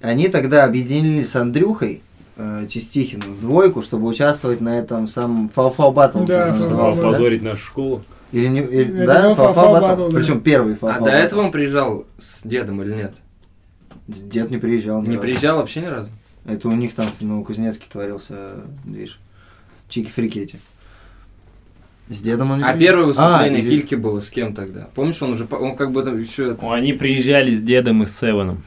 S2: Они тогда объединились с Андрюхой э, Чистихиным в двойку, чтобы участвовать на этом самом Фау-Фау Battle,
S3: Да,
S2: который
S3: «Фау-Фау
S2: назывался, да?
S1: Позорить нашу школу.
S2: Или не, или-
S3: Это
S2: да,
S3: был
S2: Фау-Фау
S3: «Фау-Фау
S2: Battle».
S3: Battle, да.
S2: Причем первый
S5: А
S2: Фау-Фау
S5: до
S2: Battle.
S5: этого он приезжал с дедом или нет?
S2: Дед не приезжал. ни
S5: Не
S2: разу.
S5: приезжал вообще ни разу?
S2: Это у них там в Новокузнецке творился э, движ. Чики-фрики эти. С дедом он не
S5: А
S2: приезжал?
S5: первое выступление
S2: или-
S5: Кильки было с кем тогда? Помнишь, он уже, по- он как бы там еще...
S1: Они приезжали с дедом и с Севеном.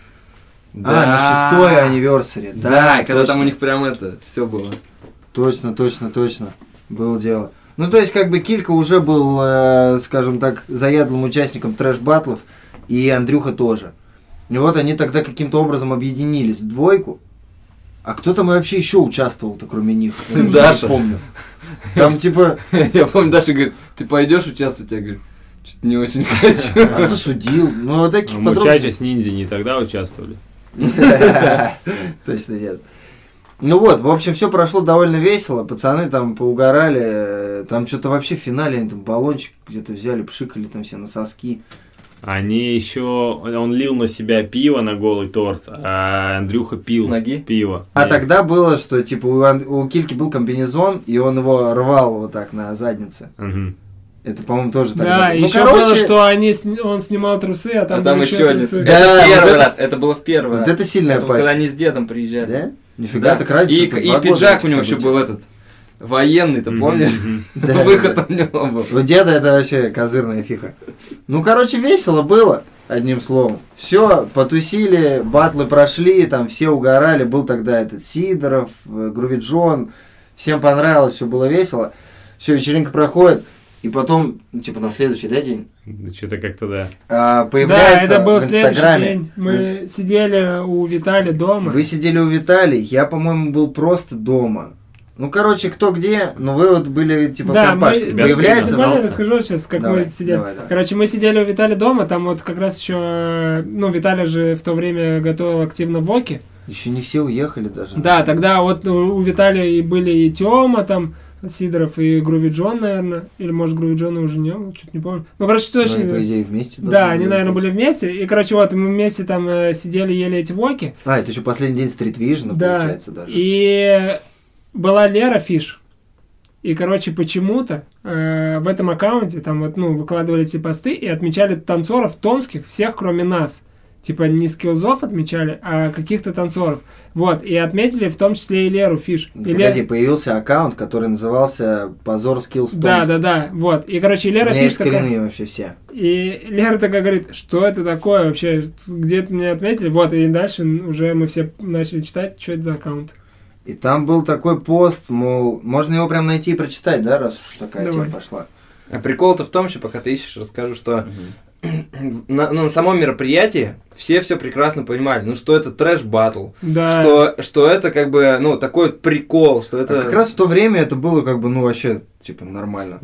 S2: А, на шестое анниверсари.
S5: Да, и когда там у них прям это, все было. [laughs]
S2: Точно, точно, точно. Было дело. Ну, то есть, как бы Килька уже был, э, скажем так, заядлым участником трэш-батлов, и Андрюха тоже. И вот они тогда каким-то образом объединились в двойку. А кто там вообще еще участвовал-то, кроме них? Я уже не
S5: Даша.
S2: помню. Там типа,
S5: Я помню, Даша говорит, ты пойдешь участвовать? Я говорю, что-то не очень хочу.
S2: а кто судил? Ну, вот таких подробностей-
S1: Мучача с ниндзя не тогда участвовали.
S2: [laughs] Точно нет. Ну вот, в общем, все прошло довольно весело. Пацаны там поугорали. э, Там что-то вообще в финале они там баллончик где-то взяли, пшикали там все на соски.
S1: Они еще... Он лил на себя пиво на голый торс, а Андрюха пил
S5: С ноги?
S1: пиво.
S2: А
S1: И-
S2: тогда было, что типа у, Ан- у Кильки был комбинезон, и он его рвал вот так на заднице.
S1: Мгм.
S2: Это, по-моему, тоже
S3: Да,
S2: тогда. было.
S3: и
S2: ну,
S3: еще
S2: короче,
S3: было, что они, сни- он снимал трусы, а там,
S5: А там
S3: были
S5: еще один.
S3: трусы.
S2: Да,
S5: Это
S2: вот
S5: первый
S2: это-
S5: раз, это было в первый
S2: вот
S5: раз.
S2: это сильная
S5: Это вот когда
S2: пасть.
S5: они с дедом приезжали.
S2: Да? Нифига,
S5: Да.
S2: так разница.
S5: И,
S2: тут
S5: и
S2: два года
S5: пиджак
S2: этих
S5: у него еще
S2: событий.
S5: был этот, военный, ты
S1: Мгм,
S5: помнишь?
S1: мгм.
S2: Да.
S5: [laughs] Выход у него был.
S2: У деда это вообще козырная фиха. Ну, короче, весело было, одним словом. Все, потусили, батлы прошли, там все угорали. Был тогда этот Сидоров, э, Грувиджон. Всем понравилось, все было весело. Все, вечеринка проходит. И потом, ну, типа, на следующий да, день
S1: Что-то как-то да.
S2: а,
S3: Да,
S2: появляется
S3: это был
S2: в
S3: следующий
S2: Инстаграме.
S3: день. Мы сидели у Витали дома.
S2: Вы сидели у Виталий, я, по-моему, был просто дома. Ну, короче, кто где, но вы вот были, типа,
S3: Да,
S2: в компашке.
S3: мы-
S1: Тебя
S2: Появляется...
S1: скрин
S3: Можно я
S1: Знался.
S3: расскажу сейчас, как
S2: Давай,
S3: мы сидели?
S2: давай, давай.
S3: Короче, мы сидели у Витали дома, там вот как раз еще, ну, Виталий же в то время готовил активно воки.
S2: Еще не все уехали даже.
S3: Да, тогда вот у у Виталия и были и Тёма там, Сидоров и Груви Джон, наверное, или, может, Груви Джона уже не было, чуть не помню. Ну, короче,
S2: Ну,
S3: точно.
S2: они, по идее, вместе.
S3: да,
S2: должны
S3: они,
S2: были
S3: наверное,
S2: быть.
S3: были вместе. И, короче, вот мы вместе там э, сидели, ели эти воки.
S2: А, это еще последний день стритвижена,
S3: Да.
S2: Ну, получается, даже.
S3: И была Лера Фиш. И, короче, почему-то э, в этом аккаунте там вот, ну, выкладывали эти посты и отмечали танцоров томских, всех, кроме нас. типа не скиллзов отмечали, а каких-то танцоров. Вот, и отметили в том числе и Леру Фиш. И Лер-
S2: Ну, Погоди, появился аккаунт, который назывался Позор Skills Томск.
S3: Да, да, да, вот. И, короче,
S2: У
S3: Лера
S2: меня
S3: Фиш
S2: есть
S3: такая...
S2: коренные вообще все.
S3: И Лера такая говорит, что это такое вообще, где это меня отметили? Вот, и дальше уже мы все начали читать, что это за аккаунт.
S2: И там был такой пост, мол, можно его прям найти и прочитать, да, раз уж такая
S3: Давай.
S2: тема пошла.
S5: А прикол-то в том, что пока ты ищешь, расскажу, что [clears throat] на, ну, на самом мероприятии все все прекрасно понимали, ну что это трэш-баттл,
S3: Да.
S5: что, что это как бы, ну, такой вот прикол, что это...
S2: А как раз в то время это было как бы, ну, вообще, типа, нормально.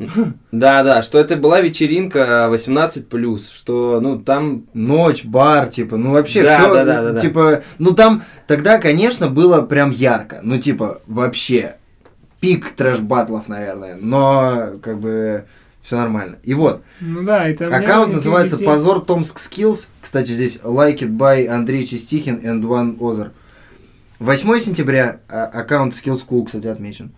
S5: Да-да, что это была вечеринка 18+, что, ну, там...
S2: Ночь, бар, типа, ну вообще
S5: Да,
S2: все,
S5: да, да, да, да.
S2: типа, ну там тогда, конечно, было прям ярко, ну типа вообще пик трэш батлов, наверное, но как бы все нормально. И вот
S3: Ну да, и там... не было
S2: аккаунт
S3: никаких
S2: называется
S3: детей.
S2: Позор Томск Skills, кстати, здесь liked by Андрей Чистихин and one other. 8 сентября а, аккаунт Skills School, кстати, отмечен.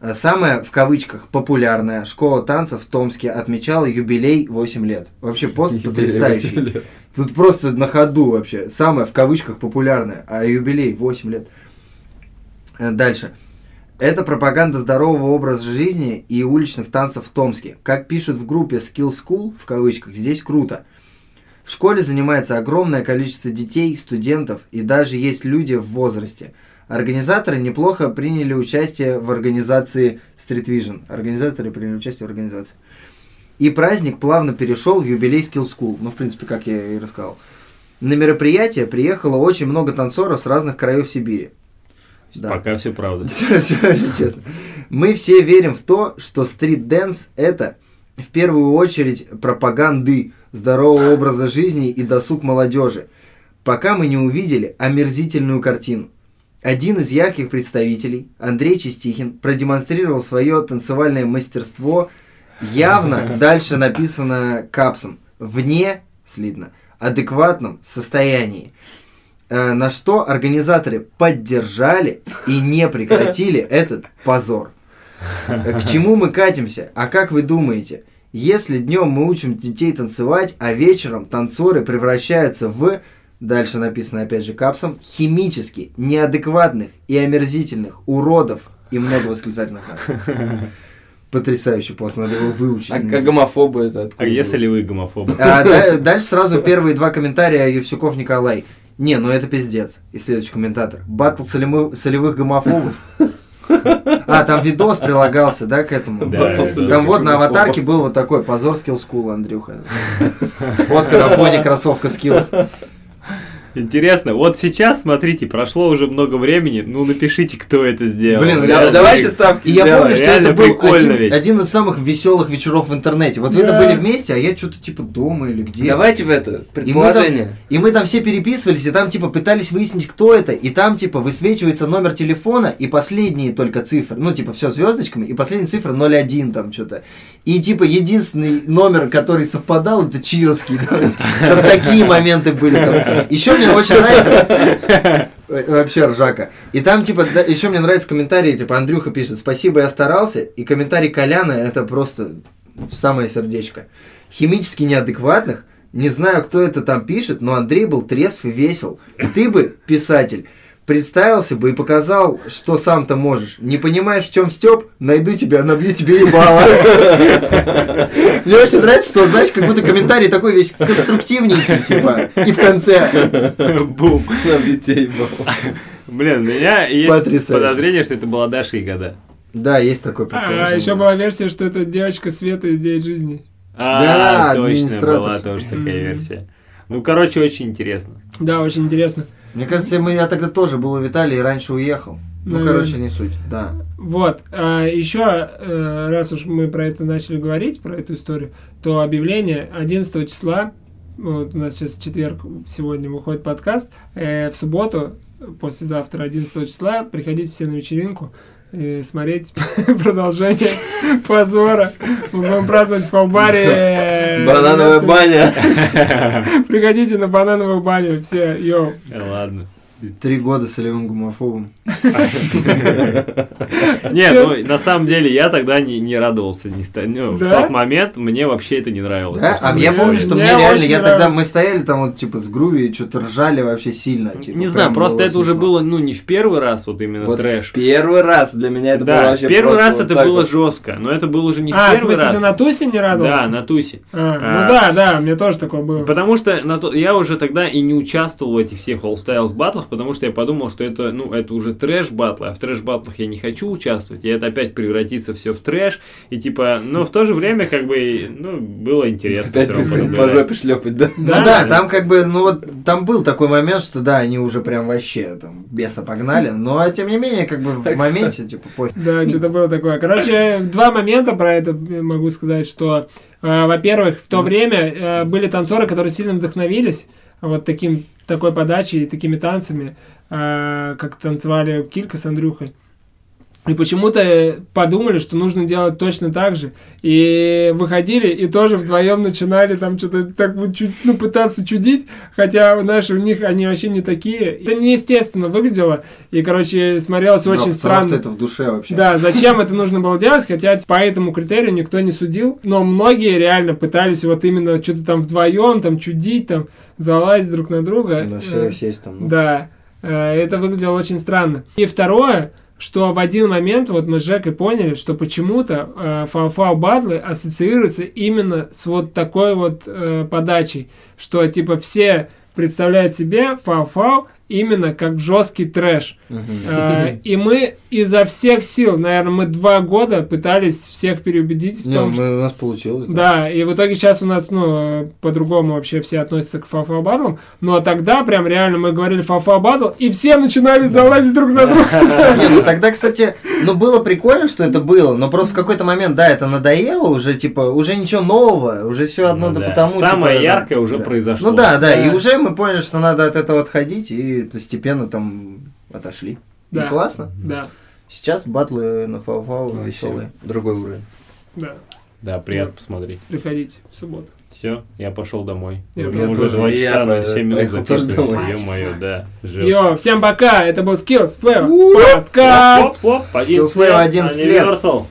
S2: А, Самая, в кавычках, популярная школа танцев в Томске отмечала юбилей 8 лет. Вообще пост потрясающий. Тут просто на ходу вообще. Самое в кавычках популярное. А юбилей 8 лет. Э, Дальше. Это пропаганда здорового образа жизни и уличных танцев в Томске. Как пишут в группе Skill School, в кавычках, здесь круто. В школе занимается огромное количество детей, студентов и даже есть люди в возрасте. Организаторы неплохо приняли участие в организации Street Vision. Организаторы приняли участие в организации. И праздник плавно перешел в юбилей Skill School. Ну, в принципе, как я и рассказал. На мероприятие приехало очень много танцоров с разных краев Сибири. Да.
S1: Пока все правда.
S2: [laughs] Все, очень честно. Мы все верим в то, что стрит-дэнс – это в первую очередь пропаганды здорового образа жизни и досуг молодежи, пока мы не увидели омерзительную картину. Один из ярких представителей, Андрей Чистихин, продемонстрировал свое танцевальное мастерство, явно дальше написано капсом, вне, слитно, адекватном состоянии. Э, на что организаторы поддержали и не прекратили этот позор. Э, К чему мы катимся? А как вы думаете? Если днем мы учим детей танцевать, а вечером танцоры превращаются в, дальше написано опять же капсом, химически неадекватных и омерзительных уродов и много восклицательных знаков. Потрясающий пост, надо его выучить.
S5: А, а гомофобы это
S1: А
S5: откуда?
S1: если вы гомофобы? [laughs]
S2: А, да- дальше сразу первые два комментария Евсюков Николай. Не, ну это пиздец. И следующий комментатор. Баттл солемы- солевых гомофобов. А, там видос прилагался, да, к этому?
S1: Да,
S5: Баттл
S1: да,
S5: солевых
S2: Там вот на
S5: гомофобов.
S2: аватарке был вот такой позор скилл скул, Андрюха. Фотка на фоне кроссовка скиллс.
S1: Интересно, вот сейчас, смотрите, прошло уже много времени, ну напишите, кто это сделал.
S2: Блин,
S5: Да,
S1: Реально,
S5: давайте ставки
S2: И я
S5: сделаем.
S2: помню, что
S1: реально
S2: это был
S1: прикольно
S2: один,
S1: ведь.
S2: один из самых веселых вечеров в интернете. Вот вы это
S3: Да.
S2: были вместе, а я что-то типа дома или где.
S5: Давайте в это предположение.
S2: И мы там все переписывались, и там типа пытались выяснить, кто это, и там типа высвечивается номер телефона и последние только цифры, ну типа все звездочками, и последняя цифра 01 там что-то. И типа единственный номер, который совпадал, это Чировский. [laughs] Там, там такие моменты были. Еще мне очень нравится... э, Вообще ржака. И там, типа, еще мне нравится комментарии, типа, Андрюха пишет, спасибо, я старался. И комментарий Коляна, это просто в самое сердечко. Химически неадекватных, не знаю, кто это там пишет, но Андрей был трезв и весел. И ты бы, писатель, представился бы и показал, что сам-то можешь. Не понимаешь, в чем Степ, найду тебя, набью тебе ебало. Мне очень нравится, что, знаешь, как будто комментарий такой весь конструктивненький, типа, и в конце.
S1: Бум.
S5: Нам детей было.
S1: Блин, у меня есть
S2: Потрясающе.
S1: подозрение, что это была Даша и года.
S2: Да, есть такой
S3: А,
S2: предположение.
S3: еще была версия, что это девочка Света из «Девять жизней».
S1: А,
S2: Да,
S1: точно,
S2: администратор.
S1: была тоже такая
S3: Мгм.
S1: версия. Ну, короче, очень интересно.
S3: Да, очень интересно.
S2: Мне кажется, мы, я тогда тоже был у Виталия и раньше уехал. Ну,
S3: Наверное.
S2: короче, не суть. Да.
S3: Вот, а еще, э, раз уж мы про это начали говорить, про эту историю, то объявление 11 числа, вот у нас сейчас четверг, сегодня выходит подкаст, э, в субботу, послезавтра, 11 числа, приходите все на вечеринку, э, смотреть [laughs] продолжение позора. Мы будем праздновать в колбаре. э,
S1: ну,
S5: Банановая
S3: 12.
S5: баня.
S3: Приходите на банановую баню, все, йоу.
S1: Э, Ладно.
S2: Три года солевым гомофобом.
S1: [laughs] Не, ну на самом деле я тогда не, не радовался. Не ста- ну, В
S3: Да?
S1: тот момент мне вообще это не нравилось.
S2: Да?
S1: потому
S2: А
S1: что
S2: я
S1: мне-
S2: помню, что
S3: Мне
S2: мне реально,
S3: очень
S2: я тогда,
S3: нравится.
S2: мы стояли там вот типа с Груви и что-то ржали вообще сильно. типа,
S1: Не
S2: прям
S1: знаю, просто
S2: было
S1: это уже
S2: смешно.
S1: было, ну, не в первый раз, вот именно
S5: Вот
S1: трэш.
S5: в первый раз для меня это было
S1: Да, в
S5: вообще
S1: первый
S5: просто
S1: раз
S5: вот
S1: это
S5: так
S1: было
S5: вот.
S1: жестко, но это было уже не в
S3: А, в
S1: первый
S3: смысле, ты
S1: раз.
S3: на тусе не радовался?
S1: Да, на тусе.
S3: А,
S1: А.
S3: ну да, да, мне тоже такое было.
S1: Потому что на то- я уже тогда и не участвовал в этих всех All Styles батлах, потому что я подумал, что это, ну, это уже трэш батлы, а в трэш батлах я не хочу участвовать, и это опять превратится все в трэш, и типа, но в то же время, как бы, ну, было интересно.
S5: Опять
S1: всё равно
S5: пизды по
S1: понаблюдать.
S5: жопе шлепать, да?
S2: Ну да, там как бы, ну вот, там был такой момент, что да, они уже прям вообще там беса погнали, но а тем не менее, как бы в моменте, типа, пофиг.
S3: Да, что-то было такое. Короче, два момента про это могу сказать, что, э, во-первых, в то время э, были танцоры, которые сильно вдохновились вот таким такой подачей и такими танцами, э, как танцевали Килька с Андрюхой. И почему-то подумали, что нужно делать точно так же. И выходили, и тоже вдвоем начинали там что-то так вот чуть, ну, пытаться чудить. Хотя наши у них они вообще не такие. Это неестественно выглядело. И, короче, смотрелось
S2: Да,
S3: очень
S2: потому
S3: странно.
S2: что это в душе вообще.
S3: Да, зачем это нужно было делать, хотя по этому критерию никто не судил, но многие реально пытались вот именно что-то там вдвоем, там чудить, там залазить друг на друга.
S2: На
S3: Э,
S2: шею сесть там. ну.
S3: да, э, это выглядело очень странно. И второе, что в один момент вот мы с Жекой поняли, что почему-то э, фау-фау батлы ассоциируются именно с вот такой вот э, подачей, что типа все представляют себе фау-фау именно как жесткий трэш.
S2: Мгм.
S3: Э, И мы изо всех сил, наверное, мы два года пытались всех переубедить в
S2: Не,
S3: том, что...
S2: мы- у нас получилось.
S3: Да, и в итоге сейчас у нас, ну, э, по-другому вообще все относятся к фафа батлам, но а тогда прям реально мы говорили фафа батл, и все начинали залазить друг на друга.
S2: Не, ну тогда, кстати, ну было прикольно, что это было, но просто в какой-то момент, да, это надоело уже, типа, уже ничего нового, уже все одно,
S1: Ну
S2: да,
S1: да.
S2: потому...
S1: Самое
S2: типа, да,
S1: яркое уже
S2: да.
S1: произошло.
S2: Ну да, да, и
S3: Да.
S2: уже мы поняли, что надо от этого отходить, и постепенно там отошли.
S3: Да.
S2: И классно.
S3: [laughs] Да,
S2: Сейчас батлы на фау-фау
S5: Вообще,
S2: веселые.
S5: другой уровень.
S3: да,
S1: Да, приятно посмотреть.
S3: приходите в субботу.
S1: Все, я пошел домой.
S3: Я
S1: Ну,
S3: тоже.
S1: уже два
S5: Я
S1: часа на
S5: поеду-
S1: 7 минут
S5: поехал тоже
S1: записываемся.
S5: домой.
S1: Ё-моё, да. жест.
S3: Йо, всем пока, это был Skills Flavor подкаст.
S1: Оп, оп, 11
S2: Skillslave 11 лет.
S1: Universal.